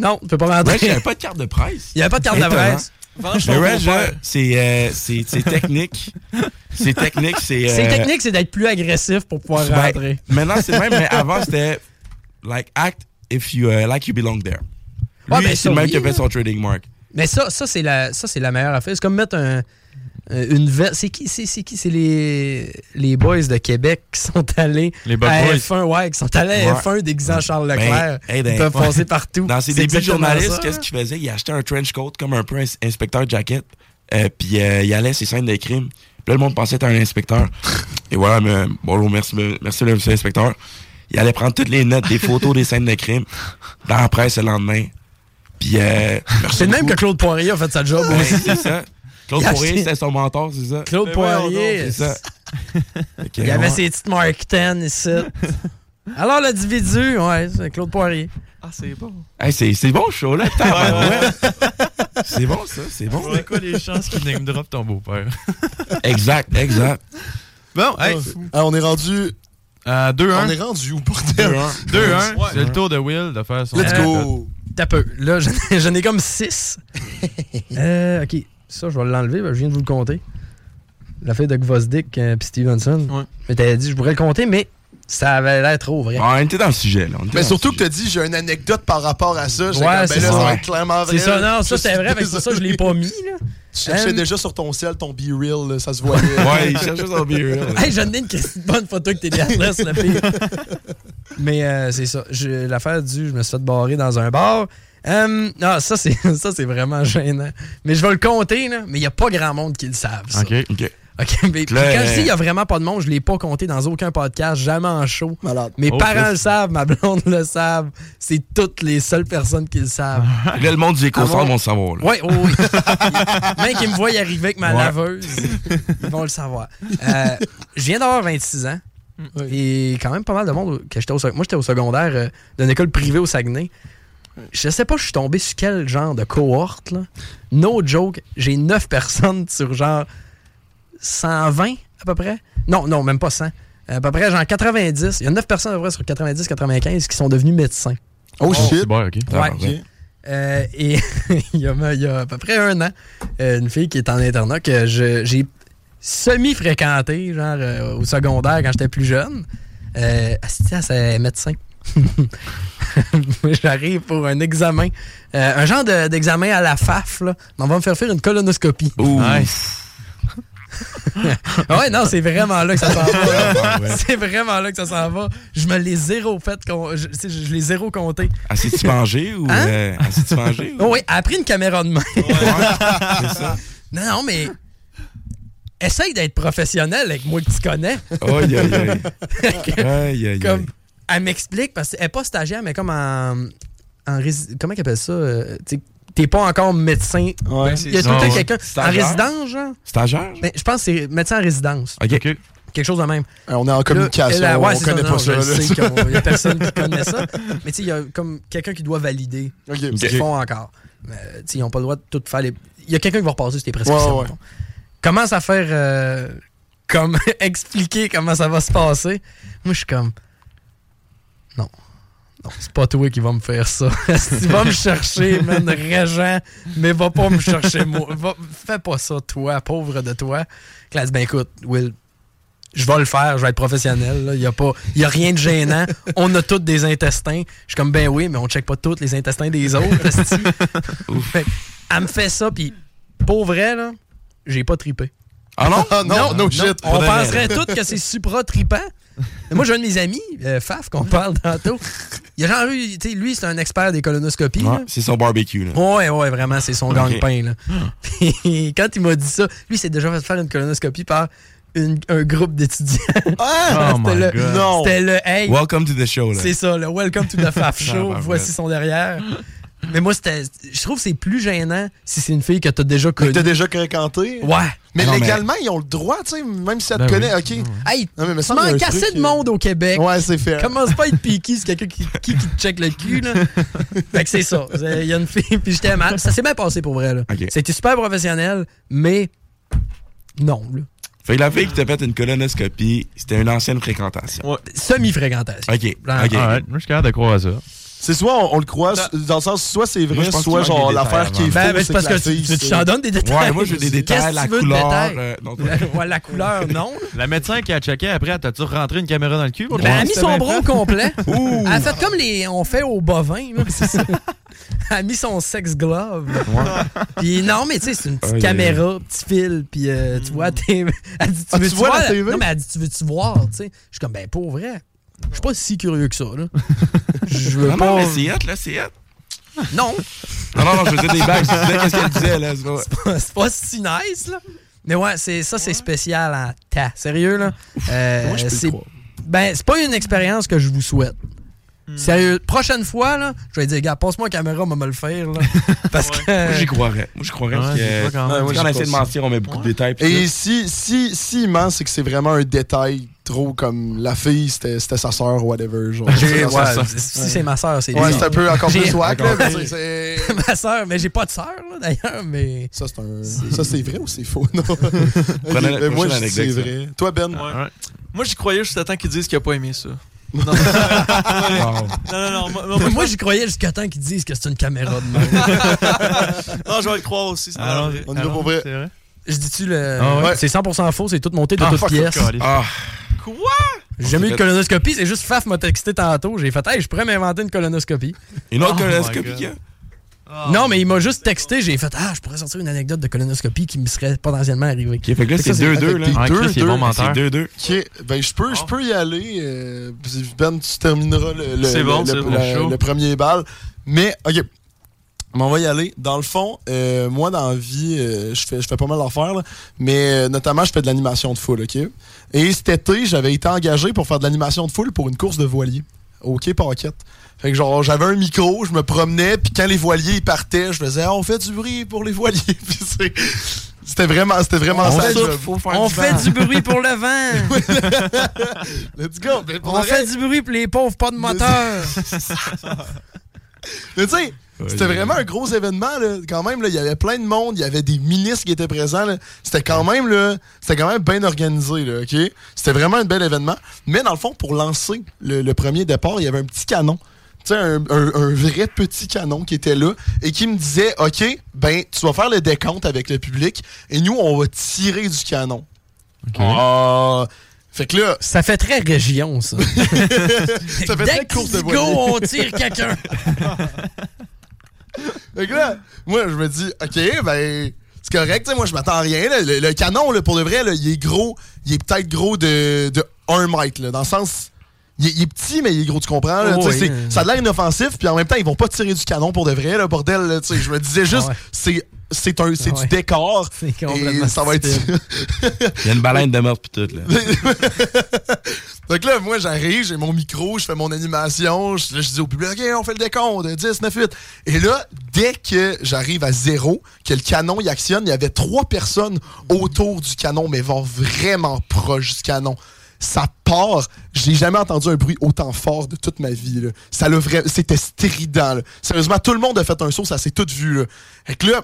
Speaker 4: Non, tu peux pas rentrer.
Speaker 7: Reg, il avait pas de carte de presse.
Speaker 4: Il n'y avait pas de carte de
Speaker 7: Étonnant.
Speaker 4: presse.
Speaker 7: Mais Reg, là, c'est euh, c'est- c'est technique. C'est technique, c'est.
Speaker 4: C'est
Speaker 7: euh,
Speaker 4: technique, c'est d'être plus agressif pour pouvoir
Speaker 7: ben,
Speaker 4: rentrer.
Speaker 7: maintenant, c'est le même, mais avant, c'était like act if you euh, like you belong there. Lui,
Speaker 4: Ouais, ben,
Speaker 7: c'est
Speaker 4: ça,
Speaker 7: le même
Speaker 4: oui,
Speaker 7: qui a fait
Speaker 4: là.
Speaker 7: son trading mark.
Speaker 4: Mais ça, ça c'est la, ça c'est la meilleure affaire. C'est comme mettre un, un- une veste. C'est qui, c'est, c'est qui, c'est les, les boys de Québec qui sont allés
Speaker 7: Les Buck
Speaker 4: à
Speaker 7: Boys.
Speaker 4: F1, ouais, qui sont allés à
Speaker 7: Ouais.
Speaker 4: F1 déguisant Charles
Speaker 7: Ben,
Speaker 4: Leclerc.
Speaker 7: hey, ben,
Speaker 4: Ils peuvent
Speaker 7: ouais.
Speaker 4: passer partout.
Speaker 7: Dans ses
Speaker 4: C'est
Speaker 7: débuts de
Speaker 4: exactement
Speaker 7: journaliste,
Speaker 4: ça.
Speaker 7: qu'est-ce qu'il faisait Il achetait un trench coat comme un peu ins- inspecteur jacket, euh, puis euh, il allait à ses scènes de crime. Puis là, le monde pensait être un inspecteur. Et voilà, mais, bonjour, merci, me- merci, le- monsieur l'inspecteur. Il allait prendre toutes les notes des photos des scènes de crime dans la presse le lendemain. Puis, euh, merci
Speaker 4: C'est le même
Speaker 7: beaucoup.
Speaker 4: que Claude Poirier a fait sa job.
Speaker 7: Ouais, c'est ça. Claude
Speaker 4: Il a
Speaker 7: Poirier,
Speaker 4: acheté-
Speaker 7: c'était son mentor, c'est ça?
Speaker 4: Claude
Speaker 7: Mais Ben, voyons
Speaker 4: Poirier.
Speaker 7: donc, C'est ça. Fait
Speaker 4: Il
Speaker 7: que,
Speaker 4: avait
Speaker 7: ouais.
Speaker 4: ses petites Mark 10 ici. Alors l'individu, ouais, c'est Claude Poirier.
Speaker 6: Ah, c'est bon.
Speaker 7: Hey, c'est c'est bon, ce show-là. tabarouette. C'est bon, ça. C'est bon.
Speaker 5: C'est quoi les chances qu'il name drop ton beau-père?
Speaker 7: Exact, exact.
Speaker 5: Bon, hey.
Speaker 2: Ah, on est rendu.
Speaker 4: Euh,
Speaker 5: À 2-1.
Speaker 2: On est rendu où, bordel?
Speaker 5: 2-1. 2-1. C'est le tour de Will de faire son.
Speaker 4: Let's go. Euh, T'as peu. Là, j'en ai- j'en ai comme 6. euh, ok. Ça, je vais l'enlever. ben, je viens de vous le compter. L'affaire de Gvozdik euh, et Stevenson. Mais t'avais dit, je pourrais le compter, mais ça avait l'air trop vrai.
Speaker 7: Bon, on était dans le sujet, là. On était
Speaker 2: Mais
Speaker 7: dans
Speaker 2: surtout que t'as dit, j'ai une anecdote par rapport à ça. J'étais
Speaker 4: Ouais,
Speaker 2: comme,
Speaker 4: c'est
Speaker 2: ben là,
Speaker 4: ça.
Speaker 2: ça va être clairement vrai.
Speaker 4: C'est ça, non, ça,
Speaker 2: Je
Speaker 4: c'est
Speaker 2: suis
Speaker 4: vrai, fait que c'est ça, je l'ai pas mis, là.
Speaker 2: Tu cherchais
Speaker 4: Euh,
Speaker 2: déjà sur ton ciel ton B-Real, là, ça se voyait.
Speaker 7: Ouais, il cherchait son B-Real.
Speaker 4: Hey, j'en ai une Christine bonne photo que t'es bien là, la fille. Mais euh, c'est ça. Je- L'affaire du je me suis fait barrer dans un bar. Euh, ah, ça, c'est ça, c'est vraiment gênant. Mais je vais le compter, là. Mais il n'y a pas grand monde qui le savent, ça.
Speaker 5: OK.
Speaker 7: OK.
Speaker 4: OK, mais puis
Speaker 7: Là,
Speaker 4: quand je
Speaker 7: euh,
Speaker 4: dis il n'y a vraiment pas de monde, je l'ai pas compté dans aucun podcast, jamais en show. Mes
Speaker 7: Oh,
Speaker 4: parents
Speaker 7: Chris.
Speaker 4: le savent, ma blonde le savent. C'est toutes les seules personnes qui le savent. Ah,
Speaker 7: Là, le monde du éco-centre vont le savoir, là.
Speaker 4: Oui, oh, oui, oui. Même qu'ils me voient y arriver avec ma
Speaker 7: Ouais.
Speaker 4: laveuse, ils vont le savoir. Euh, je viens d'avoir 26 ans. Et quand même pas mal de monde que j'étais au sec- Moi, j'étais au secondaire euh, d'une école privée au Saguenay. Je sais pas, je suis tombé sur quel genre de cohorte. Là. No joke, j'ai 9 personnes sur genre 120 à peu près. Non, non, même pas 100. À peu près, genre 90. Il y a 9 personnes à peu près sur 90-95 qui sont devenues médecins.
Speaker 2: Oh, shit.
Speaker 5: C'est bon, OK. Ah,
Speaker 4: Ouais. Euh, et il, y a, il y a à peu près un an, euh, une fille qui est en internat que je- j'ai semi-fréquentée, genre euh, au secondaire quand j'étais plus jeune. Euh, assistée à ses médecins. J'arrive pour un examen. Euh, un genre de- d'examen à la FAF, là. Mais On va me faire faire une colonoscopie. Ah ouais, non, c'est vraiment là que ça s'en
Speaker 5: Ah,
Speaker 4: va. c'est vraiment là que ça s'en va. Je me l'ai zéro fait, con- je, tu sais, je- je l'ai zéro compté.
Speaker 7: Ah, c'est-tu mangé ou.
Speaker 4: Hein?
Speaker 7: euh, ah, c'est-tu mangé ou.
Speaker 4: Oh oui, elle a pris une caméra de main. Non, non, mais. Essaye d'être professionnel avec moi que tu connais.
Speaker 7: Aïe, aïe, aïe. Aïe, aïe, aïe.
Speaker 4: Comme, elle m'explique parce qu'elle n'est pas stagiaire, mais comme en. en rési- comment qu'elle appelle ça? euh, tu sais, T'es pas encore médecin.
Speaker 7: c'est
Speaker 4: Il y a tout
Speaker 7: ça.
Speaker 4: le temps
Speaker 7: Ouais.
Speaker 4: quelqu'un. En
Speaker 7: Stagiaire?
Speaker 4: résidence, genre?
Speaker 7: Stagiaire?
Speaker 4: Ben, je pense que c'est médecin en résidence.
Speaker 7: OK.
Speaker 4: Quelque chose de même.
Speaker 2: Euh, on est en communication,
Speaker 4: Là, ouais,
Speaker 2: on
Speaker 4: c'est
Speaker 2: connaît
Speaker 4: non,
Speaker 2: pas
Speaker 4: non,
Speaker 2: ça,
Speaker 4: je
Speaker 2: là.
Speaker 4: le sais qu'on- y a personne qui connaît ça. Mais tu sais, il y a comme quelqu'un qui doit valider
Speaker 2: Ok.
Speaker 4: ce qu'ils
Speaker 2: Ok.
Speaker 4: font encore. Mais, tu sais, ils n'ont pas le droit de tout faire. les- Il y a quelqu'un qui va repasser sur tes prescriptions.
Speaker 2: Ouais, ouais.
Speaker 4: mettons. Commence à faire. euh, comme expliquer comment ça va se passer. Moi, je suis comme. Non. Non, c'est pas toi qui vas me faire ça. tu vas me chercher, man, régent, mais va pas me chercher moi. Va- fais pas ça, toi, pauvre de toi. Classe, ben écoute, Will, je vais le faire, je vais être professionnel. Il n'y a, pas- y a rien de gênant. On a tous des intestins. Je suis comme, ben oui, mais on check pas tous les intestins des autres. esti. Fait que, elle me fait ça, puis pour vrai, là, j'ai pas tripé.
Speaker 7: Ah non? Ah non, no shit.
Speaker 4: On
Speaker 7: Pas de-
Speaker 4: penserait tous que c'est supra tripant. Mais Moi, j'ai un de mes amis, euh, Faf, qu'on parle tantôt. Il a genre eu, tu sais, lui, c'est un expert des colonoscopies. là.
Speaker 7: Ouais, c'est son barbecue, là.
Speaker 4: Ouais, ouais, vraiment, c'est son
Speaker 7: Ok. Ah.
Speaker 4: gang-pain. là. Puis quand il m'a dit ça, lui, c'est déjà fait faire une colonoscopie par une- un groupe d'étudiants.
Speaker 7: Oh my
Speaker 4: c'était le,
Speaker 7: God. Non.
Speaker 4: C'était le hey.
Speaker 7: Welcome to the show, là.
Speaker 4: C'est ça, le Welcome to the Faf Show.
Speaker 7: Tabarouette.
Speaker 4: voici son derrière. Mais moi, c'était. Je trouve que c'est plus gênant si c'est une fille que t'as déjà connue.
Speaker 2: T'as déjà fréquenté?
Speaker 4: Ouais.
Speaker 2: Mais
Speaker 7: Ah
Speaker 4: Non,
Speaker 2: légalement, ils ont le droit, tu sais, même si ça
Speaker 4: Ben
Speaker 2: te connaît,
Speaker 4: oui.
Speaker 2: ok.
Speaker 4: Hey,
Speaker 2: non, mais me
Speaker 4: Tu
Speaker 2: semble qu'il y a
Speaker 4: manques
Speaker 2: un
Speaker 4: assez
Speaker 2: truc
Speaker 4: de monde au Québec.
Speaker 2: Ouais, c'est fait.
Speaker 4: Commence pas à être piqué, c'est quelqu'un qui, qui, qui te check le cul, là. fait que c'est ça. C'est- Il y a une fille, puis j'étais mal. Ça s'est bien passé pour vrai, là.
Speaker 7: Ok.
Speaker 4: C'était super professionnel, mais non, là.
Speaker 7: Fait que la fille qui t'a fait une colonoscopie, c'était une ancienne fréquentation.
Speaker 4: Semi-fréquentation.
Speaker 7: OK. OK.
Speaker 5: Alright, moi, je suis capable de croire ça.
Speaker 2: C'est soit on, on le croit, dans le sens, soit c'est
Speaker 5: Moi, je
Speaker 2: vrai,
Speaker 5: pense
Speaker 2: soit
Speaker 5: qu'il manque
Speaker 2: genre
Speaker 5: des
Speaker 2: l'affaire
Speaker 5: détails
Speaker 2: qui est
Speaker 5: avant. Ben,
Speaker 2: fausse,
Speaker 5: mais
Speaker 2: c'est
Speaker 5: c'est parce
Speaker 2: que la
Speaker 5: que tu-
Speaker 2: fille,
Speaker 5: tu
Speaker 2: c'est-
Speaker 5: t'en donnes
Speaker 4: des
Speaker 7: Ouais, moi, j'ai des
Speaker 4: Qu'est-ce
Speaker 7: détails,
Speaker 4: que
Speaker 7: la
Speaker 4: tu veux de
Speaker 7: couleur.
Speaker 4: détails?
Speaker 7: euh, non,
Speaker 4: La, ouais, la couleur, non.
Speaker 5: La médecin qui a checké après, t'as-tu rentré une caméra dans le cul? pour
Speaker 4: Ben, elle a mis
Speaker 5: voir si
Speaker 4: son
Speaker 5: c'était
Speaker 4: bras
Speaker 5: bien
Speaker 4: au
Speaker 5: fait?
Speaker 4: complet. Elle a fait comme les, on fait au bovin. là, c'est ça. Elle a mis son sex glove. Puis non, mais tu sais, c'est une petite
Speaker 5: Aïe, aïe, aïe. Mm.
Speaker 4: caméra, petit fil. Puis euh, tu vois, t'es- elle dit, tu
Speaker 2: Ah,
Speaker 4: veux
Speaker 2: tu vois la
Speaker 4: voir?
Speaker 2: TV?
Speaker 4: Non, mais elle dit, tu veux-tu voir? tu sais. Je suis comme, ben pour vrai. Je suis pas si curieux que ça. Là. Je veux
Speaker 7: Ah, non,
Speaker 4: pas.
Speaker 7: non, mais c'est hot, là, c'est hot. Ah
Speaker 4: Non.
Speaker 7: Non, non, non, je veux dire des bagues. Je disais qu'est-ce qu'elle disait, là. c'est pas-
Speaker 4: C'est pas, c'est pas si nice, là. Mais ouais, c'est, ça, c'est spécial en tas. Sérieux, là. Euh,
Speaker 7: moi, je peux le
Speaker 4: c'est,
Speaker 7: croire.
Speaker 4: ben, c'est pas une expérience que je vous souhaite.
Speaker 6: Hmm.
Speaker 4: Sérieux, prochaine fois, là, je vais dire, gars, passe-moi la caméra, on va me le faire, là. Parce que.
Speaker 7: Moi, j'y croirais. Moi, j'y croirais.
Speaker 5: Ouais,
Speaker 7: parce
Speaker 5: j'y
Speaker 7: que-
Speaker 5: crois quand
Speaker 7: Ouais,
Speaker 5: même.
Speaker 7: moi,
Speaker 5: J'y
Speaker 7: Quand on
Speaker 5: crois
Speaker 7: essaie de
Speaker 5: aussi.
Speaker 7: mentir, on met beaucoup de détails. puis
Speaker 2: Et
Speaker 7: tout.
Speaker 2: si, si, si il ment, c'est que c'est vraiment un détail trop comme la fille, c'était c'était sa sœur ou whatever. Genre,
Speaker 4: J'ai-
Speaker 2: Ça,
Speaker 4: ouais,
Speaker 2: ça, ça.
Speaker 4: si si c'est ma soeur, c'est
Speaker 2: Ouais,
Speaker 4: bizarre.
Speaker 2: c'est un peu encore
Speaker 4: J'ai-
Speaker 2: plus wack, là. mais
Speaker 4: Encore.
Speaker 2: c'est- c'est-
Speaker 4: ma soeur, mais j'ai pas de soeur, là, d'ailleurs, mais.
Speaker 2: Ça, c'est un- ça, c'est vrai ou c'est faux? Non.
Speaker 7: la
Speaker 2: Ok, ben,
Speaker 7: prochaine
Speaker 2: moi, je dis que c'est
Speaker 7: anecdate, ça.
Speaker 2: vrai. Toi, Ben?
Speaker 6: Moi, j'y croyais jusqu'à temps qu'ils disent qu'il a pas aimé ça. Non, non, non. non, moi, moi,
Speaker 4: Moi, j'y croyais jusqu'à temps qu'ils disent que c'est une caméra de main.
Speaker 6: non, je vais le croire aussi. ça
Speaker 5: Alors,
Speaker 6: m'arrangerait.
Speaker 2: On y va pour vrai.
Speaker 4: Je dis-tu le.
Speaker 5: Ah ouais?
Speaker 4: C'est 100% faux, c'est tout monté de
Speaker 5: Ah,
Speaker 4: toutes
Speaker 5: fuck,
Speaker 4: pièces.
Speaker 5: fuck, Alice.
Speaker 7: Ah,
Speaker 6: Quoi?
Speaker 4: J'ai jamais eu de
Speaker 7: fait-
Speaker 4: colonoscopie, c'est juste Faf m'a texté tantôt. J'ai fait, hey, je pourrais m'inventer une colonoscopie.
Speaker 7: une autre
Speaker 5: Oh my
Speaker 7: colonoscopie,
Speaker 5: God. Ah.
Speaker 7: qu'il y a?
Speaker 4: non, mais il m'a juste texté. J'ai fait, ah, je pourrais sortir une anecdote de colonoscopie qui me serait potentiellement arrivée.
Speaker 7: OK, fait que là, c'est 2-2, là.
Speaker 2: Fait que
Speaker 5: Ah,
Speaker 2: deux,
Speaker 5: Chris, il est
Speaker 2: deux,
Speaker 5: bon menteur. Ah.
Speaker 7: C'est 2-2.
Speaker 2: Ok, ben je peux, je peux y aller. euh, puis ben, tu termineras le, le-
Speaker 6: C'est bon,
Speaker 2: le-
Speaker 6: c'est
Speaker 2: le-
Speaker 6: bon.
Speaker 2: le-
Speaker 6: Chaud.
Speaker 2: le premier bal. Mais, ok. Mais on va y aller. Dans le fond, euh, moi, dans la vie, euh, je fais, je fais pas mal d'affaires, là. mais euh, notamment, je fais de l'animation de foule, OK? Et cet été, j'avais été engagé pour faire de l'animation de foule pour une course de voilier. OK, Paquette. Fait que genre, j'avais un micro, je me promenais, puis quand les voiliers ils partaient, je faisais Ah, on fait du bruit pour les voiliers. Puis c'est- c'était vraiment, c'était vraiment ça.
Speaker 7: fait
Speaker 2: je-
Speaker 7: du- faut faire
Speaker 4: On
Speaker 7: du
Speaker 4: fait
Speaker 7: vent.
Speaker 4: du bruit pour le vent.
Speaker 2: Let's go! Mais pour
Speaker 4: On
Speaker 2: vrai,
Speaker 4: fait du bruit pour les pauvres pas de moteur.
Speaker 2: Mais tu sais, c'était
Speaker 7: ouais.
Speaker 2: vraiment un gros événement, là. Quand même, là, il y avait plein de monde, il y avait des ministres qui étaient présents, là. C'était quand même, là, c'était quand même bien organisé, là, OK? C'était vraiment un bel événement. Mais dans le fond, pour lancer le, le premier départ, il y avait un petit canon. sais, un, un- un vrai petit canon qui était là et qui me disait OK, ben, tu vas faire le décompte avec le public et nous, on va tirer du canon. Ah, fait que là.
Speaker 4: Ça fait très région, ça.
Speaker 2: ça fait
Speaker 4: Dès
Speaker 2: très
Speaker 4: que
Speaker 2: course de
Speaker 4: tu dis
Speaker 2: voilier.
Speaker 4: go, on tire quelqu'un.
Speaker 2: Fait que là, moi, je me dis, OK, ben, c'est correct, tu sais, moi, je m'attends à rien. là. Le, le canon, là, pour de vrai, là, il est gros. Il est peut-être gros de, de 1 mètre, là, dans le sens. Il est, il est petit, mais il est gros, tu comprends? là,
Speaker 4: Oh
Speaker 2: tu sais,
Speaker 4: oui,
Speaker 2: c'est-
Speaker 4: euh.
Speaker 2: Ça a l'air inoffensif, puis en même temps, ils vont pas tirer du canon pour de vrai, là, bordel. là, tu sais, je me disais juste,
Speaker 4: Ah ouais.
Speaker 2: c'est. C'est un- c'est
Speaker 4: Ah ouais.
Speaker 2: du décor.
Speaker 4: complètement
Speaker 2: Et ça va être.
Speaker 4: stupide.
Speaker 7: Il y a une baleine de mort pis tout, là.
Speaker 2: Donc là, moi, j'arrive, j'ai mon micro, je fais mon animation, je, là, je dis au public, OK, on fait le décompte, 10, 9, 8. Et là, dès que j'arrive à zéro, que le canon y actionne, il y avait trois personnes autour du canon, mais vont vraiment proche du canon. Ça part, j'ai jamais entendu un bruit autant fort de toute ma vie. là. Ça le vrai, c'était strident. là. Sérieusement, tout le monde a fait un saut, ça s'est tout vu. Là. Fait que là,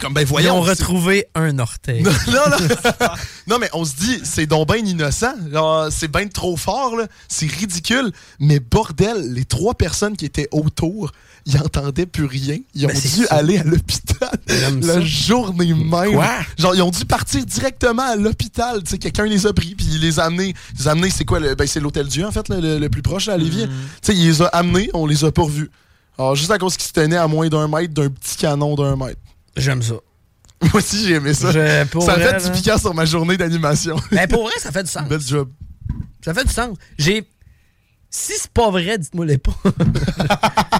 Speaker 2: comme ben
Speaker 4: Ils
Speaker 2: voyons,
Speaker 4: ont
Speaker 2: c'est-
Speaker 4: retrouvé un orteil.
Speaker 2: non, non, non. Non, mais on se dit, c'est donc ben innocent. Genre, C'est ben trop fort, là. C'est ridicule. Mais bordel, les trois personnes qui étaient autour, ils entendaient plus rien. Ils ont
Speaker 4: Ben, c'est
Speaker 2: dû
Speaker 4: ça.
Speaker 2: aller à l'hôpital
Speaker 4: J'aime
Speaker 2: la
Speaker 4: ça.
Speaker 2: journée même.
Speaker 4: Quoi?
Speaker 2: Genre, ils ont dû partir directement à l'hôpital. Tu sais, quelqu'un les a pris, puis il les a amenés. Ils les a amenés, c'est quoi? Le, ben, c'est l'Hôtel Dieu, en fait, là, le, le plus proche, là, à
Speaker 4: Mm.
Speaker 2: Lévis. Tu sais, il les a amenés, on les a pas revus. Alors, juste à cause qu'ils se tenaient à moins d'un mètre d'un petit canon d'un mètre.
Speaker 4: J'aime ça.
Speaker 2: Moi aussi, j'ai aimé ça.
Speaker 4: Je- pour
Speaker 2: ça a
Speaker 4: vrai,
Speaker 2: fait du
Speaker 4: là.
Speaker 2: piquant sur ma journée d'animation.
Speaker 4: Ben, pour vrai, ça fait du sens.
Speaker 2: Bel job.
Speaker 4: Ça fait du sens. J'ai. Si c'est pas vrai, dites-moi les pas.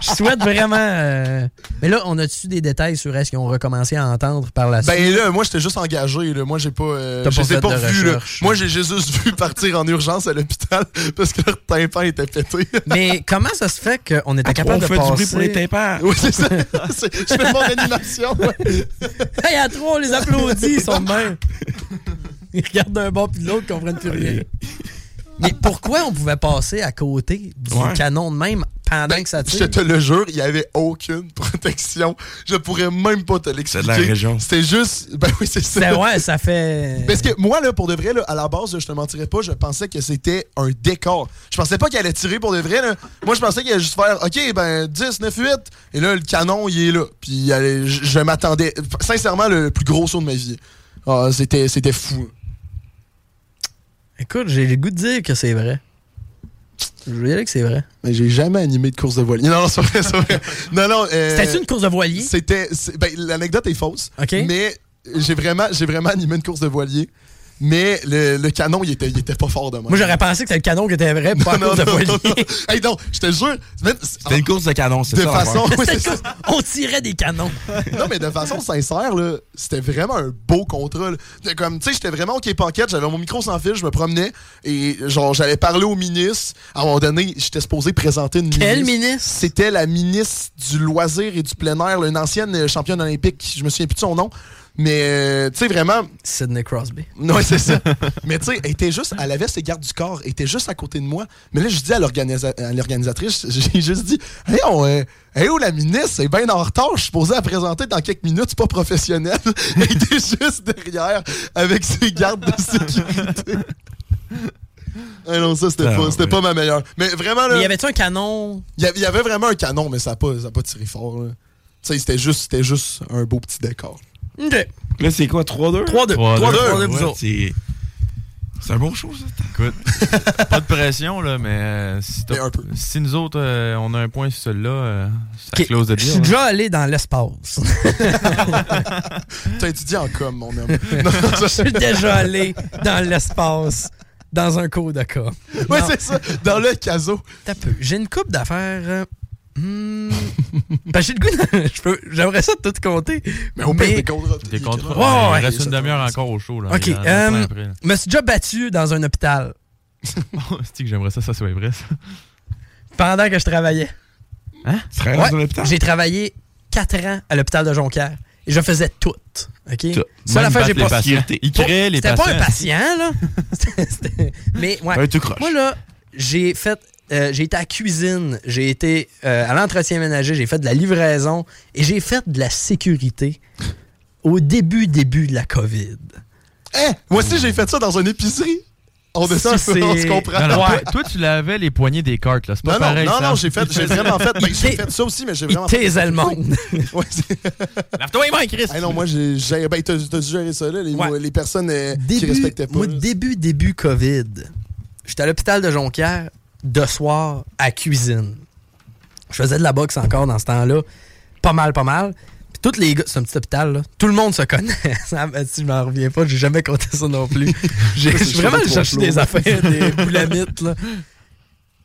Speaker 4: Je souhaite vraiment. euh, Mais là, on a-tu des détails sur est-ce qu'ils ont recommencé à entendre par la suite?
Speaker 2: Ben là, moi, j'étais juste engagé. Là. Moi, j'ai pas. euh,
Speaker 4: T'as
Speaker 2: je
Speaker 4: pas
Speaker 2: les ai
Speaker 4: fait
Speaker 2: pas
Speaker 4: de
Speaker 2: revus, là.
Speaker 4: recherche.
Speaker 2: Moi, j'ai juste vu partir en urgence à l'hôpital parce que leur tympan était pété.
Speaker 4: Mais comment ça se fait qu'on était capable de
Speaker 7: fait
Speaker 4: passer...
Speaker 7: du bruit pour les tympans.
Speaker 2: Oui, c'est ça. C'est- Je fais mon animation. ouais.
Speaker 4: Hey, à trois, on les applaudit, ils sont de même. Ils regardent d'un bord puis de l'autre, ils comprennent plus rien. Mais pourquoi on pouvait passer à côté du
Speaker 7: Ouais.
Speaker 4: canon de même pendant que ça
Speaker 2: Ben, Je
Speaker 4: tire?
Speaker 2: te le jure, il n'y avait aucune protection. Je pourrais même pas te
Speaker 7: C'est
Speaker 2: l'expliquer.
Speaker 7: de la région.
Speaker 2: C'était juste. Ben oui, c'est ça.
Speaker 4: Ben ouais, ça fait...
Speaker 2: Parce que moi, là, pour de vrai, là, à la base, là, je te mentirais pas, je pensais que c'était un décor. Je pensais pas qu'il allait tirer pour de vrai. là. Moi, je pensais qu'il allait juste faire OK, ben 10, 9, 8. Et là, le canon, il est là. Puis il allait- je, je m'attendais. Sincèrement, le plus gros saut de ma vie. Ah, c'était, c'était fou.
Speaker 4: Écoute, j'ai le goût de dire que c'est vrai. Je veux dire que c'est vrai.
Speaker 2: Mais j'ai jamais animé de course de voilier. Non, non, c'est vrai, c'est vrai. Non, non. euh,
Speaker 4: C'était-tu une course de voilier?
Speaker 2: C'était. c'est- ben, l'anecdote est fausse.
Speaker 4: OK.
Speaker 2: Mais j'ai vraiment, j'ai vraiment animé une course de voilier. Mais le, le canon, il était, il était pas fort de moi.
Speaker 4: Moi, j'aurais pensé que c'était le canon qui était vrai, pas la
Speaker 2: Non,
Speaker 4: course de
Speaker 2: non,
Speaker 4: voilier.
Speaker 2: non, non. Hey, non, je te jure. même-
Speaker 7: C'était une course de canon, c'est
Speaker 2: de
Speaker 7: ça.
Speaker 2: façon, oui,
Speaker 4: C'était
Speaker 2: c'est
Speaker 4: une course- On tirait des canons.
Speaker 2: ça. non mais de façon sincère là, c'était vraiment un beau contrôle. De- Comme tu sais, j'étais vraiment OK Panquette, j'avais mon micro sans fil, je me promenais et genre j'allais parler au ministre. À un moment donné, j'étais supposé présenter une
Speaker 4: Quel ministre?
Speaker 2: C'était la ministre du loisir et du plein air, là, une ancienne euh, championne olympique, je me souviens plus de son nom. Mais euh, tu sais vraiment
Speaker 4: Sidney Crosby.
Speaker 2: non, c'est ça. Mais tu sais, elle était juste, elle avait ses gardes du corps, elle était juste à côté de moi. Mais là, je dis à l'organisa- à l'organisatrice, j'ai juste dit, hey, on, euh, hey, où la ministre, c'est bien en retard, je suis posé à présenter dans quelques minutes, c'est pas professionnel. Elle était juste derrière avec ses gardes de sécurité. Ah non, ça, c'était
Speaker 7: Ah,
Speaker 2: pas, c'était
Speaker 7: oui.
Speaker 2: pas ma meilleure. Mais vraiment, là,
Speaker 4: Mais
Speaker 2: il
Speaker 4: y avait-tu un canon?
Speaker 2: y, avait- il y avait vraiment un canon, mais ça a pas, ça a pas tiré fort. là. Tu sais, c'était juste, c'était juste un beau petit décor.
Speaker 4: OK.
Speaker 7: Là, c'est quoi, 3-2?
Speaker 4: 3-2. 3-2.
Speaker 7: Ouais,
Speaker 4: vous autres.
Speaker 7: c'est- C'est un bon show, ça.
Speaker 5: Écoute, pas de pression, là, mais euh, si, t'as-
Speaker 2: Mais un peu.
Speaker 5: si nous autres, euh, on a un point sur celui-là, euh, ça
Speaker 4: Ok,
Speaker 5: close hein. de
Speaker 4: Je
Speaker 5: dire.
Speaker 4: suis déjà allé dans l'espace.
Speaker 2: T'as étudié en com, mon homme. Non, ça,
Speaker 4: Je suis déjà allé dans l'espace, dans un cours de cas.
Speaker 2: Ouais, c'est ça. Dans le caso.
Speaker 4: T'as peu. J'ai une coupe d'affaires. euh, hmm, parce que j'ai le goût de- je peux- J'aimerais ça tout compter.
Speaker 2: Mais au pire, des contrats.
Speaker 5: Des contrats.
Speaker 4: Ouais, ouais.
Speaker 5: il reste
Speaker 2: Ça,
Speaker 5: une demi-heure
Speaker 2: ça,
Speaker 5: encore au show. Là,
Speaker 4: Ok,
Speaker 5: Il y en a plein
Speaker 4: euh,
Speaker 5: après, là. Oh,
Speaker 4: Je me suis déjà battu dans un hôpital
Speaker 5: C'est que j'aimerais ça, ça soit vrai. ça.
Speaker 4: pendant que je travaillais.
Speaker 5: Hein?
Speaker 7: Tu travailles
Speaker 4: Ouais,
Speaker 7: dans un hôpital?
Speaker 4: J'ai travaillé 4 ans à l'hôpital de Jonquière. Et je faisais tout. OK?
Speaker 7: Tout.
Speaker 4: Ça,
Speaker 5: Même
Speaker 4: la fois,
Speaker 5: battre
Speaker 4: j'ai
Speaker 5: les
Speaker 4: pas.
Speaker 5: patients. Il créait les
Speaker 4: C'était
Speaker 5: patients.
Speaker 4: pas un patient, là. C'était- c'était- Mais, ouais.
Speaker 7: Un tout croche.
Speaker 4: Moi, là, j'ai fait. euh, j'ai été à la cuisine, j'ai été euh, à l'entretien ménager, j'ai fait de la livraison et j'ai fait de la sécurité au début, début de la COVID.
Speaker 2: Eh, Hein? Moi aussi, j'ai fait ça dans une épicerie. On a
Speaker 5: Ça,
Speaker 2: su-
Speaker 5: c'est-
Speaker 2: on se comprend.
Speaker 5: Non, non, toi, toi, tu l'avais les poignées des cartes, là. C'est pas
Speaker 2: Non, non,
Speaker 5: pareil.
Speaker 2: non,
Speaker 5: Sam.
Speaker 2: non, j'ai fait, j'ai vraiment fait, ben, j'ai fait ça aussi, mais j'ai vraiment.
Speaker 5: Tes
Speaker 2: fait-
Speaker 5: Allemandes.
Speaker 2: Ouais, c'est-
Speaker 5: Lave-toi les mains, Chris.
Speaker 2: Ah non, moi, j'ai, j'ai- ben, t'as, t'as dû gérer ça, là, les, les personnes euh, qui
Speaker 4: Début-
Speaker 2: respectaient pas.
Speaker 4: Moi, début, début COVID, j'étais à l'hôpital de Jonquière, de soir, à cuisine. Je faisais de la boxe encore dans ce temps-là. Pas mal, pas mal. Puis tous les gars, c'est un petit hôpital, là. Tout le monde se connaît. Ça, ben, si je m'en reviens pas, j'ai jamais compté ça non plus. J'ai
Speaker 3: Ça, c'est
Speaker 4: j'ai vraiment
Speaker 3: chaud, trois
Speaker 4: cherché
Speaker 3: flots.
Speaker 4: des affaires, des boulamites, là.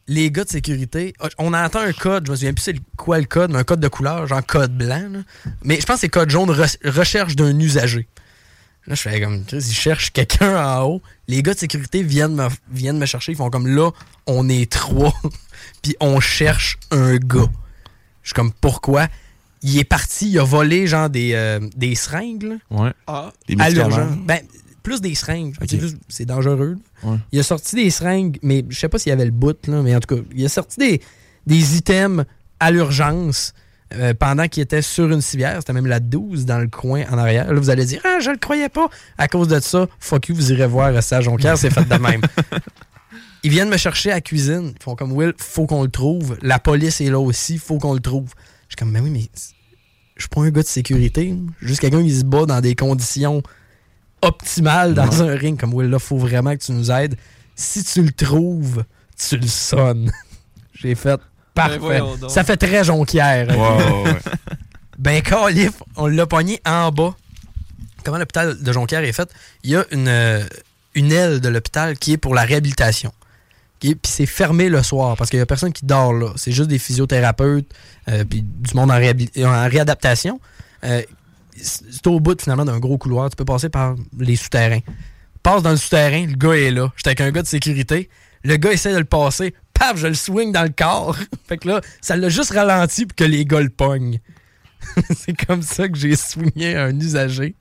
Speaker 4: Les gars de sécurité, on entend un code, je me souviens plus c'est le- quoi le code, mais un code de couleur, genre code blanc, là. Mais je pense que c'est code jaune, re- recherche d'un usager. Là, je fais comme, Chris, ils cherchent quelqu'un en haut. Les gars de sécurité viennent me, viennent me chercher. Ils font comme, là, on est trois. Puis on cherche un gars. Je suis comme, pourquoi? Il est parti, il a volé, genre, des, euh, des seringues. là.
Speaker 5: Ouais.
Speaker 4: Ah,
Speaker 5: Des
Speaker 4: à
Speaker 5: médicaments.
Speaker 4: l'urgence. Ben, plus des seringues. C'est plus- C'est dangereux. là. Il a sorti des seringues, mais je sais pas s'il y avait le bout, là, mais en tout cas, il a sorti des, des items à l'urgence euh, pendant qu'il était sur une civière. C'était même la 12 dans le coin en arrière. Là, vous allez dire, ah, je le croyais pas. À cause de ça, fuck you, vous irez voir ça à Jonquière, c'est fait de même. Ils viennent me chercher à la cuisine. Ils font comme Will, faut qu'on le trouve. La police est là aussi, faut qu'on le trouve. Je suis comme, mais oui, mais je suis pas un gars de sécurité. Juste quelqu'un qui se bat dans des conditions optimales dans
Speaker 3: Ouais.
Speaker 4: un ring. Comme Will, là, faut vraiment que tu nous aides. Si tu le trouves, tu le sonnes. J'ai fait
Speaker 3: Ben,
Speaker 4: parfait.
Speaker 3: voyons donc.
Speaker 4: Ça fait très jonquière. ok?
Speaker 3: Ouais, ouais, ouais.
Speaker 4: ben, Calif, on l'a pogné en bas. Comment l'hôpital de Jonquière est fait? Il y a une, euh, une aile de l'hôpital qui est pour la réhabilitation. Qui est- Puis c'est fermé le soir parce qu'il n'y a personne qui dort là. C'est juste des physiothérapeutes, euh, puis du monde en, réhabil- en réadaptation. Euh, c'est c'est au bout finalement d'un gros couloir. Tu peux passer par les souterrains. Passe dans le souterrain, le gars est là. J'étais avec un gars de sécurité. Le gars essaie de le passer. Paf, je le swing dans le corps. fait que là, ça l'a juste ralenti pour que les gars le pognent. c'est comme ça que j'ai soigné un usager.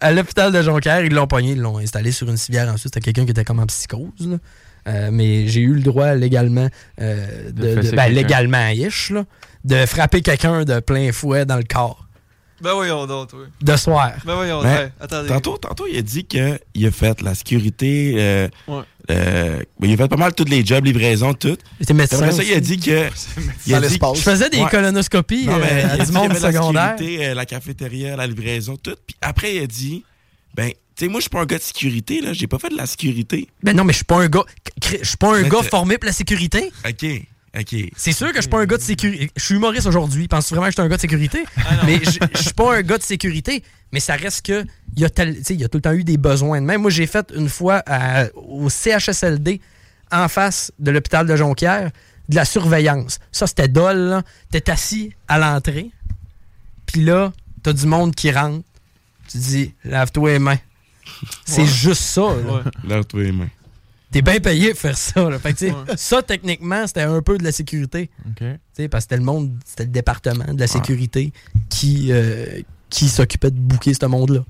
Speaker 4: À l'hôpital de Jonquière, ils l'ont pogné, ils l'ont installé sur une civière ensuite. C'était quelqu'un qui était comme en psychose. là. Euh, mais j'ai eu le droit légalement, euh, de,
Speaker 5: De fesser
Speaker 4: de- ben,
Speaker 5: quelqu'un.
Speaker 4: légalement ish, là, de frapper quelqu'un de plein fouet dans le corps.
Speaker 6: Ben voyons donc, toi.
Speaker 4: De soir.
Speaker 6: Ben voyons donc.
Speaker 7: Ben,
Speaker 6: hey, attendez.
Speaker 7: tantôt, tantôt, il a dit qu'il a fait la sécurité. euh,
Speaker 6: Ouais.
Speaker 7: euh, ben, il a fait pas mal tous les jobs, livraison, tout.
Speaker 4: J'étais médecin
Speaker 7: Après ça, il a
Speaker 4: aussi.
Speaker 7: dit que. il a
Speaker 4: Dans
Speaker 7: dit-
Speaker 4: l'espace. Je faisais des colonoscopies,
Speaker 7: mais
Speaker 4: euh, à
Speaker 7: il a
Speaker 4: du
Speaker 7: dit
Speaker 4: monde
Speaker 7: qu'il y avait
Speaker 4: secondaire.
Speaker 7: La, sécurité, euh, la cafétéria, la livraison, tout. Puis après, il a dit Ben, tu sais, moi, je suis pas un gars de sécurité, là. J'ai pas fait de la sécurité.
Speaker 4: Ben non, mais je suis pas un gars. Je suis pas un
Speaker 7: Mais
Speaker 4: gars
Speaker 7: t'es-
Speaker 4: formé pour la sécurité.
Speaker 7: OK. OK.
Speaker 4: C'est sûr que je suis pas un gars de sécurité. Je suis humoriste aujourd'hui. Penses-tu vraiment que je suis un gars de sécurité?
Speaker 7: Ah
Speaker 4: mais je je suis pas un gars de sécurité. Mais ça reste que. Il y, a tel- tu sais, il y a tout le temps eu des besoins de même. Moi, j'ai fait une fois à- au CHSLD, en face de l'hôpital de Jonquière, de la surveillance. Ça, c'était dol, là. T'es assis à l'entrée. Puis là, t'as du monde qui rentre. Tu dis, lave-toi les mains. C'est
Speaker 7: Ouais.
Speaker 4: juste ça, là.
Speaker 7: Lève-toi les mains.
Speaker 4: T'es bien payé pour faire ça. Là. Fait que, tu sais, Ça, techniquement, c'était un peu de la sécurité. Tu sais, Parce que c'était le monde, c'était le département de la sécurité qui, euh, qui s'occupait de bouquer ce monde-là.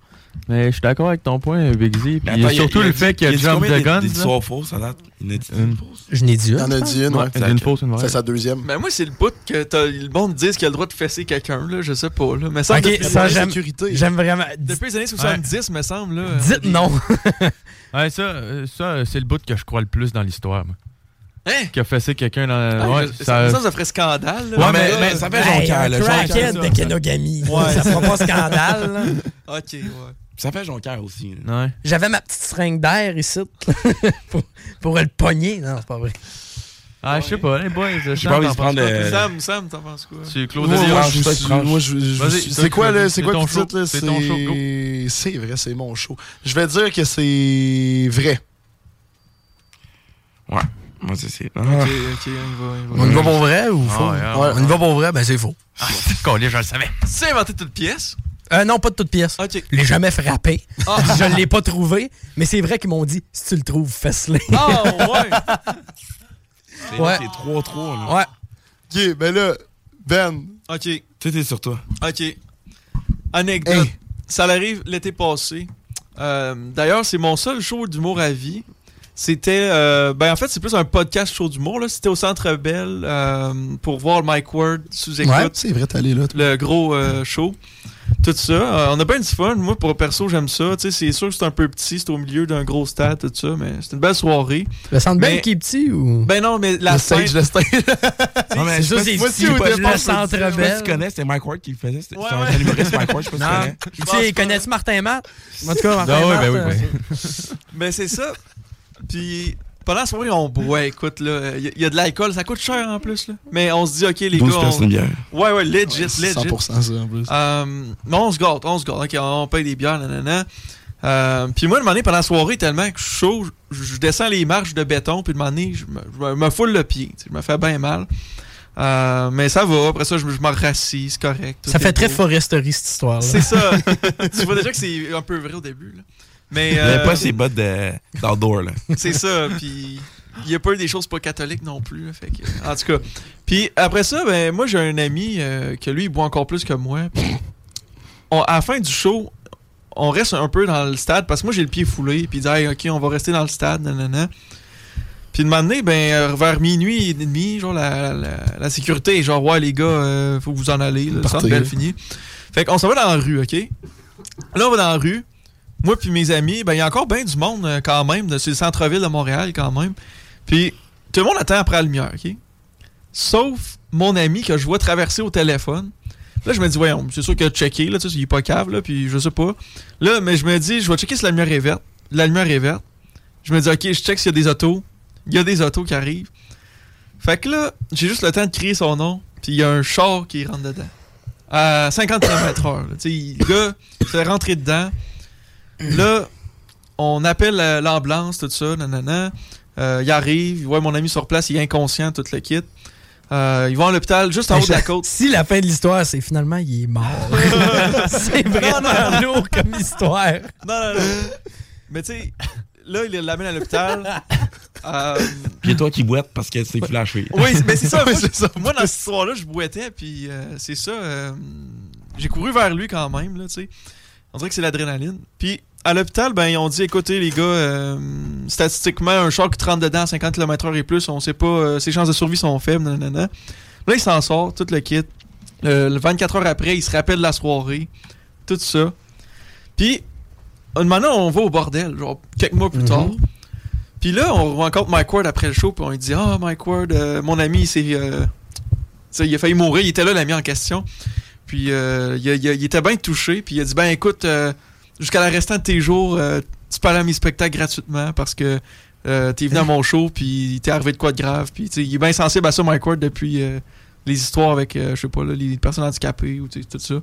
Speaker 5: Mais je suis d'accord avec ton point, Big Z. Puis
Speaker 7: Mais attends,
Speaker 5: surtout
Speaker 7: il a
Speaker 5: le
Speaker 7: dit-
Speaker 5: fait qu'il y a
Speaker 7: il a dit
Speaker 5: Jump
Speaker 7: combien
Speaker 5: the
Speaker 7: des-
Speaker 5: Guns.
Speaker 7: des
Speaker 5: là.
Speaker 7: histoires fausses, à date? Il en a dit une fausse.
Speaker 4: Je n'ai dit une.
Speaker 2: T'en as dit une, ouais.
Speaker 5: Ouais, une fausse, une vraie.
Speaker 2: C'est sa deuxième.
Speaker 6: Ben moi, c'est le bout que t'as- le monde dise qu'il a le droit de fesser quelqu'un, là. Je sais pas, là. Mais ça,
Speaker 4: Ok,
Speaker 6: depuis
Speaker 4: ça,
Speaker 6: les années-
Speaker 4: j'aime- j'aime vraiment-
Speaker 6: Depuis les années 70, me semble, là.
Speaker 4: Dites non.
Speaker 5: ouais, ça, euh, ça euh, c'est le bout que je crois le plus dans l'histoire. moi.
Speaker 6: Hein?
Speaker 5: Qui a fessé quelqu'un dans.
Speaker 6: Ah,
Speaker 5: ouais,
Speaker 6: je- ça, ça, ça ferait scandale. là.
Speaker 5: Ouais,
Speaker 6: Ah,
Speaker 5: mais-
Speaker 6: là,
Speaker 5: mais
Speaker 6: là,
Speaker 5: ça fait Hey, Jonquière, un là, Jonquière, crackhead ça. de
Speaker 4: Kenogami. Ça fera pas scandale, là.
Speaker 6: Ok, ouais.
Speaker 7: Ça fait Jonquière aussi. là.
Speaker 5: Ouais.
Speaker 4: J'avais ma petite seringue d'air ici pour, pour le pogner. Non, c'est pas vrai.
Speaker 5: Ah, je sais pas, les boys. Je
Speaker 7: J'ai pas envie de prendre, euh,
Speaker 6: Sam, Sam, t'en penses quoi?
Speaker 5: C'est Claude
Speaker 2: Moi, moi, je
Speaker 5: Désirard, je
Speaker 2: vous
Speaker 5: suis-
Speaker 2: suis-
Speaker 5: franche.
Speaker 2: moi, je- je-
Speaker 5: Vas-y,
Speaker 2: C'est quoi,
Speaker 5: Claude,
Speaker 2: là? C'est
Speaker 5: c'est
Speaker 2: quoi que
Speaker 5: ton
Speaker 2: vous dites,
Speaker 5: show.
Speaker 2: là?
Speaker 5: C'est ton show,
Speaker 2: C'est c'est vrai, c'est mon show. Je vais dire que c'est vrai.
Speaker 7: Ouais. Moi, c'est c'est. Ah.
Speaker 6: Ok, ok, on y va,
Speaker 4: On
Speaker 6: on
Speaker 4: y
Speaker 6: y
Speaker 4: va
Speaker 6: va.
Speaker 4: pour vrai ou faux?
Speaker 6: ouais,
Speaker 4: Ouais, On y va pour vrai, ben c'est faux.
Speaker 5: Collé, je le savais.
Speaker 6: C'est inventé toute pièce?
Speaker 4: Euh, non, pas de toute pièce. Je l'ai jamais frappé.
Speaker 6: Ah.
Speaker 4: Je ne l'ai pas trouvé. Mais c'est vrai qu'ils m'ont dit si tu le trouves, fesse-le.
Speaker 6: Ah,
Speaker 2: Oh,
Speaker 6: ouais!
Speaker 7: Ah, C'est
Speaker 4: Ouais.
Speaker 7: c'est 3-3, là.
Speaker 4: Ouais.
Speaker 2: Ok, ben là, Ben.
Speaker 6: Ok.
Speaker 7: Tu t'es sur toi.
Speaker 6: OK. Anecdote. Ça l'arrive l'été passé. Euh, D'ailleurs, c'est mon seul show d'humour à vie. C'était. euh, ben, en fait, c'est plus un podcast show d'humour. là. C'était au Centre Bell euh, pour voir Mike Ward sous écoute.
Speaker 2: Ouais, c'est vrai, t'es allé là.
Speaker 6: Le gros euh, show. tout ça. Euh, on a bien du fun. Moi, pour perso, j'aime ça. Tu sais, c'est sûr que c'est un peu petit, c'est au milieu d'un gros stade, tout ça, mais c'est une belle soirée.
Speaker 4: Le centre
Speaker 6: Mais-
Speaker 4: belle qui est petit ou.
Speaker 6: Ben non, mais la
Speaker 4: Le
Speaker 6: scène-
Speaker 4: stage, le stage.
Speaker 7: Non,
Speaker 4: C'est
Speaker 7: mais
Speaker 4: ça,
Speaker 7: je sais pas
Speaker 4: c'est
Speaker 7: si- moi
Speaker 4: petit,
Speaker 7: aussi, au
Speaker 4: pas
Speaker 7: départ,
Speaker 4: le
Speaker 7: je me suis dit,
Speaker 4: centre
Speaker 7: je sais pas si
Speaker 4: rebelle.
Speaker 7: tu connais, c'était Mike Ward qui le faisait. C'était c'était un humoriste, Mike Ward, je sais pas si tu
Speaker 4: Non.
Speaker 7: connais.
Speaker 4: Tu sais, connais-tu Martin Matt? En tout cas, Martin
Speaker 7: Ah ouais,
Speaker 4: Matt,
Speaker 7: ben oui,
Speaker 4: euh,
Speaker 7: ben.
Speaker 6: Mais c'est ça. Puis pendant la soirée, on boit. Écoute, là, il y, a de l'alcool, ça coûte cher en plus. Là. Mais on se dit, ok, les
Speaker 7: 12
Speaker 6: gars.
Speaker 7: piastres
Speaker 6: on-
Speaker 7: une bière.
Speaker 6: Ouais, ouais, legit, legit.
Speaker 2: 100% ça, en plus.
Speaker 6: Euh, mais on se garde, on se garde. Ok, on paye des bières, nanana. Euh, puis moi, le moment donné, pendant la soirée, tellement que je suis chaud, je, je descends les marches de béton, puis le moment donné, je me, je me- me foule le pied. tu sais, Je me fais bien mal. Euh, mais ça va, après ça, je, me- je me rassis, c'est correct.
Speaker 4: Ça
Speaker 6: tout
Speaker 4: fait
Speaker 6: est
Speaker 4: très
Speaker 6: beau.
Speaker 4: foresterie cette histoire.
Speaker 6: C'est ça. tu vois déjà que c'est un peu vrai au début. Là. Mais.
Speaker 7: Il
Speaker 6: euh,
Speaker 7: avait pas ses bottes de- d'outdoor, là.
Speaker 6: c'est ça, puis il a pas eu des choses pas catholiques non plus. là, fait que- en tout cas. Puis après ça, ben, moi j'ai un ami euh, que lui, il boit encore plus que moi. Puis, on- à la fin du show, on reste un peu dans le stade parce que moi j'ai le pied foulé. Puis il dit, Hey, ok, on va rester dans le stade, nanana. Puis de m'amener, ben, euh, vers minuit et demi, genre la, la- la sécurité, est genre, ouais, les gars, euh, faut vous en aller, là, le
Speaker 2: Partez.
Speaker 6: centre belle fini. Fait qu'on s'en va dans la rue, ok? Là, on va dans la rue. Moi puis mes amis, ben il y a encore bien du monde euh, quand même, de- c'est le centre-ville de Montréal quand même. Puis tout le monde attend après la lumière, OK? Sauf mon ami que je vois traverser au téléphone. Là, je me dis, voyons, c'est sûr qu'il a checké, là, tu sais, il est pas cave, là, puis je sais pas. Là, mais je me dis, je vais checker si la lumière est verte. La lumière est verte. Je me dis, OK, je check s'il y a des autos. Il y a des autos qui arrivent. Fait que là, j'ai juste le temps de crier son nom, puis il y a un char qui rentre dedans. À 50 km/h. là. Tu sais, il- Le gars, il se fait rentrer dedans. Là, on appelle euh, l'ambulance, tout ça, nanana. Euh, il arrive, il voit mon ami sur place, il est inconscient, tout le kit. Euh, ils vont à l'hôpital juste en haut de la côte.
Speaker 4: Ben, Si la fin de l'histoire, c'est finalement, il est mort. c'est vraiment lourd comme histoire.
Speaker 6: Non, non, non. Mais tu sais, là, il l'amène à l'hôpital. Euh,
Speaker 7: Puis toi qui boites parce que c'est flashé.
Speaker 6: oui, mais c'est ça.
Speaker 7: Oui,
Speaker 6: moi, moi, dans cette histoire-là, je boitais, puis euh, c'est ça. euh, j'ai couru vers lui quand même, là, tu sais. On dirait que c'est l'adrénaline. Puis à l'hôpital, ben, ils ont dit écoutez, les gars, euh, statistiquement, un char qui te rentre dedans à 50 km/h et plus, on sait pas, euh, ses chances de survie sont faibles, nanana. Là, il s'en sort, tout le kit. Euh, Le, le 24 heures après, il se rappelle de la soirée, tout ça. Puis, un moment donné, on va au bordel, genre quelques mois plus tard. Puis là, on rencontre Mike Ward après le show, puis on lui dit Ah, Mike Ward, euh, mon ami, il s'est, euh, tu sais, il a failli mourir, il était là, l'ami en question. Puis euh, il, a- il a- il était bien touché, puis il a dit Ben écoute, euh, jusqu'à la restant de tes jours, euh, tu peux aller à mes spectacles gratuitement parce que euh, t'es venu à mon show, puis il t'est arrivé de quoi de grave. Puis tu sais, il est bien sensible à ça, Mike Ward, depuis. euh, les histoires avec, euh, je sais pas, là, les personnes handicapées ou tu sais, tout ça.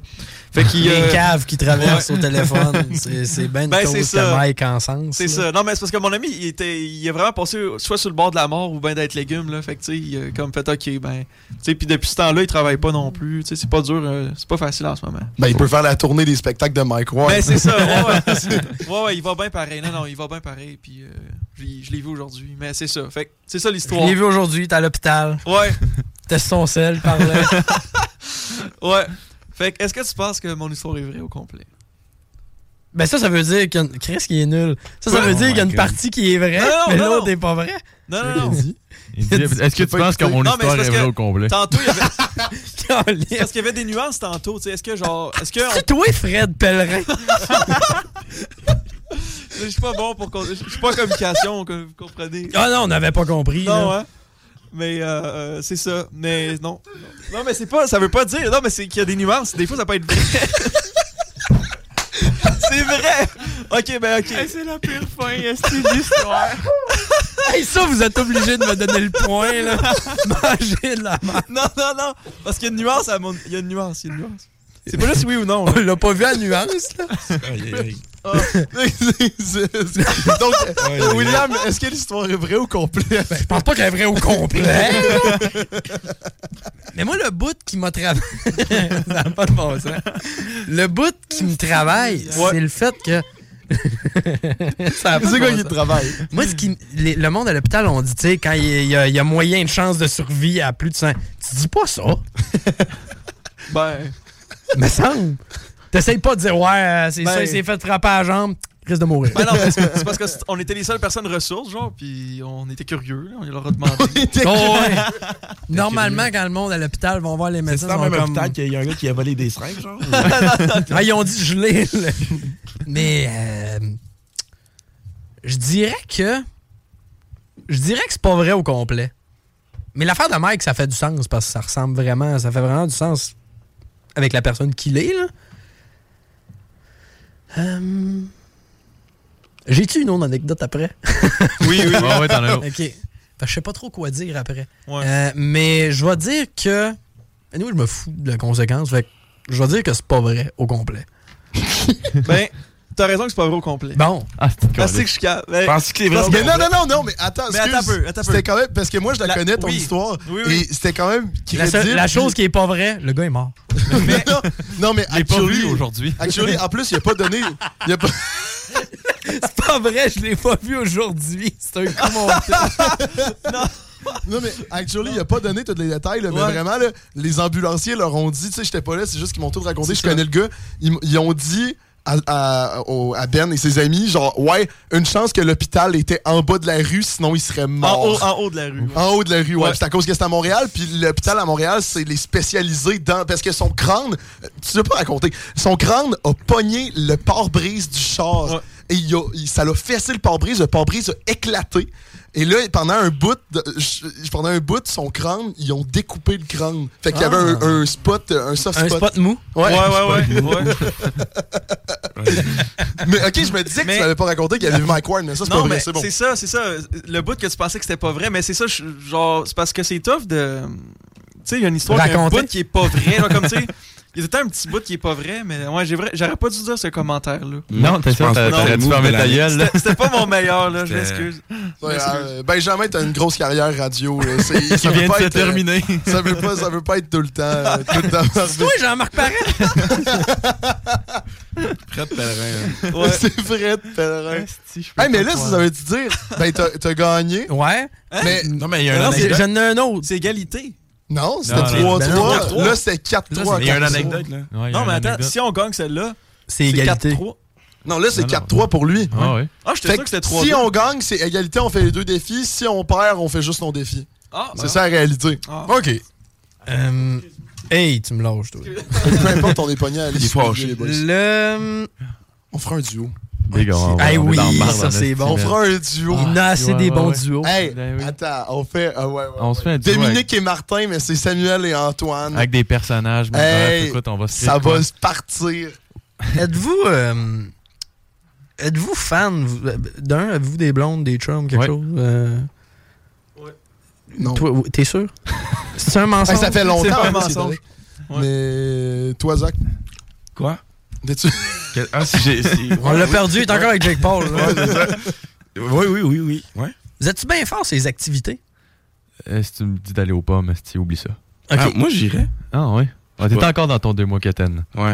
Speaker 6: Fait qu'il,
Speaker 4: Les
Speaker 6: euh,
Speaker 4: caves qui traversent
Speaker 6: ouais.
Speaker 4: au téléphone, c'est c'est ben une
Speaker 6: Ben, c'est
Speaker 4: cause que
Speaker 6: ça.
Speaker 4: Mike en sens.
Speaker 6: C'est ça. Euh, Non, mais c'est parce que mon ami, il, était, il a vraiment passé soit sur le bord de la mort ou bien d'être légume. Là. Fait que, tu sais, il a comme fait, OK, ben. Tu sais, puis depuis ce temps-là, il travaille pas non plus. Tu sais, c'est pas dur, euh, c'est pas facile en ce moment.
Speaker 2: Ben, il peut faire la tournée des spectacles de Mike Ward.
Speaker 6: Ben, c'est ça. Ouais, ouais. ouais, ouais, il va bien pareil. Non, non, il va bien pareil. Puis, euh, je l'ai- je l'ai vu aujourd'hui. Mais c'est ça. Fait que, c'est ça
Speaker 4: Je
Speaker 6: l'histoire.
Speaker 4: l'ai vu aujourd'hui, t'es à l'hôpital.
Speaker 6: Ouais.
Speaker 4: T'es sur son sel, il parlait.
Speaker 6: Ouais. Fait que, est-ce que tu penses que mon histoire est vraie au complet?
Speaker 4: Ben ça, ça veut dire qu'il y a une... Chris qui est nul. Ça, ça
Speaker 6: Ouais.
Speaker 4: veut
Speaker 6: Oh
Speaker 4: dire qu'il y a
Speaker 6: my
Speaker 4: une
Speaker 6: God.
Speaker 4: partie qui est vraie,
Speaker 6: Non, non,
Speaker 4: mais
Speaker 6: non,
Speaker 4: l'autre
Speaker 6: non.
Speaker 4: n'est pas vraie.
Speaker 6: Non, non, non.
Speaker 5: Il dit, Est-ce que tu penses que mon
Speaker 6: Non, mais
Speaker 5: histoire
Speaker 6: c'est parce
Speaker 5: est
Speaker 6: que
Speaker 5: vraie au complet?
Speaker 6: Tantôt, il y avait. C'est parce qu'il y avait des nuances tantôt. Tu sais, est-ce que genre. Est-ce que. on-
Speaker 4: Toi, Fred Pellerin.
Speaker 6: Je suis pas bon pour. con- Je suis pas en communication, que vous comprenez.
Speaker 4: Ah non, on n'avait pas compris.
Speaker 6: Non,
Speaker 4: là.
Speaker 6: hein. Mais euh, euh, c'est ça. Mais non. Non, mais c'est pas. Ça veut pas dire. Non, mais c'est qu'il y a des nuances. Des fois, ça peut être vrai. c'est vrai. Ok, ben ok. c'est la pire fin de l'histoire.
Speaker 4: Hey, ça, vous êtes obligé de me donner le point, là. Mangez de la merde.
Speaker 6: Non, non, non. Parce qu'il y a une nuance à mon. Il y a une nuance. Il y a une nuance. C'est pas juste oui ou non. hein. là.
Speaker 4: On l'a pas vu à nuance, là.
Speaker 6: Ah.
Speaker 2: Donc, euh, William, est-ce que l'histoire est vraie ou complète?
Speaker 4: Ben, Je pense pas qu'elle est vraie au complet. Mais moi, le bout qui m'a travaillé. Ça n'a pas de bon sens. Le bout qui me travaille, c'est le fait que. Ça a pas de
Speaker 2: C'est quoi
Speaker 4: bon
Speaker 2: qui
Speaker 4: sens.
Speaker 2: te travaille?
Speaker 4: Moi, ce qui, les- le monde à l'hôpital, on dit, tu sais, quand il y, a- il y a moyen de chance de survie à plus de 100. Tu dis pas ça.
Speaker 6: Ben.
Speaker 4: Me semble. T'essayes pas de dire, ouais, euh, c'est
Speaker 6: Ben.
Speaker 4: ça, il s'est fait frapper à la jambe. risque de mourir.
Speaker 6: Ben non, mais c'est c'est parce qu'on était les seules personnes ressources, genre, puis on était curieux, là, on leur a demandé.
Speaker 4: Oh, ouais. Normalement, quand le monde à l'hôpital vont voir les médecins,
Speaker 7: C'est dans le
Speaker 4: sont
Speaker 7: même
Speaker 4: comme-
Speaker 7: hôpital qu'il y a un gars qui a volé des seringues, genre.
Speaker 4: Ah, ils ont dit gelé. là. Mais euh, je dirais que je dirais que c'est pas vrai au complet. Mais l'affaire de Mike, ça fait du sens parce que ça ressemble vraiment, ça fait vraiment du sens avec la personne qu'il est. là. Euh, J'ai-tu une autre anecdote après?
Speaker 6: Oui, oui.
Speaker 5: Ouais, ouais, t'en as une.
Speaker 4: OK. Fait que je sais pas trop quoi dire après. Euh, mais je vais dire que. Nous, je me fous de la conséquence. Fait que je vais dire que c'est pas vrai au complet.
Speaker 6: ben, t'as raison que c'est pas vrai au complet.
Speaker 4: Bon.
Speaker 5: Ah,
Speaker 6: Ah, c'est que je suis cap- ben,
Speaker 7: Penses-tu que c'est vrai
Speaker 6: parce
Speaker 7: au
Speaker 2: Mais non, non, non, non, mais attends,
Speaker 6: Mais attends
Speaker 2: excuse.
Speaker 6: un peu, attends un peu.
Speaker 2: C'était quand même, parce que moi, je la,
Speaker 6: La-
Speaker 2: connais, ton
Speaker 6: oui.
Speaker 2: histoire.
Speaker 6: Oui, oui.
Speaker 2: Et c'était quand même
Speaker 4: La, seule-
Speaker 2: crédible.
Speaker 4: la chose qui est pas vraie, le gars est mort.
Speaker 2: non, non, mais
Speaker 5: Je l'ai pas
Speaker 2: actually-
Speaker 5: vu aujourd'hui.
Speaker 2: actually, en plus, il a pas donné. Il a pas.
Speaker 4: C'est pas vrai, je l'ai pas vu aujourd'hui. C'est un coup monté.
Speaker 2: Non, mais actually, il a pas donné tous les détails, là, mais
Speaker 6: Ouais.
Speaker 2: vraiment, là, les ambulanciers leur ont dit, tu sais, j'étais pas là, c'est juste qu'ils m'ont tout raconté, je connais le gars. Ils, m- ils ont dit à, à- au- à Ben et ses amis, genre, ouais, une chance que l'hôpital était en bas de la rue, sinon il serait
Speaker 6: En
Speaker 2: mort.
Speaker 6: haut, en haut de la rue. ouais.
Speaker 2: En haut de la rue, ouais.
Speaker 6: Ouais.
Speaker 2: Puis C'est à cause que c'est à Montréal. Puis l'hôpital à Montréal, c'est les spécialisés dans. Parce que son crâne, euh, tu l'as pas raconté, son crâne a pogné le pare-brise du char.
Speaker 6: Ouais.
Speaker 2: Et il a, il- ça l'a fessé le pare-brise. Le pare-brise a éclaté. Et là, pendant un bout, de- je- je- pendant un bout, son crâne, ils ont découpé le crâne. Fait qu'il y avait un, un spot, un soft
Speaker 4: Un
Speaker 2: spot.
Speaker 4: spot mou.
Speaker 2: Ouais.
Speaker 6: ouais, ouais. ouais.
Speaker 2: Mais ok, je me disais que
Speaker 6: Mais-
Speaker 2: tu l'avais pas raconté qu'il y avait vu Mike Ward, mais ça c'est pas
Speaker 6: Non,
Speaker 2: vrai,
Speaker 6: mais
Speaker 2: c'est bon.
Speaker 6: c'est ça, c'est ça. Le bout que tu pensais que c'était pas vrai, mais c'est ça, je- genre, c'est parce que c'est tough de. Tu sais, il y a une histoire d'un
Speaker 4: Raconter.
Speaker 6: bout qui est pas vrai, genre, comme tu sais. Il y a tout le temps un petit bout qui est pas vrai, mais ouais, j'ai vrai- j'aurais pas dû dire ce commentaire-là.
Speaker 5: Non, t'as
Speaker 7: Je
Speaker 5: ça,
Speaker 7: pense pas
Speaker 5: t'as-
Speaker 7: que
Speaker 5: t'aurais
Speaker 7: le
Speaker 5: dû
Speaker 7: move
Speaker 5: fermer
Speaker 7: de
Speaker 5: ta
Speaker 7: l'année,
Speaker 5: gueule. là.
Speaker 6: C'était pas mon meilleur, là, je
Speaker 7: C'était-
Speaker 6: m'excuse.
Speaker 2: Ouais, euh, Benjamin, t'as une grosse carrière radio. là. C'est- ça veut
Speaker 5: vient de
Speaker 2: pas
Speaker 5: se
Speaker 2: être, euh,
Speaker 5: terminer.
Speaker 2: Ça veut pas, ça veut pas être tout le temps, euh, tout le temps
Speaker 4: C'est toi, Jean-Marc Parent.
Speaker 7: Fred Pellerin. hein.
Speaker 6: Ouais.
Speaker 2: C'est vrai, pèlerin. Hey, mais là, ça veut dire, ben, t'as t'as gagné. Hein?
Speaker 4: Ouais.
Speaker 2: Mais
Speaker 7: Non, mais il y a
Speaker 4: Mm. Non,
Speaker 7: un
Speaker 4: c'est-
Speaker 7: anecdote.
Speaker 4: J'en ai un autre.
Speaker 6: C'est égalité.
Speaker 2: non,
Speaker 7: Ah,
Speaker 2: c'était
Speaker 5: Non, non.
Speaker 2: 3-3.
Speaker 6: Ben non,
Speaker 2: là, c'était 4-3.
Speaker 7: Il y a une
Speaker 2: quatre-trois.
Speaker 7: anecdote, là.
Speaker 5: Ouais, y a
Speaker 6: Non,
Speaker 5: une
Speaker 6: mais attends,
Speaker 5: anecdote.
Speaker 6: si on gagne celle-là,
Speaker 4: C'est
Speaker 6: c'est
Speaker 4: égalité.
Speaker 6: 4-3.
Speaker 2: Non, là, c'est
Speaker 5: Non, non.
Speaker 2: 4-3 pour lui.
Speaker 5: Ah ouais.
Speaker 6: Ah, j'étais
Speaker 2: Fait
Speaker 6: sûr que c'était
Speaker 2: que
Speaker 6: 3.
Speaker 2: si on gagne, c'est égalité, on fait les deux défis. Si on perd, on fait juste nos défis.
Speaker 6: Ah,
Speaker 2: C'est
Speaker 6: ben,
Speaker 2: ça la réalité.
Speaker 6: Ah.
Speaker 2: OK.
Speaker 4: Euh, hey, tu me lâches, toi.
Speaker 2: Peu importe, on est pogné à l'issue,
Speaker 7: fâché.
Speaker 2: les boys.
Speaker 4: Le.
Speaker 2: On fera un duo.
Speaker 5: Des gars, on-
Speaker 4: Hey,
Speaker 5: on est
Speaker 4: oui,
Speaker 5: dans le marbre,
Speaker 4: ça,
Speaker 5: en
Speaker 4: c'est
Speaker 5: esti,
Speaker 4: bon.
Speaker 2: On
Speaker 5: là.
Speaker 2: fera un duo.
Speaker 4: Il a assez
Speaker 5: Ah, ouais,
Speaker 4: des
Speaker 5: ouais,
Speaker 4: bons
Speaker 5: ouais.
Speaker 4: duos.
Speaker 2: Hey,
Speaker 5: Ben oui.
Speaker 2: attends, on fait. ah, ouais, ouais,
Speaker 5: On
Speaker 2: ouais.
Speaker 5: se fait un duo
Speaker 2: Dominique et Martin, mais c'est Samuel et Antoine.
Speaker 4: Ah,
Speaker 5: Avec des personnages, mais
Speaker 2: Hey,
Speaker 5: bref, écoute, on va se
Speaker 2: Ça va se partir.
Speaker 4: Êtes-vous. euh, Êtes-vous fan vous- d'un, avez-vous des blondes, des chums, quelque
Speaker 5: Ouais.
Speaker 4: chose? euh,
Speaker 2: Non.
Speaker 4: toi, ou- T'es sûr? C'est un
Speaker 2: Hey,
Speaker 4: mensonge?
Speaker 2: ça fait
Speaker 6: C'est
Speaker 2: longtemps.
Speaker 6: pas un
Speaker 2: hein,
Speaker 6: mensonge.
Speaker 2: c'est vrai. Mais toi, Zach,
Speaker 7: Quoi?
Speaker 2: t'es-tu-
Speaker 7: Que- Ah, si j'ai. si-
Speaker 4: On l'a perdu, il est encore avec Jake Paul. là.
Speaker 7: Oui, oui, oui, oui. Ouais.
Speaker 4: Vous êtes-tu bien fort ces activités?
Speaker 5: Euh, si tu me dis d'aller au pommes, esti, oublie ça.
Speaker 4: Ok.
Speaker 7: Ah, moi, j'irais.
Speaker 5: Ah ouais. Ah, T'es
Speaker 7: Ouais.
Speaker 5: encore dans ton deux mois quétaine.
Speaker 7: Ouais.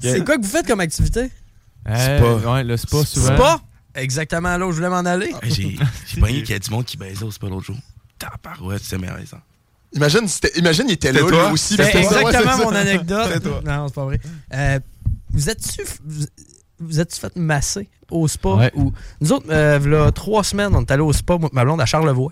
Speaker 4: C'est quoi que vous faites comme activité?
Speaker 5: Hey,
Speaker 7: Spa.
Speaker 5: Euh, Ouais, le spa souvent.
Speaker 4: Spa? Exactement là où je voulais m'en aller.
Speaker 7: Hey, J'ai j'ai pogné qu'il y a du monde qui baisait au spa l'autre jour. Ta parouette, c'est merveilleux.
Speaker 2: Imagine, c'était- imagine, il était là,
Speaker 7: C'était toi?
Speaker 2: lui aussi.
Speaker 4: Ben,
Speaker 2: mais c'était- ouais,
Speaker 4: exactement
Speaker 2: c'est ça.
Speaker 4: mon anecdote. Non, c'est pas vrai. Euh, vous êtes-tu vous, vous êtes-tu fait masser au spa?
Speaker 5: Ouais.
Speaker 4: Ou, nous autres, euh, v'là trois semaines, on est allé au spa, moi, ma blonde, à Charlevoix.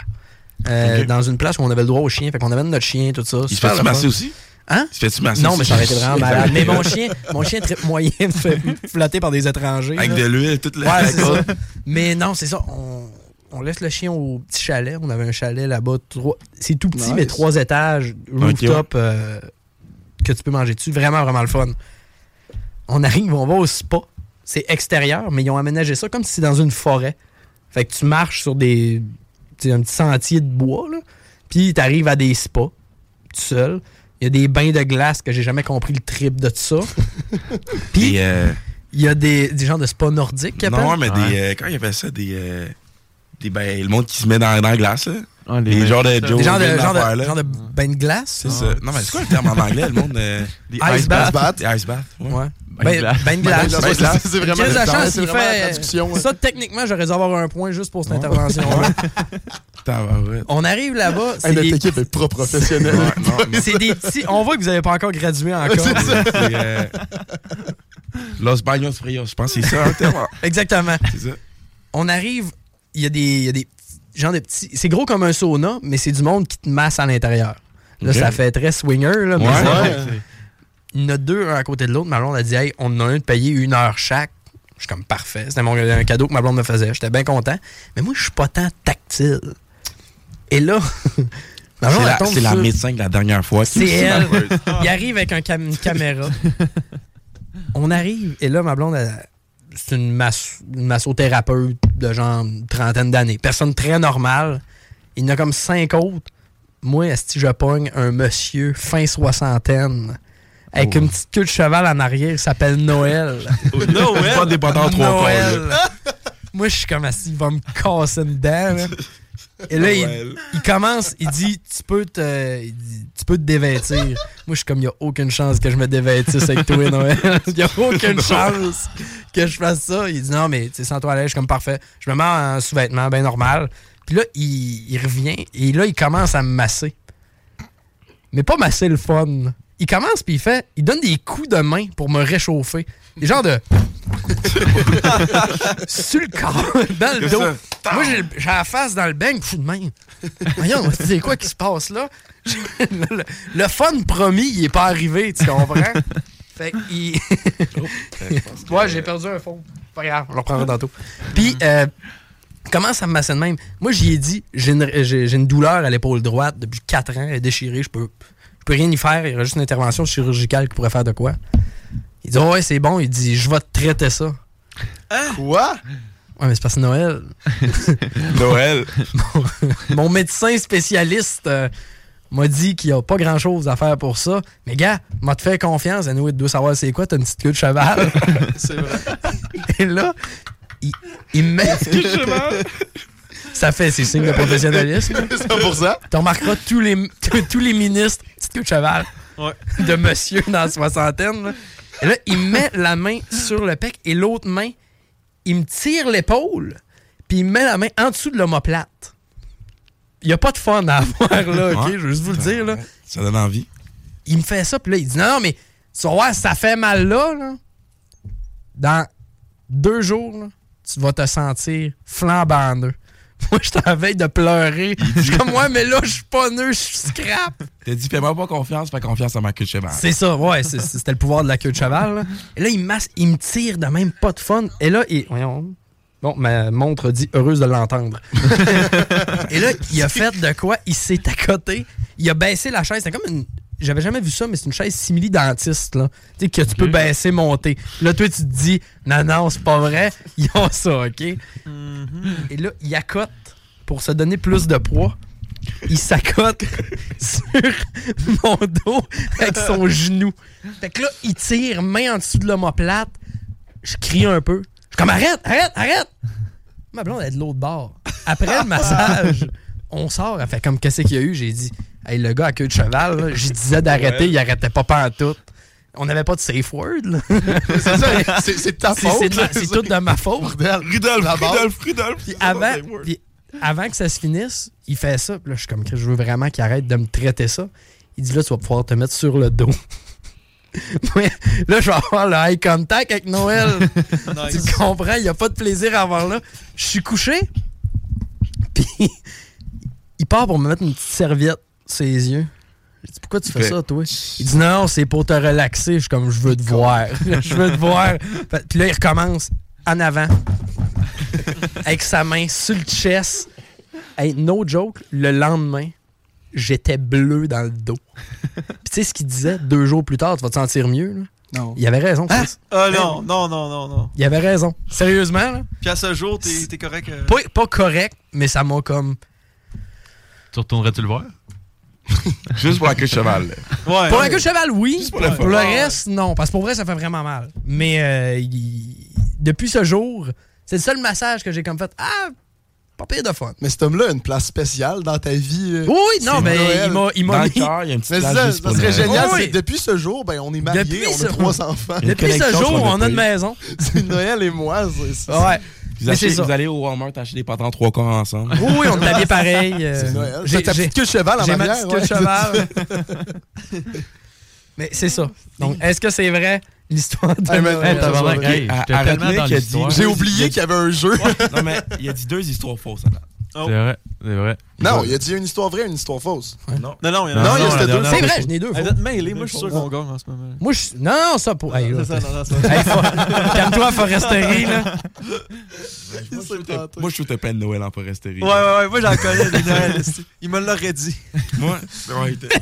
Speaker 4: Euh,
Speaker 7: Ok.
Speaker 4: Dans une place où on avait le droit au chien, fait qu'on amène notre chien, tout ça.
Speaker 7: Il se
Speaker 4: Super le
Speaker 7: fait-tu
Speaker 4: fun.
Speaker 6: Ah,
Speaker 7: masser aussi?
Speaker 4: Hein?
Speaker 7: Il se fait-tu masser
Speaker 4: Non,
Speaker 7: aussi?
Speaker 4: mais ça aurait été vraiment malade. Mais mon chien, mon chien très moyen me fait flatter par des étrangers.
Speaker 7: Avec
Speaker 4: là.
Speaker 7: de l'huile, toute la.
Speaker 4: Ouais, c'est ça. Mais non, c'est ça. On, on laisse le chien au petit chalet. On avait un chalet là-bas. trois- C'est tout petit,
Speaker 2: Nice.
Speaker 4: mais trois étages, rooftop, euh, que tu peux manger dessus. Vraiment, vraiment le fun. On arrive, on va au spa. C'est extérieur, mais ils ont aménagé ça comme si c'était dans une forêt. Fait que tu marches sur des. tu sais, un petit sentier de bois, là. Puis t'arrives à des spas, tout seul. Il y a des bains de glace que j'ai jamais compris le trip de tout ça. Puis
Speaker 7: Des, euh,
Speaker 4: il y a des, des genres de spas nordiques qu'ils
Speaker 7: non,
Speaker 4: appellent.
Speaker 7: mais des. euh, Quand il y avait ça, des. euh, Des, ben, le monde qui se met dans, dans la glace, là.
Speaker 5: Ah, les-
Speaker 7: Les genres de Joe
Speaker 4: Des genres de,
Speaker 7: Rogan
Speaker 4: genre
Speaker 7: d'affaires,
Speaker 4: de,
Speaker 7: là.
Speaker 4: genre de bain de glace.
Speaker 7: C'est ça.
Speaker 2: Ah.
Speaker 7: Non, mais c'est quoi le terme en anglais, le monde? euh,
Speaker 5: les
Speaker 4: Ice
Speaker 5: ice
Speaker 4: bath.
Speaker 5: bath.
Speaker 2: Bat.
Speaker 7: Des ice bath. ouais.
Speaker 4: Ouais. Ben, Bain,
Speaker 5: de glace.
Speaker 4: bain de
Speaker 2: Ouais,
Speaker 4: glace.
Speaker 2: c'est-
Speaker 7: Ben,
Speaker 2: c'est-
Speaker 7: glace.
Speaker 2: C'est vraiment
Speaker 4: Quelle la
Speaker 2: la
Speaker 4: chance,
Speaker 2: c'est
Speaker 4: il
Speaker 2: vraiment la
Speaker 4: fait.
Speaker 2: traduction.
Speaker 7: hein.
Speaker 2: ouais.
Speaker 4: Ça, techniquement, j'aurais dû avoir un point juste pour cette intervention-là.
Speaker 7: Tabarouette.
Speaker 4: On arrive là-bas.
Speaker 2: Hey,
Speaker 4: C'est
Speaker 2: Notre
Speaker 4: des,
Speaker 2: équipe est pas professionnelle.
Speaker 7: Ouais, non, non.
Speaker 4: c'est euh, des petits. On voit que vous n'avez pas encore gradué encore.
Speaker 7: C'est, euh, Los Baños Frios, je pense que c'est ça, un terme.
Speaker 4: Exactement. On arrive, il y a des, il y a des genre de petits. C'est gros comme un sauna, mais c'est du monde qui te masse à l'intérieur. Là,
Speaker 7: Ok.
Speaker 4: ça fait très swinger. Là, mais
Speaker 7: Ouais,
Speaker 4: ça-
Speaker 7: ouais.
Speaker 4: Il y en a deux, un à côté de l'autre. Ma blonde a dit, hey, on en a un de payer une heure chaque. Je suis comme parfait. C'était mon, un cadeau que ma blonde me faisait. J'étais bien content. Mais moi, je suis pas tant tactile. Et là, ma blonde, Bah
Speaker 7: C'est
Speaker 4: elle
Speaker 7: la,
Speaker 4: tombe
Speaker 7: c'est la
Speaker 4: sur-
Speaker 7: médecin de la dernière fois.
Speaker 4: c'est elle. Il arrive avec un cam- une caméra. On arrive, et là, ma blonde, elle- c'est une, masse, une massothérapeute de genre une trentaine d'années. Personne très normale. Il y en a comme cinq autres. Moi, si je pogne un monsieur fin soixantaine avec une petite queue de cheval en arrière, il s'appelle Noël.
Speaker 7: Noël? Pas des bonheurs trois quarts,
Speaker 4: Noël.
Speaker 7: là.
Speaker 4: Moi, je suis comme assis, il va me casser une dent. là. Et là, il, il commence, il dit tu peux te, il dit, tu peux te dévêtir. Moi, je suis comme il n'y a aucune chance que je me dévêtisse avec toi, Noël. Il n'y a aucune
Speaker 10: Non.
Speaker 4: chance que je fasse ça. Il dit non, mais tu sais, sans toi à l'aise, je suis comme parfait. Je me mets en sous-vêtements, bien normal. Puis là, il, il revient et là, il commence à me masser. Mais pas masser le fun. Il commence puis il fait, il donne des coups de main pour me réchauffer. Des genres de sur le corps, dans le
Speaker 10: Comme
Speaker 4: dos.
Speaker 10: ça.
Speaker 4: Moi, j'ai le- j'ai la face dans le bain, fou de même. Voyons, c'est quoi qui se passe là? le, le fun promis, il est pas arrivé, tu comprends? fait que il...
Speaker 2: Oh, ben,
Speaker 4: Oh, Ouais, j'ai perdu un fond. Pas grave, on le reprendra tantôt. Puis, euh, commence à me masser de même. Moi, j'y ai dit, j'ai une, euh, j'ai- j'ai une douleur à l'épaule droite depuis 4 ans, elle est déchirée, je peux, je peux rien y faire, il y aurait juste une intervention chirurgicale qui pourrait faire de quoi. Il dit, oh ouais, c'est bon, il dit, je vais te traiter ça. Quoi? Ouais, mais c'est parce que Noël.
Speaker 7: Noël.
Speaker 4: Mon, mon médecin spécialiste euh, m'a dit qu'il n'y a pas grand chose à faire pour ça. Mais gars, m'a te fait confiance. Nous, il doit savoir c'est quoi, t'as une petite queue de cheval.
Speaker 6: c'est vrai.
Speaker 4: Et là, il, il me met.
Speaker 10: Petite queue de cheval.
Speaker 4: Ça fait, c'est signe de professionnalisme.
Speaker 2: 100%.
Speaker 4: Tu remarqueras tous les, tous les ministres, petite queue de cheval, de monsieur dans la soixantaine. là. Et là, il met la main sur le pec et l'autre main, il me tire l'épaule, puis il met la main en dessous de l'omoplate. Il n'y a pas de fun à avoir, là, OK? Je veux juste vous le dire, là.
Speaker 7: Ça donne envie.
Speaker 4: Il me fait ça, puis là, il dit non, non, mais tu vas voir, ça fait mal là, là. Dans deux jours, là, tu vas te sentir flambant nœud. Moi, je t'en veille de pleurer. Je suis comme, ouais, mais là, je suis pas nœud, je suis scrap.
Speaker 7: T'as dit, fais-moi pas confiance, fais confiance à ma queue de cheval.
Speaker 4: C'est ça, ouais, c'est- c'est- c'était le pouvoir de la queue de cheval. là. Et là, il me masse, il me tire de même pas de fun. Et là, il. Voyons. Bon, ma montre dit heureuse de l'entendre. Et là, il a fait de quoi Il s'est accoté. Il a baissé la chaise. C'est comme une. J'avais jamais vu ça, mais c'est une chaise simili-dentiste, là. Tu sais, que tu peux baisser, monter. Là, toi, tu te dis, non, non, c'est pas vrai. Ils ont ça, OK? Mhm. Et là, il accote pour se donner plus de poids. Il s'accote sur mon dos avec son genou. Fait que là, il tire main en dessous de l'omoplate. Je crie un peu. Je suis comme arrête, arrête, arrête! Ma blonde elle est de l'autre bord. Après le massage, on sort. Elle fait comme qu'est-ce qu'il y a eu? J'ai dit, hey, le gars à queue de cheval, là, j'y disais d'arrêter,
Speaker 2: Ouais.
Speaker 4: il arrêtait pas pantoute. On n'avait pas de safe word. là.
Speaker 2: C'est ça, c'est- c'est de ta
Speaker 4: C'est-
Speaker 2: faute,
Speaker 4: c'est de ma-
Speaker 2: là.
Speaker 4: C'est tout de ma faute.
Speaker 7: Rudolph,
Speaker 4: D'abord.
Speaker 7: Rudolph, Rudolph.
Speaker 4: Puis
Speaker 7: c'est ça,
Speaker 4: avant,
Speaker 7: c'est moi.
Speaker 4: puis avant que ça se finisse, il fait ça. Puis là, je suis comme, Chris, je veux vraiment qu'il arrête de me traiter ça. Il dit, là, tu vas pouvoir te mettre sur le dos. Ouais, là, je vais avoir le high contact avec Noël. Tu me comprends? Il n'y a pas de plaisir à avoir là. Je suis couché. Puis il part pour me mettre une petite serviette sur les yeux. Je dis, pourquoi tu fais
Speaker 10: Fait-
Speaker 4: ça, toi? Il dit, non, c'est pour te relaxer. Je suis comme, je veux te voir. Je veux te voir. Fait- Puis là, il recommence en avant avec sa main sur le chest. Hey, no joke, le lendemain, j'étais bleu dans le dos. Puis tu sais ce qu'il disait deux jours plus tard, tu vas te sentir mieux. Là.
Speaker 6: Non.
Speaker 4: Il avait raison, Chris.
Speaker 6: Ah non, non, non, non, non.
Speaker 4: Il avait raison. Sérieusement, là,
Speaker 6: Puis à ce jour, t'es t'es correct. euh,
Speaker 4: pas, pas correct, mais ça m'a comme.
Speaker 5: Tu retournerais-tu le voir?
Speaker 7: Juste pour la queue de cheval. là.
Speaker 4: pour un coup de cheval, oui. Pour,
Speaker 7: le fun.
Speaker 4: le
Speaker 7: Ouais.
Speaker 4: reste, non. Parce que pour vrai, ça fait vraiment mal. Mais euh, il- depuis ce jour, c'est le seul massage que j'ai comme fait. Ah, pas pire de fun.
Speaker 2: Mais cet homme-là a une place spéciale dans ta vie. euh.
Speaker 4: Oui, oui, non,
Speaker 2: C'est
Speaker 4: mais
Speaker 2: Noël.
Speaker 4: il m'a- il m'a Dans le mis- cœur, il y a une petite
Speaker 2: Mais
Speaker 4: place
Speaker 2: ça,
Speaker 4: juste
Speaker 2: ça
Speaker 4: pour
Speaker 2: serait
Speaker 4: Noël.
Speaker 2: génial.
Speaker 4: Oui, oui.
Speaker 2: c'est que depuis ce jour, ben, on est mariés,
Speaker 4: Depuis
Speaker 2: on
Speaker 4: ce-
Speaker 2: a trois enfants.
Speaker 4: Depuis Une ce connexion jour, sur le on a de pays. maison.
Speaker 2: C'est Noël et moi. c'est- c'est-
Speaker 4: Ouais.
Speaker 7: Vous, achetez- vous allez au Walmart acheter des patins trois quarts ensemble.
Speaker 4: Oui, oui, on est habillés pareil. euh,
Speaker 2: C'est Noël.
Speaker 4: j'ai-
Speaker 2: T'as ta
Speaker 4: j'ai-
Speaker 2: petite queue de cheval en
Speaker 4: j'ai ma
Speaker 2: arrière,
Speaker 4: petite queue de
Speaker 2: ouais.
Speaker 4: cheval. Mais c'est ça. Donc, est-ce que c'est vrai? l'histoire de
Speaker 2: Hey, man,
Speaker 4: Noël.
Speaker 2: hey, tabarnak, hey, j'étais
Speaker 7: À- à
Speaker 2: tellement
Speaker 7: retenir
Speaker 2: dans
Speaker 7: qu'il a
Speaker 2: l'histoire.
Speaker 7: dit-
Speaker 2: J'ai oublié
Speaker 7: il a dit-
Speaker 2: qu'il y avait un jeu.
Speaker 7: Ouais, non, mais il a dit deux histoires fausses. là.
Speaker 5: C'est vrai, c'est vrai.
Speaker 2: Non, il a dit une histoire vraie, une histoire fausse.
Speaker 7: Non.
Speaker 6: Non, non, il y en a
Speaker 2: Non,
Speaker 6: un.
Speaker 2: il y en a
Speaker 6: c'était
Speaker 2: deux.
Speaker 6: deux.
Speaker 2: C'est vrai,
Speaker 4: j'en ai deux,
Speaker 6: Hey,
Speaker 4: faut-
Speaker 6: vous êtes mêlés, moi je suis sûr qu'on gagne en ce moment.
Speaker 4: Moi, je suis- Non, non, ça pour. Hey, là,
Speaker 6: C'est ça, non, non, ça.
Speaker 4: faut- Calme-toi, Foresterie, là.
Speaker 7: Moi, je suis au Père Noël en foresterie.
Speaker 6: Ouais, ouais, ouais, moi j'en connais des Noëlistes. Il me l'aurait dit.
Speaker 7: Moi, ouais, il était-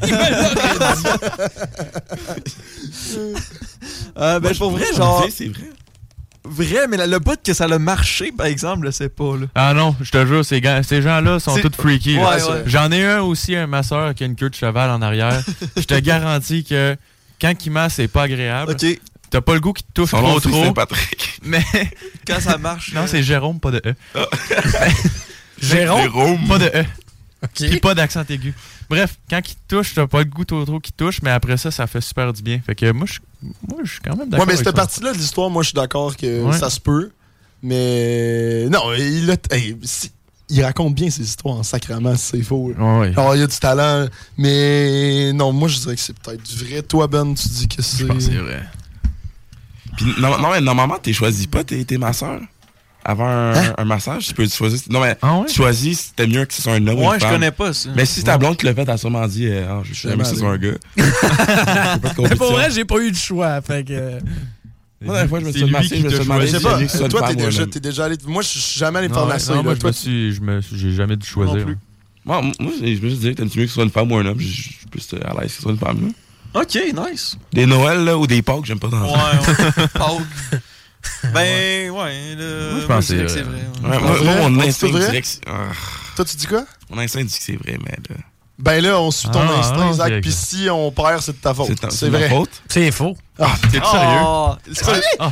Speaker 6: Euh, ben,
Speaker 7: je
Speaker 6: pour vrai,
Speaker 7: pourrais
Speaker 6: genre.
Speaker 7: le dire, c'est vrai.
Speaker 6: Vrai, mais la- le bout que ça a marché, par exemple, je sais pas. Là.
Speaker 5: Ah non, je te jure, ces, gars- ces gens-là sont
Speaker 6: C'est-
Speaker 5: tous freaky. là.
Speaker 6: Ouais, ouais.
Speaker 5: J'en ai un aussi, un masseur qui a une queue de cheval en arrière. Je te garantis que quand il masse, c'est pas agréable.
Speaker 6: Ok.
Speaker 5: T'as pas le goût qu'il te touche
Speaker 7: Son
Speaker 5: trop
Speaker 7: nom, c'est
Speaker 5: trop.
Speaker 7: Saint-Patrick.
Speaker 5: Mais
Speaker 6: Quand ça marche. euh,
Speaker 5: non, c'est Jérôme, pas de E.
Speaker 7: Ah.
Speaker 4: Jérôme?
Speaker 5: Pas de E. Puis pas d'accent aigu. Bref, quand il te touche, t'as pas le goût trop trop qu'il te touche, mais après ça, ça fait super du bien. Fait que moi, je moi, je suis quand même
Speaker 2: Ouais,
Speaker 5: d'accord.
Speaker 2: mais
Speaker 5: avec
Speaker 2: cette
Speaker 5: ça.
Speaker 2: partie-là de l'histoire, moi, je suis d'accord que
Speaker 5: Ouais.
Speaker 2: ça se peut. Mais non, il, a- hey, si- il raconte bien ses histoires en sacrament, si c'est faux. là.
Speaker 5: Ouais, ouais.
Speaker 2: Alors, il y a du talent. Mais non, moi, je dirais que c'est peut-être du vrai. Toi, Ben, tu dis que c'est.
Speaker 7: pense que Ah, c'est vrai. Puis, non, non, mais normalement, tu choisis pas, t'es t'es masseur. Avant un, un massage, tu peux choisir. Non, mais tu choisis, c'était mieux que ce soit un homme ou une
Speaker 6: Ouais, je
Speaker 7: femme.
Speaker 6: connais pas ça.
Speaker 7: Mais si ta blonde te le fait, t'as sûrement dit, euh, Ah, je suis jamais que ce soit un gars. J'ai pas de
Speaker 4: Mais
Speaker 7: compétition.
Speaker 4: pour vrai, j'ai pas eu de choix. Fait que.
Speaker 7: Moi, la fois, je me suis demandé, je me suis demandé,
Speaker 2: Je sais
Speaker 7: si j'allais
Speaker 2: pas,
Speaker 7: que ce soit
Speaker 2: toi, t'es
Speaker 7: une femme ou un
Speaker 2: déjà,
Speaker 7: homme.
Speaker 2: t'es déjà allé. Moi, je suis jamais allé me faire
Speaker 5: Non,
Speaker 2: masser.
Speaker 5: non,
Speaker 2: là.
Speaker 5: moi, je
Speaker 2: Toi,
Speaker 5: me suis, je me, suis- j'ai jamais dû choisir.
Speaker 6: plus.
Speaker 7: Moi, moi, j'ai- je me suis dit, t'aimes-tu mieux que ce soit une femme ou un homme? Je je suis plus euh, à l'aise que ce soit une femme. là.
Speaker 6: Ok, nice.
Speaker 7: Des Noëls là, ou des Pâques, j'aime pas dans
Speaker 6: Ouais, ouais. Pauvre. Ben, ouais. le-
Speaker 7: Moi, je
Speaker 6: moi,
Speaker 7: pense
Speaker 6: dirais
Speaker 7: que
Speaker 6: que c'est
Speaker 7: c'est
Speaker 6: vrai.
Speaker 5: euh,
Speaker 6: ouais.
Speaker 2: Ouais,
Speaker 7: Ouais, moi,
Speaker 2: c'est
Speaker 7: moi,
Speaker 2: vrai.
Speaker 7: mon
Speaker 2: Ouais,
Speaker 7: instinct
Speaker 2: c'est vrai.
Speaker 7: dirait que c'est- Ah,
Speaker 2: Toi, tu dis quoi?
Speaker 7: Mon instinct dit que c'est vrai, mais euh, là.
Speaker 2: Ben là, on suit ton
Speaker 7: Ah,
Speaker 2: instinct,
Speaker 7: non,
Speaker 2: Zach.
Speaker 7: c'est-
Speaker 2: Puis si on perd, c'est de ta faute.
Speaker 7: C'est ta-
Speaker 2: C'est
Speaker 7: c'est ma
Speaker 2: vrai.
Speaker 7: faute?
Speaker 4: C'est faux.
Speaker 2: Ah,
Speaker 7: t'es
Speaker 6: Oh, c'est-
Speaker 4: Ah,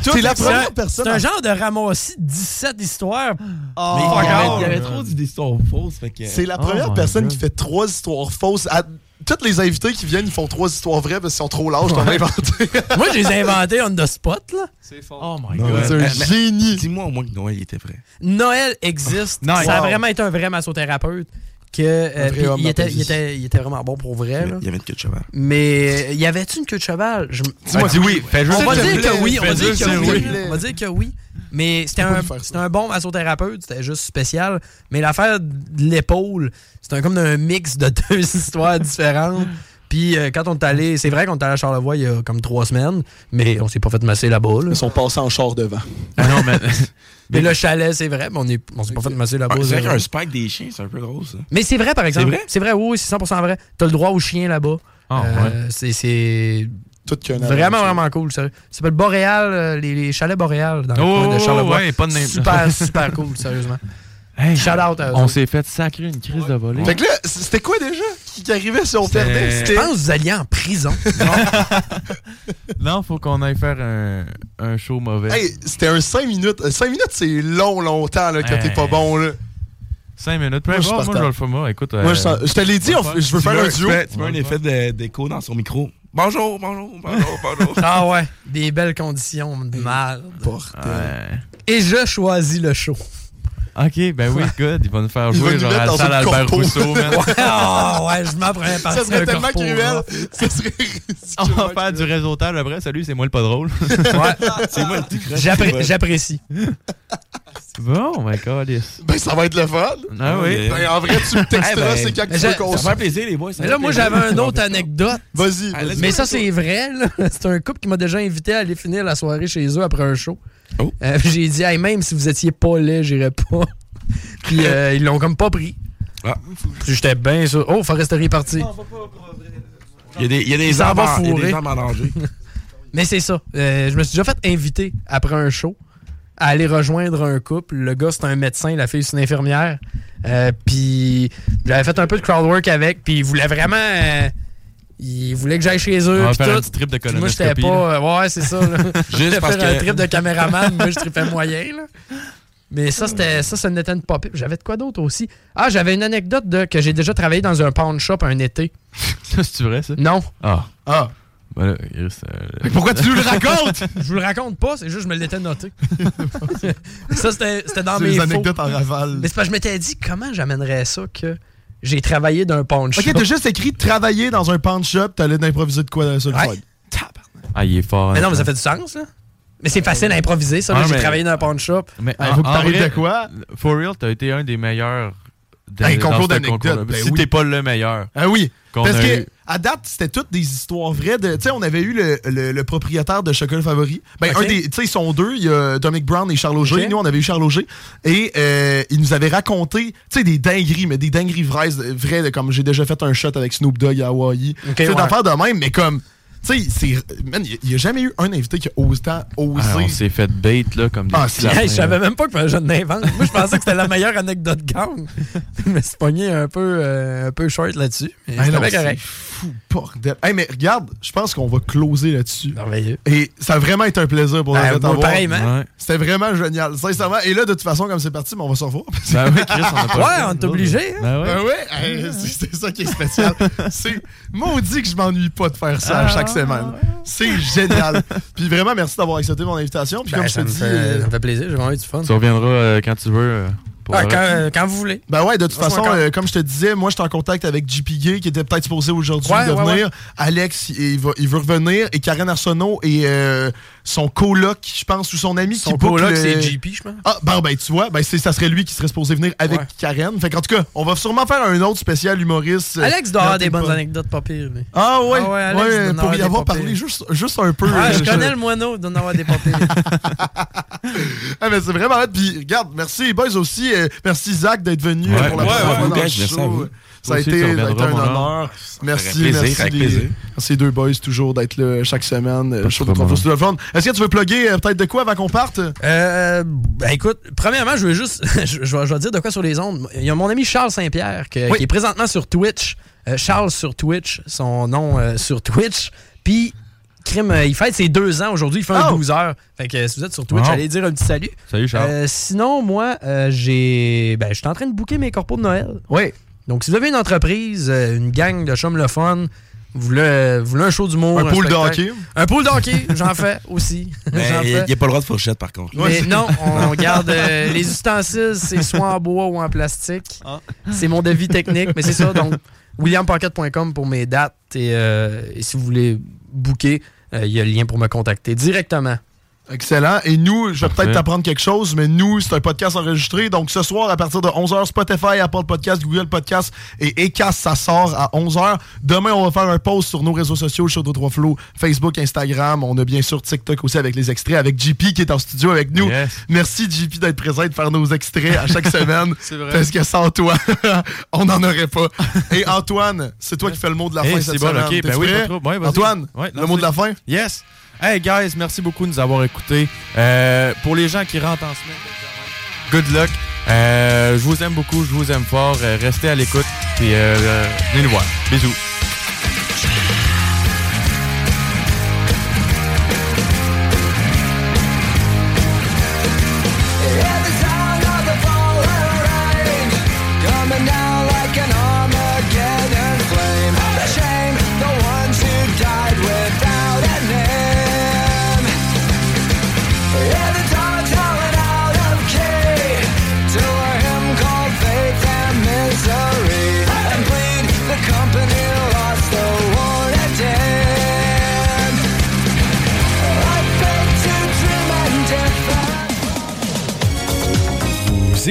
Speaker 6: toi,
Speaker 2: T'es la
Speaker 6: c'est-
Speaker 2: première personne. Ah,
Speaker 4: C'est un genre de ramassis de 17 histoires.
Speaker 6: Oh,
Speaker 7: Mais il
Speaker 6: fuck
Speaker 7: y avait-
Speaker 6: off.
Speaker 7: il y avait trop d'histoires fausses, fait que.
Speaker 2: C'est la
Speaker 5: Oh
Speaker 2: première
Speaker 5: my
Speaker 2: personne
Speaker 5: God.
Speaker 2: qui fait trois histoires fausses. À- Toutes les invités qui viennent, ils font trois histoires vraies parce qu'ils sont trop lâches d'en inventer.
Speaker 4: Moi, je les ai inventés on the spot, là.
Speaker 6: C'est
Speaker 5: Oh
Speaker 6: fort.
Speaker 5: my
Speaker 7: Non,
Speaker 5: god.
Speaker 7: mais-
Speaker 2: C'est un
Speaker 7: mais-
Speaker 2: génie.
Speaker 7: Dis-moi au moins que Noël il était vrai.
Speaker 4: Euh, Noël existe.
Speaker 5: Nice.
Speaker 4: Ça a
Speaker 2: Wow.
Speaker 4: vraiment été un vrai massothérapeute. Que, euh,
Speaker 2: Un vrai
Speaker 4: puis
Speaker 2: homme
Speaker 4: il, était,
Speaker 2: d'appétit.
Speaker 4: il était- il était vraiment bon pour vrai.
Speaker 7: Il y
Speaker 4: là.
Speaker 7: avait- il y avait une queue de cheval.
Speaker 4: Mais euh, y avait-tu une queue de cheval? Je m-
Speaker 2: Bah,
Speaker 5: Dis-moi, dis oui. Fais juste
Speaker 4: on va
Speaker 2: te
Speaker 4: dire
Speaker 2: plaît,
Speaker 4: que oui, on va
Speaker 2: fais
Speaker 4: dire
Speaker 2: juste
Speaker 4: que
Speaker 2: te
Speaker 4: oui.
Speaker 2: plaît.
Speaker 4: On va dire que oui. Mais c'était
Speaker 2: pas
Speaker 4: un,
Speaker 2: lui faire ça.
Speaker 4: c'était un bon massothérapeute, c'était juste spécial. Mais l'affaire de l'épaule, c'était un- comme un mix de deux histoires différentes. Puis euh, quand on est allé, c'est vrai qu'on est allé à Charlevoix il y a comme trois semaines, mais on s'est pas fait masser là-bas. là.
Speaker 2: Ils sont passés en char devant.
Speaker 5: Ah non, mais.
Speaker 4: Mais le chalet, c'est vrai, mais on est- on s'est pas fait masser là-bas.
Speaker 7: Ah, C'est vrai
Speaker 4: zéro.
Speaker 7: qu'un spike des chiens, c'est un peu drôle ça.
Speaker 4: Mais c'est vrai, par exemple.
Speaker 7: C'est vrai?
Speaker 4: oui, oui, c'est 100% vrai. T'as le droit aux chiens là-bas.
Speaker 5: Ah,
Speaker 4: Euh, c'est- C'est
Speaker 2: Tout qu'un
Speaker 4: vraiment, vraiment cool. sérieux. Ça s'appelle Boréal, euh, les, les chalets Boréal dans le
Speaker 5: Oh,
Speaker 4: coin de Charlevoix.
Speaker 5: ouais, pas de name-
Speaker 4: Super, super cool, sérieusement.
Speaker 5: Hey,
Speaker 4: Shout out
Speaker 6: Ah,
Speaker 4: à eux
Speaker 5: on
Speaker 4: autres.
Speaker 5: s'est fait sacrer une crise de volée.
Speaker 2: Fait que là, c- c'était quoi déjà qui qui arrivait si on
Speaker 7: C'était-
Speaker 2: perdait?
Speaker 4: Je pense que vous alliez en prison.
Speaker 5: Non, faut qu'on aille faire un, un show mauvais.
Speaker 2: Hey, c'était un 5 minutes. 5 minutes, c'est long, longtemps là, quand
Speaker 5: Hey.
Speaker 2: t'es pas bon. Là.
Speaker 5: 5 minutes. Peu
Speaker 2: Moi, je
Speaker 5: importe,
Speaker 2: suis
Speaker 5: moi, je vais le
Speaker 2: partant.
Speaker 5: faire. Moi, écoute.
Speaker 2: Moi,
Speaker 5: euh,
Speaker 2: je, sens- je te l'ai dit, on f- je veux
Speaker 7: Tu
Speaker 2: faire
Speaker 7: mets
Speaker 2: un duo.
Speaker 7: tu mets- Tu mets un effet de- d'écho dans son micro. Bonjour, bonjour, bonjour, bonjour.
Speaker 4: ah ouais, des belles conditions de merde.
Speaker 2: Bordel.
Speaker 5: ouais.
Speaker 4: Et je choisis le show.
Speaker 5: Ok, ben oui, good. Il va nous faire
Speaker 2: Il va
Speaker 5: jouer
Speaker 2: nous
Speaker 5: genre
Speaker 2: mettre
Speaker 5: à
Speaker 2: dans
Speaker 5: la salle
Speaker 2: une
Speaker 5: Albert
Speaker 2: corpo.
Speaker 5: Rousseau, man.
Speaker 4: Ah ouais, je m'en prenais partie
Speaker 2: Ça serait
Speaker 4: d'un
Speaker 2: tellement
Speaker 4: corpo,
Speaker 2: cruel.
Speaker 4: là.
Speaker 2: Ça serait
Speaker 5: On va
Speaker 2: ridiculement
Speaker 5: faire du réseautage après. Salut, c'est moi le pas drôle.
Speaker 4: Ouais.
Speaker 7: C'est moi le petit crush.
Speaker 4: J'appré- J'apprécie.
Speaker 5: bon, my god. yes.
Speaker 2: Ben, ça va être le fun.
Speaker 5: Ah oui.
Speaker 2: Ben, en vrai, tu me
Speaker 7: Eh ben,
Speaker 2: texteras, c'est quand que tu
Speaker 4: j'ai-
Speaker 2: veux qu'on
Speaker 7: Ça
Speaker 2: se
Speaker 7: fait plaisir, les boys. ça
Speaker 4: Mais
Speaker 7: fait
Speaker 4: là, moi,
Speaker 7: plaisir.
Speaker 4: j'avais une autre anecdote.
Speaker 2: Vas-y.
Speaker 7: Allez,
Speaker 4: Mais ça, c'est vrai. là. C'est un couple qui m'a déjà invité à aller finir la soirée chez eux après un show.
Speaker 7: Oh.
Speaker 4: Euh, puis j'ai dit, Hey, même si vous étiez pas laid, j'irais pas. puis euh, ils l'ont comme pas pris.
Speaker 7: Ah.
Speaker 4: Puis j'étais bien sûr. Oh, Foresterie est parti.
Speaker 7: Il y a des- il y a des
Speaker 4: Ça
Speaker 7: armes
Speaker 4: va
Speaker 7: en- il y a
Speaker 4: fourrer.
Speaker 7: des armes en danger.
Speaker 4: Mais c'est ça. Euh, je me suis déjà fait inviter après un show à aller rejoindre un couple. Le gars, c'est un médecin, la fille, c'est une infirmière. Euh, puis j'avais fait un peu de crowdwork avec. Puis ils voulaient vraiment. euh, ils voulaient que j'aille chez eux.
Speaker 5: On va
Speaker 4: puis
Speaker 5: faire un
Speaker 4: tout.
Speaker 5: petit trip de
Speaker 4: Puis moi, j'étais
Speaker 5: colonoscopie. là.
Speaker 4: pas. euh, ouais, c'est ça. là. J'étais
Speaker 7: Juste parce
Speaker 4: faire un
Speaker 7: que.
Speaker 4: trip de caméraman, moi, je tripais moyen, là. Mais ça, c'était ça, ça n'était une pas pire. J'avais de quoi d'autre aussi? Ah, j'avais une anecdote de que j'ai déjà travaillé dans un pawn shop un été.
Speaker 5: Ça, c'est vrai, ça?
Speaker 4: Non,
Speaker 5: Ah.
Speaker 2: Ah.
Speaker 7: Bah,
Speaker 5: Ben là, Chris, euh,
Speaker 4: Pourquoi tu nous le racontes? je vous le raconte pas, c'est juste que je me l'étais noté. ça, c'était c'était dans
Speaker 2: C'est
Speaker 4: mes
Speaker 2: des
Speaker 4: faux.
Speaker 2: anecdotes en aval.
Speaker 4: Mais c'est parce que je m'étais dit, comment j'amènerais ça que j'ai travaillé d'un pawn shop?
Speaker 2: Ok, t'as juste écrit travailler dans un pawn shop, t'allais d'improviser de quoi sur le
Speaker 4: Ouais.
Speaker 2: side.
Speaker 5: Ah, il est fort.
Speaker 4: Mais non,
Speaker 5: hein,
Speaker 4: mais ça fait du sens, là. Mais c'est facile à improviser, ça.
Speaker 5: Ah,
Speaker 4: là, J'ai
Speaker 5: mais-
Speaker 4: travaillé dans un pawn shop.
Speaker 5: Mais
Speaker 4: Ah,
Speaker 5: en-
Speaker 4: faut que
Speaker 5: en
Speaker 4: t'arrives
Speaker 5: vrai,
Speaker 4: de quoi?
Speaker 5: For real, t'as été un des meilleurs. de-
Speaker 2: Hey,
Speaker 5: dans
Speaker 2: concours
Speaker 5: ce
Speaker 2: d'anecdotes,
Speaker 5: concours-là.
Speaker 2: ben
Speaker 5: si
Speaker 2: oui.
Speaker 5: t'es pas le meilleur.
Speaker 2: Ah oui.
Speaker 5: qu'on
Speaker 2: Parce
Speaker 5: a
Speaker 2: que
Speaker 5: eu.
Speaker 2: à date, c'était toutes des histoires vraies. De, tu sais, on avait eu le, le- le propriétaire de Chocolat Favori. Ben,
Speaker 4: Ok.
Speaker 2: un des, tu sais, ils sont deux. Il y a Dominic Brown et Charles Auger.
Speaker 4: Ok.
Speaker 2: Nous, on avait eu Charles Auger. Et euh, il nous avait raconté, tu sais, des dingueries, mais des dingueries vraies, vraies de, comme j'ai déjà fait un shot avec Snoop Dogg à Hawaii.
Speaker 4: Ok,
Speaker 2: tu sais,
Speaker 4: ouais.
Speaker 2: d'affaires de même, mais comme. Tu sais, c'est- man, il n'y a jamais eu un invité qui a autant osé.
Speaker 5: Ah, on s'est fait bait, là, comme des
Speaker 2: Ah,
Speaker 5: petits
Speaker 2: si.
Speaker 5: lapins,
Speaker 4: Hey, je savais
Speaker 5: là.
Speaker 4: même pas que je l'invente. Moi, je pensais que c'était la meilleure anecdote gang. je me suis pogné un peu, euh, un peu short là-dessus. mais
Speaker 2: Ah
Speaker 4: c'était
Speaker 2: non,
Speaker 4: bien
Speaker 2: c'est
Speaker 4: correct.
Speaker 2: fou, bordel. Hey, mais regarde, je pense qu'on va closer là-dessus. Et ça a vraiment été un plaisir pour
Speaker 4: Ben,
Speaker 2: nous de
Speaker 4: moi,
Speaker 2: t'avoir.
Speaker 4: pareillement. Ouais.
Speaker 2: C'était vraiment génial, sincèrement. Et là, de toute façon, comme c'est parti, mais on va se revoir.
Speaker 4: Ben oui, Chris, on a pas Ouais, le choix. on est obligé, hein.
Speaker 2: Ben
Speaker 4: Ben
Speaker 2: ouais,
Speaker 4: ouais.
Speaker 2: hey, c'est- c'est ça qui est spécial. c'est maudit que je m'ennuie pas de faire
Speaker 4: Ah,
Speaker 2: ça à chaque semaine. C'est génial. Puis vraiment, merci d'avoir accepté mon invitation. Puis
Speaker 4: Ben,
Speaker 2: comme je te
Speaker 4: ça, me
Speaker 2: dis...
Speaker 4: fait,
Speaker 2: euh,
Speaker 4: ça me fait plaisir, j'ai vraiment eu du fun.
Speaker 5: Tu reviendras euh, quand tu veux. euh, pour
Speaker 4: Ah,
Speaker 5: le
Speaker 4: quand,
Speaker 5: reste.
Speaker 4: euh, quand vous voulez.
Speaker 2: Ben ouais, de toute
Speaker 4: Laisse-moi
Speaker 2: façon,
Speaker 4: encore.
Speaker 2: euh, comme je te disais, moi, je suis en contact avec JP Gay, qui était peut-être supposé aujourd'hui
Speaker 4: Ouais,
Speaker 2: de
Speaker 4: ouais,
Speaker 2: venir.
Speaker 4: ouais.
Speaker 2: Alex, il, va- il veut revenir. Et Karen Arsenault et euh, son coloc, je pense, ou son ami
Speaker 4: Son
Speaker 2: qui book
Speaker 4: coloc,
Speaker 2: le-
Speaker 4: c'est JP, je pense.
Speaker 2: Ah, ben, ben tu vois, ben, c'est- ça serait lui qui serait supposé venir avec
Speaker 4: Ouais.
Speaker 2: Karen. Fait qu'en tout cas, on va sûrement faire un autre spécial humoriste. euh,
Speaker 4: Alex doit
Speaker 2: dans
Speaker 4: avoir des
Speaker 2: tes
Speaker 4: bonnes
Speaker 2: bonnes-
Speaker 4: anecdotes, pas pire. lui.
Speaker 2: Ah ouais,
Speaker 4: Ah ouais, Alex
Speaker 2: ouais,
Speaker 4: doit en
Speaker 2: pour
Speaker 4: avoir
Speaker 2: y
Speaker 4: des
Speaker 2: avoir
Speaker 4: pas pires.
Speaker 2: parlé juste, juste un peu.
Speaker 4: Ouais, je
Speaker 2: euh,
Speaker 4: connais le moineau, il doit en avoir des pas pires.
Speaker 2: Ah, mais c'est vraiment hot. Puis, regarde, merci les boys aussi. euh, merci Zach d'être venu
Speaker 7: Ouais,
Speaker 2: euh, pour la
Speaker 7: ouais,
Speaker 2: première
Speaker 7: ouais,
Speaker 2: fois
Speaker 7: ouais,
Speaker 2: dans le
Speaker 7: merci à
Speaker 2: show.
Speaker 7: vous.
Speaker 2: Ça a
Speaker 7: Aussi,
Speaker 2: été,
Speaker 7: tu
Speaker 2: ça a
Speaker 7: reviendras,
Speaker 2: été un
Speaker 7: mon
Speaker 2: honneur.
Speaker 7: homme. Ça
Speaker 2: Merci,
Speaker 7: fait plaisir,
Speaker 2: merci.
Speaker 7: avec
Speaker 2: les-
Speaker 7: plaisir.
Speaker 2: Merci les deux boys toujours d'être là chaque semaine. euh, Show de
Speaker 5: problème.
Speaker 2: Trois Flots sur le fun. Est-ce que tu veux plugger euh, peut-être de quoi avant qu'on parte?
Speaker 4: Euh, ben écoute, premièrement, je veux juste, je, je vais, je vais dire de quoi sur les ondes. Il y a mon ami Charles Saint-Pierre que- qui est présentement sur Twitch. Euh, Charles sur Twitch, son nom euh, sur Twitch. Puis, crime, euh, il fête ses deux ans aujourd'hui, il fait un
Speaker 2: Oh!
Speaker 4: 12 heures. Fait que euh, si vous êtes sur Twitch,
Speaker 5: Oh.
Speaker 4: allez dire un petit salut.
Speaker 5: Salut, Charles.
Speaker 4: Euh, sinon, moi, euh, j'ai, ben, je suis en train de booker mes corpos de Noël.
Speaker 2: Oui.
Speaker 4: Donc, si vous avez une entreprise, euh, une gang de chum le fun, vous voulez, vous voulez un show d'humour,
Speaker 2: Un pool de
Speaker 4: spectacle.
Speaker 2: hockey.
Speaker 4: Un pool de hockey, j'en fais aussi. J'en
Speaker 7: Mais Ben, il n'y a
Speaker 4: fais.
Speaker 7: pas le droit de fourchette, par contre.
Speaker 4: Mais non, on garde euh, les ustensiles, c'est soit en bois ou en plastique.
Speaker 2: Ah.
Speaker 4: C'est mon devis technique, mais c'est ça. Donc, williampocket.com pour mes dates et, euh, et si vous voulez booker, euh, il y a le lien pour me contacter directement.
Speaker 2: Excellent. Et nous, je vais peut-être
Speaker 4: Parfait.
Speaker 2: t'apprendre quelque chose, mais nous, c'est un podcast enregistré. Donc, ce soir, à partir de 11h, Spotify, Apple Podcast, Google Podcast et Ecast, ça sort à 11h. Demain, on va faire un post sur nos réseaux sociaux, sur 2 3 Flow, Facebook, Instagram. On a bien sûr TikTok aussi avec les extraits, avec JP qui est en studio avec nous.
Speaker 5: Yes.
Speaker 2: Merci, JP, d'être présent et de faire nos extraits à chaque semaine.
Speaker 6: C'est vrai.
Speaker 2: Parce que sans toi, on n'en aurait pas. Et Antoine, c'est toi qui fais le mot de la
Speaker 5: Eh,
Speaker 2: fin
Speaker 5: c'est
Speaker 2: cette
Speaker 5: bon,
Speaker 2: semaine.
Speaker 5: ok.
Speaker 2: T'es-tu
Speaker 5: Ben oui,
Speaker 2: prêt?
Speaker 5: pas trop. Ouais, vas-y.
Speaker 2: Antoine,
Speaker 5: Ouais,
Speaker 2: le mot de la fin?
Speaker 5: Yes. Hey, guys, merci beaucoup de nous avoir écoutés. Euh, pour les gens qui rentrent en semaine, ben, good luck. Euh, je vous aime beaucoup, je vous aime fort. Euh, restez à l'écoute. Puis, euh, euh, venez nous voir. Bisous.
Speaker 10: Coming down like an Armageddon flame. The shame, the ones who died without a name. Yeah, the dog's howling out of key to a hymn called faith and misery. And bleed, the company lost the war at end. I beg to dream and differ.
Speaker 8: Vous